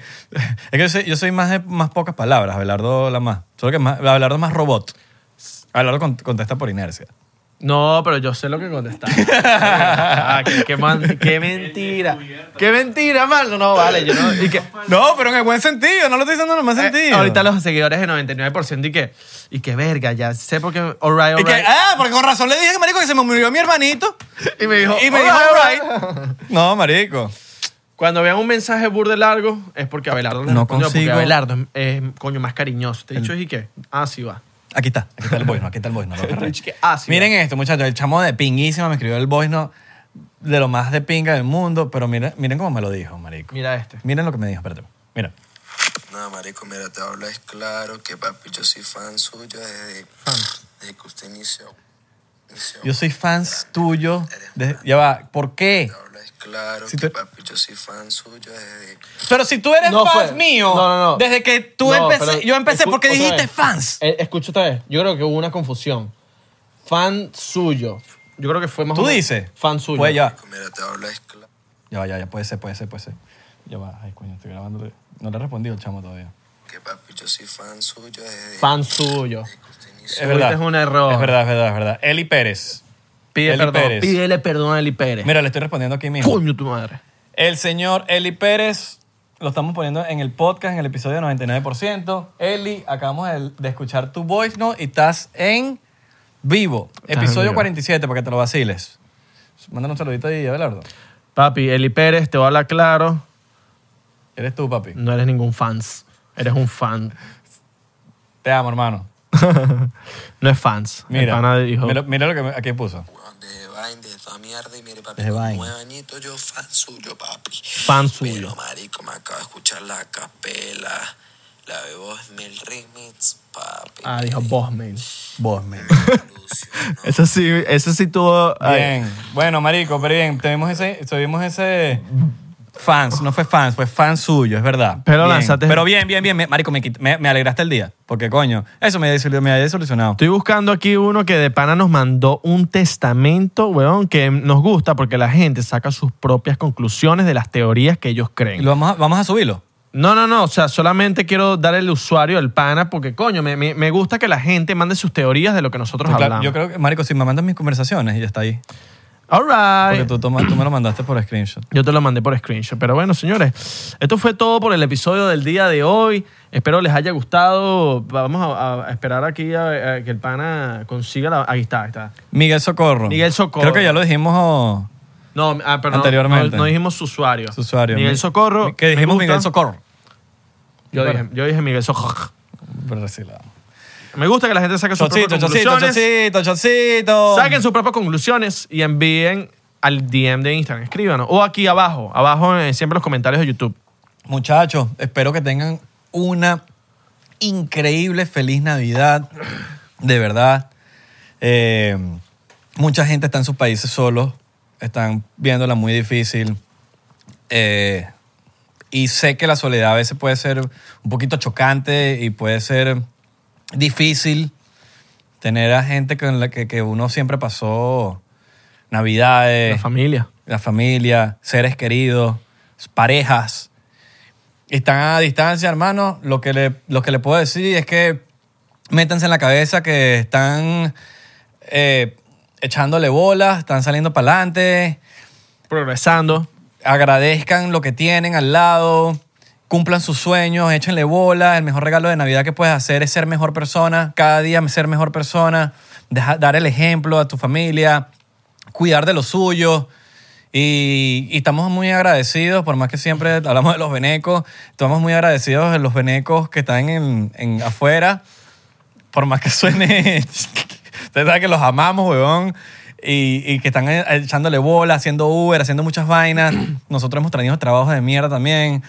[SPEAKER 3] que yo soy, yo soy más de más pocas palabras. Abelardo la más. Solo que más, Abelardo es más robot. Abelardo cont- contesta por inercia.
[SPEAKER 2] No, pero yo sé lo que contestar.
[SPEAKER 3] [LAUGHS]
[SPEAKER 2] Ah, qué, qué man- qué mentira. Qué mentira, mano. No, vale. Yo no, y que,
[SPEAKER 3] [LAUGHS] No, pero en el buen sentido. No lo estoy diciendo en el buen
[SPEAKER 2] Eh,
[SPEAKER 3] sentido.
[SPEAKER 2] ahorita los seguidores de 99% y que, y que verga, ya sé por qué. All right, all
[SPEAKER 3] Y que,
[SPEAKER 2] right.
[SPEAKER 3] ah, porque con razón le dije que, marico, que se me murió mi hermanito.
[SPEAKER 2] Y me dijo, "Oh,
[SPEAKER 3] Y me dijo, "Ah".
[SPEAKER 2] "Alright,
[SPEAKER 3] alright. No, marico.
[SPEAKER 2] Cuando vean un mensaje burde largo, es porque Abelardo le
[SPEAKER 3] No
[SPEAKER 2] respondió,
[SPEAKER 3] consigo.
[SPEAKER 2] porque Abelardo es, es, coño, más cariñoso. Te he dicho, y que, ah, sí va.
[SPEAKER 3] Aquí está. Aquí está el voice note. Aquí está el voice note. lo agarré.
[SPEAKER 2] Es que, ah, sí
[SPEAKER 3] Miren esto, muchachos. El chamo de pinguísima me escribió el voice note de lo más de pinga del mundo. Pero miren, miren cómo me lo dijo, marico.
[SPEAKER 2] Mira este.
[SPEAKER 3] Miren lo que me dijo, espérate. Mira.
[SPEAKER 4] No, marico, mira, te hablo es claro que papi, yo soy fan suyo desde, desde que usted inició. inició.
[SPEAKER 3] Yo soy fans tuyo. de- ya va. ¿Por qué?
[SPEAKER 4] Te hablo es claro
[SPEAKER 3] Si
[SPEAKER 4] que
[SPEAKER 3] tú-
[SPEAKER 4] papi, yo soy fan suyo desde...
[SPEAKER 3] Pero si tú eres
[SPEAKER 2] No
[SPEAKER 3] fans
[SPEAKER 2] fue-
[SPEAKER 3] mío,
[SPEAKER 2] no, no, no.
[SPEAKER 3] desde que tú
[SPEAKER 2] No,
[SPEAKER 3] empecé,
[SPEAKER 2] pero
[SPEAKER 3] yo empecé
[SPEAKER 2] escu-
[SPEAKER 3] porque
[SPEAKER 2] otra
[SPEAKER 3] dijiste
[SPEAKER 2] vez.
[SPEAKER 3] fans.
[SPEAKER 2] Eh, escucha otra vez. Yo creo que hubo una confusión. Fan suyo. Yo creo que fue más
[SPEAKER 3] ¿Tú
[SPEAKER 2] o menos
[SPEAKER 3] dices?
[SPEAKER 2] Fan suyo.
[SPEAKER 3] Pues ya. va.
[SPEAKER 4] Marico, mira, te hablo es claro.
[SPEAKER 3] Ya, va, ya, ya. Puede ser, puede ser, puede ser. Ya va. Ay, coño, estoy grabando. No le he respondido al chamo todavía.
[SPEAKER 4] Que papi, yo soy fan suyo desde,
[SPEAKER 2] Fan suyo.
[SPEAKER 4] desde que usted inició.
[SPEAKER 3] Es verdad.
[SPEAKER 2] es un error.
[SPEAKER 3] Es verdad, es verdad, es verdad. Eli Pérez.
[SPEAKER 2] Pide
[SPEAKER 3] Eli
[SPEAKER 2] perdón.
[SPEAKER 3] Pérez.
[SPEAKER 2] Pídele perdón a Eli Pérez.
[SPEAKER 3] Mira, le estoy respondiendo aquí mismo.
[SPEAKER 2] Eh. Coño, tu madre.
[SPEAKER 3] El señor Eli Pérez, lo estamos poniendo en el podcast, en el episodio 99%. Eli, acabamos de, de escuchar tu voice note y estás en vivo.
[SPEAKER 2] en
[SPEAKER 3] episodio
[SPEAKER 2] vivo.
[SPEAKER 3] 47, para que te lo vaciles. Mándame un saludito ahí, Abelardo.
[SPEAKER 2] Papi, Eli Pérez, te voy a hablar claro.
[SPEAKER 3] Eres tú, papi.
[SPEAKER 2] No eres ningún fans. Eres un
[SPEAKER 3] [LAUGHS]
[SPEAKER 2] fan.
[SPEAKER 3] Te amo, hermano.
[SPEAKER 2] no es fans. El
[SPEAKER 3] Mira,
[SPEAKER 2] pana dijo,
[SPEAKER 3] mira, mira lo que me- aquí puso.
[SPEAKER 4] Weón, Desde Vine, desde toda mierda. Y mire, papi,
[SPEAKER 3] Desde
[SPEAKER 4] con
[SPEAKER 3] Vine.
[SPEAKER 4] nueve añitos yo fan suyo, papi.
[SPEAKER 2] Fan suyo.
[SPEAKER 4] Pero, marico, me acabo de escuchar la capela, la de voz, mil remix, papi.
[SPEAKER 2] Ah, dijo Bosman.
[SPEAKER 3] Vos, men.
[SPEAKER 4] Evolucionó.
[SPEAKER 2] [LAUGHS] Eso sí, eso sí tuvo... ay.
[SPEAKER 3] Bien. Bueno, marico, pero bien. Tuvimos ese, tuvimos ese fans. No fue fans, fue fan suyo, es verdad.
[SPEAKER 2] Pero
[SPEAKER 3] bien.
[SPEAKER 2] lanzaste-
[SPEAKER 3] Pero bien, bien, bien. Me- Marico, me, quit- me, me alegraste el día. Porque, coño, eso me, desolu- me había solucionado.
[SPEAKER 2] Estoy buscando aquí uno que de pana nos mandó un testamento, weón, que nos gusta porque la gente saca sus propias conclusiones de las teorías que ellos creen.
[SPEAKER 3] Lo vamos, a, vamos a subirlo.
[SPEAKER 2] No, no, no. O sea, solamente quiero dar el usuario al pana porque, coño, me, me- me gusta que la gente mande sus teorías de lo que nosotros
[SPEAKER 3] Sí, claro,
[SPEAKER 2] hablamos.
[SPEAKER 3] yo creo que, Marico, si me mandas mis conversaciones, ya está ahí.
[SPEAKER 2] All
[SPEAKER 3] Porque
[SPEAKER 2] right.
[SPEAKER 3] tú, toma- tú me lo mandaste por screenshot.
[SPEAKER 2] Yo te lo mandé por screenshot. Pero bueno, señores, esto fue todo por el episodio del día de hoy. Espero les haya gustado. Vamos a, a esperar aquí a, a que el pana consiga la... Ahí está, ahí está.
[SPEAKER 3] Miguel Socorro.
[SPEAKER 2] Miguel Socorro.
[SPEAKER 3] Creo que ya lo dijimos. oh,
[SPEAKER 2] No, ah, pero no-
[SPEAKER 3] Anteriormente.
[SPEAKER 2] No, no dijimos su usuario.
[SPEAKER 3] su usuario. Mi-
[SPEAKER 2] Miguel Socorro.
[SPEAKER 3] Que dijimos
[SPEAKER 2] me gusta.
[SPEAKER 3] Miguel Socorro.
[SPEAKER 2] Yo dije, yo dije Miguel Socorro.
[SPEAKER 3] Pero sí, la-
[SPEAKER 2] Me gusta que la gente saque sus
[SPEAKER 3] Chocito,
[SPEAKER 2] propias
[SPEAKER 3] chocito,
[SPEAKER 2] conclusiones.
[SPEAKER 3] chocito, chocito.
[SPEAKER 2] Saquen sus propias conclusiones y envíen al DM de Instagram. Escríbanos. O aquí abajo. Abajo eh, siempre en los comentarios de YouTube.
[SPEAKER 3] Muchachos, espero que tengan una increíble feliz Navidad. De verdad. Eh, mucha gente está en sus países solos. Están viéndola muy difícil. Eh, y sé que la soledad a veces puede ser un poquito chocante y puede ser difícil tener a gente con la que, que uno siempre pasó Navidades
[SPEAKER 2] La familia.
[SPEAKER 3] la familia, seres queridos, parejas. Están a distancia, hermano. Lo que le, lo que le puedo decir es que métanse en la cabeza que están eh, echándole bolas, están saliendo para adelante,
[SPEAKER 2] Progresando.
[SPEAKER 3] agradezcan lo que tienen al lado, cumplan sus sueños, échenle bolas. El mejor regalo de Navidad que puedes hacer es ser mejor persona, cada día ser mejor persona, deja- dar el ejemplo a tu familia, cuidar de lo suyo Y, y estamos muy agradecidos, por más que siempre hablamos de los venecos, estamos muy agradecidos de los venecos que están en, en afuera, por más que suene, [LAUGHS] ustedes saben que los amamos, weón, y, y que están echándole bola, haciendo Uber, haciendo muchas vainas. [CLEARS THROAT] Nosotros hemos tenido trabajos de mierda también.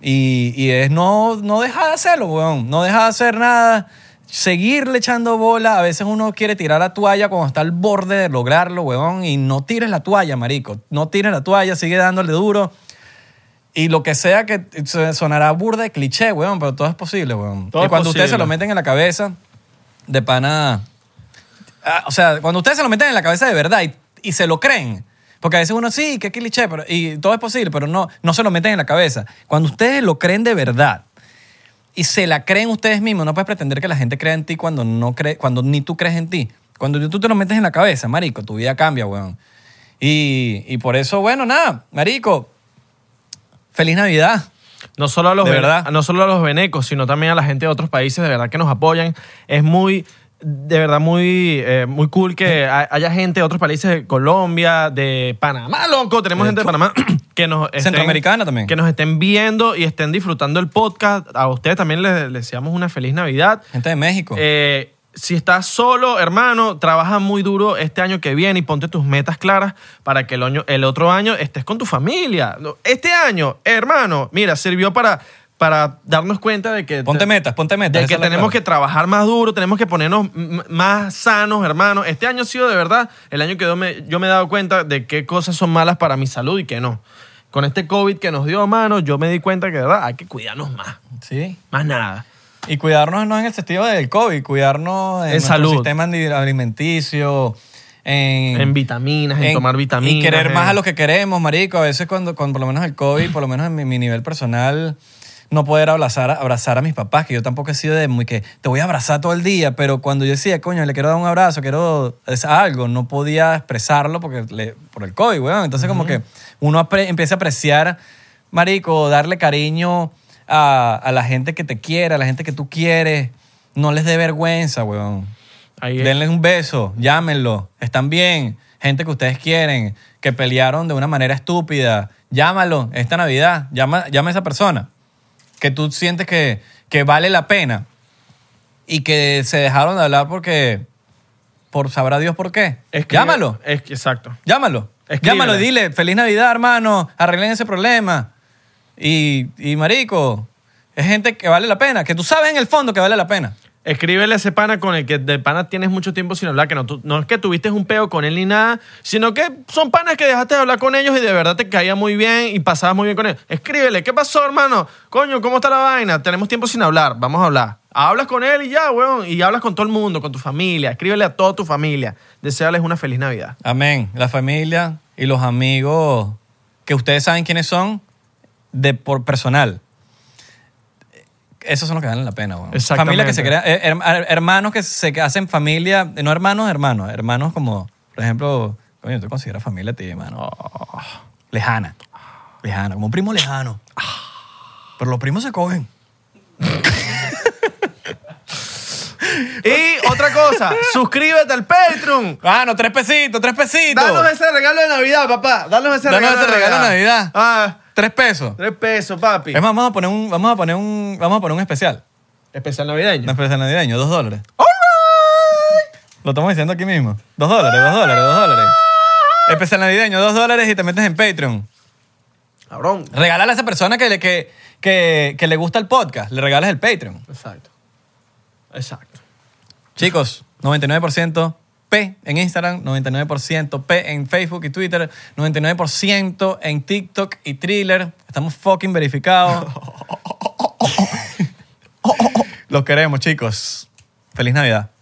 [SPEAKER 3] Y, y es no, no dejar de hacerlo, weón, no dejar de hacer nada seguirle echando bola. A veces uno quiere tirar la toalla cuando está al borde de lograrlo, huevón, y no tires la toalla, marico. No tires la toalla, sigue dándole duro. Y lo que sea que sonará burda de cliché, huevón, pero todo es posible, huevón.
[SPEAKER 2] Todo
[SPEAKER 3] y
[SPEAKER 2] es
[SPEAKER 3] cuando
[SPEAKER 2] posible.
[SPEAKER 3] ustedes se lo meten en la cabeza, de pana... Ah, O sea, cuando ustedes se lo meten en la cabeza de verdad y, y se lo creen. Porque a veces uno, sí, qué cliché, pero, y todo es posible, pero no, no se lo meten en la cabeza. Cuando ustedes lo creen de verdad, y se la creen ustedes mismos. No puedes pretender que la gente crea en ti cuando, no cree, cuando ni tú crees en ti. Cuando tú te lo metes en la cabeza, marico, tu vida cambia, weón. Y, y por eso, bueno, nada, marico, feliz Navidad.
[SPEAKER 2] No solo, a los
[SPEAKER 3] De
[SPEAKER 2] ven-
[SPEAKER 3] verdad.
[SPEAKER 2] no solo a los venecos, sino también a la gente de otros países de verdad que nos apoyan. Es muy, de verdad, muy, eh, muy cool que ha- haya gente de otros países de Colombia, de Panamá, loco. Tenemos gente de Panamá [CLEARS THROAT] que nos estén-
[SPEAKER 3] Centroamericana también.
[SPEAKER 2] Que nos estén viendo y estén disfrutando el podcast. A ustedes también les les deseamos una feliz Navidad.
[SPEAKER 3] Gente de México.
[SPEAKER 2] Eh, si estás solo, hermano, trabaja muy duro este año que viene y ponte tus metas claras para que el, año- el otro año estés con tu familia. No, Este año, hermano, mira, sirvió para, para darnos cuenta de que...
[SPEAKER 3] ponte metas, ponte metas.
[SPEAKER 2] De
[SPEAKER 3] esa
[SPEAKER 2] que
[SPEAKER 3] es la
[SPEAKER 2] tenemos que
[SPEAKER 3] clave.
[SPEAKER 2] trabajar más duro, tenemos que ponernos m- más sanos, hermano. Este año ha sido de verdad el año que yo me, yo me he dado cuenta de qué cosas son malas para mi salud y qué no. Con este COVID que nos dio, mano, yo me di cuenta que de verdad hay que cuidarnos más.
[SPEAKER 3] Sí.
[SPEAKER 2] Más nada.
[SPEAKER 3] Y cuidarnos no en el sentido del COVID, cuidarnos en,
[SPEAKER 2] En
[SPEAKER 3] nuestro
[SPEAKER 2] salud.
[SPEAKER 3] sistema andi- alimenticio, en,
[SPEAKER 2] En vitaminas, en, tomar vitaminas. eh.
[SPEAKER 3] Y querer más
[SPEAKER 2] en-
[SPEAKER 3] a lo que queremos, marico. A veces cuando, cuando por lo menos el COVID, por lo menos en mi, mi nivel personal, no poder abrazar, abrazar a mis papás, que yo tampoco he sido de muy que te voy a abrazar todo el día, pero cuando yo decía, coño, le quiero dar un abrazo, quiero es algo, no podía expresarlo porque le- por el COVID, weón. Entonces como que uno apre- empieza a apreciar, marico, darle cariño a, a la gente que te quiere, a la gente que tú quieres. No les dé vergüenza, weón.
[SPEAKER 2] Ahí es.
[SPEAKER 3] Denles un beso, llámenlo, están bien, gente que ustedes quieren, que pelearon de una manera estúpida, llámalo esta Navidad, llama, llama a esa persona que tú sientes que, que vale la pena y que se dejaron de hablar porque, por sabrá Dios por qué.
[SPEAKER 2] Escribe-
[SPEAKER 3] llámalo,
[SPEAKER 2] Es, exacto.
[SPEAKER 3] llámalo,
[SPEAKER 2] Escríbele.
[SPEAKER 3] llámalo y dile, feliz Navidad hermano, arreglen ese problema. Y, y marico, es gente que vale la pena, que tú sabes en el fondo que vale la pena.
[SPEAKER 2] Escríbele a ese pana con el que de pana tienes mucho tiempo sin hablar, que no, tú- no es que tuviste un peo con él ni nada, sino que son panas que dejaste de hablar con ellos y de verdad te caía muy bien y pasabas muy bien con ellos. Escríbele, ¿qué pasó, hermano? Coño, ¿cómo está la vaina? Tenemos tiempo sin hablar, vamos a hablar. Hablas con él y ya, weón, y hablas con todo el mundo, con tu familia. Escríbele a toda tu familia. Desearles una feliz Navidad.
[SPEAKER 3] Amén. La familia y los amigos que ustedes saben quiénes son de por personal. Esos son los que valen la pena, weón.
[SPEAKER 2] Exactamente.
[SPEAKER 3] Familia que se crea, eh, her- her- hermanos que se que hacen familia, no hermanos, hermanos, hermanos como, por ejemplo, coño, tú consideras familia a ti, hermano. Lejana. Lejana, como un primo lejano. Pero los primos se cogen.
[SPEAKER 2] Y otra
[SPEAKER 3] [LAUGHS]
[SPEAKER 2] cosa, suscríbete al Patreon.
[SPEAKER 3] Ah, no, tres pesitos, tres pesitos.
[SPEAKER 2] Danos ese regalo de Navidad, papá. Danos ese
[SPEAKER 3] Danos
[SPEAKER 2] regalo
[SPEAKER 3] ese
[SPEAKER 2] de
[SPEAKER 3] regalo de Navidad.
[SPEAKER 2] Ah,
[SPEAKER 3] Tres pesos.
[SPEAKER 2] tres pesos, papi.
[SPEAKER 3] Es más, vamos a poner un, vamos a poner un, vamos a poner un especial.
[SPEAKER 2] Especial navideño.
[SPEAKER 3] Una empresa navideño, dos dólares. Lo estamos diciendo aquí mismo. Dos dólares, dos dólares, dos dólares. Especial navideño, dos dólares y te metes en Patreon.
[SPEAKER 2] Cabrón.
[SPEAKER 3] Regálale a esa persona que le, que, que, que le gusta el podcast, le regalas el Patreon.
[SPEAKER 2] Exacto. Exacto.
[SPEAKER 3] Chicos, 99% P en Instagram, 99% P en Facebook y Twitter, 99% en TikTok y Thriller. Estamos fucking verificados. Los queremos, chicos. Feliz Navidad.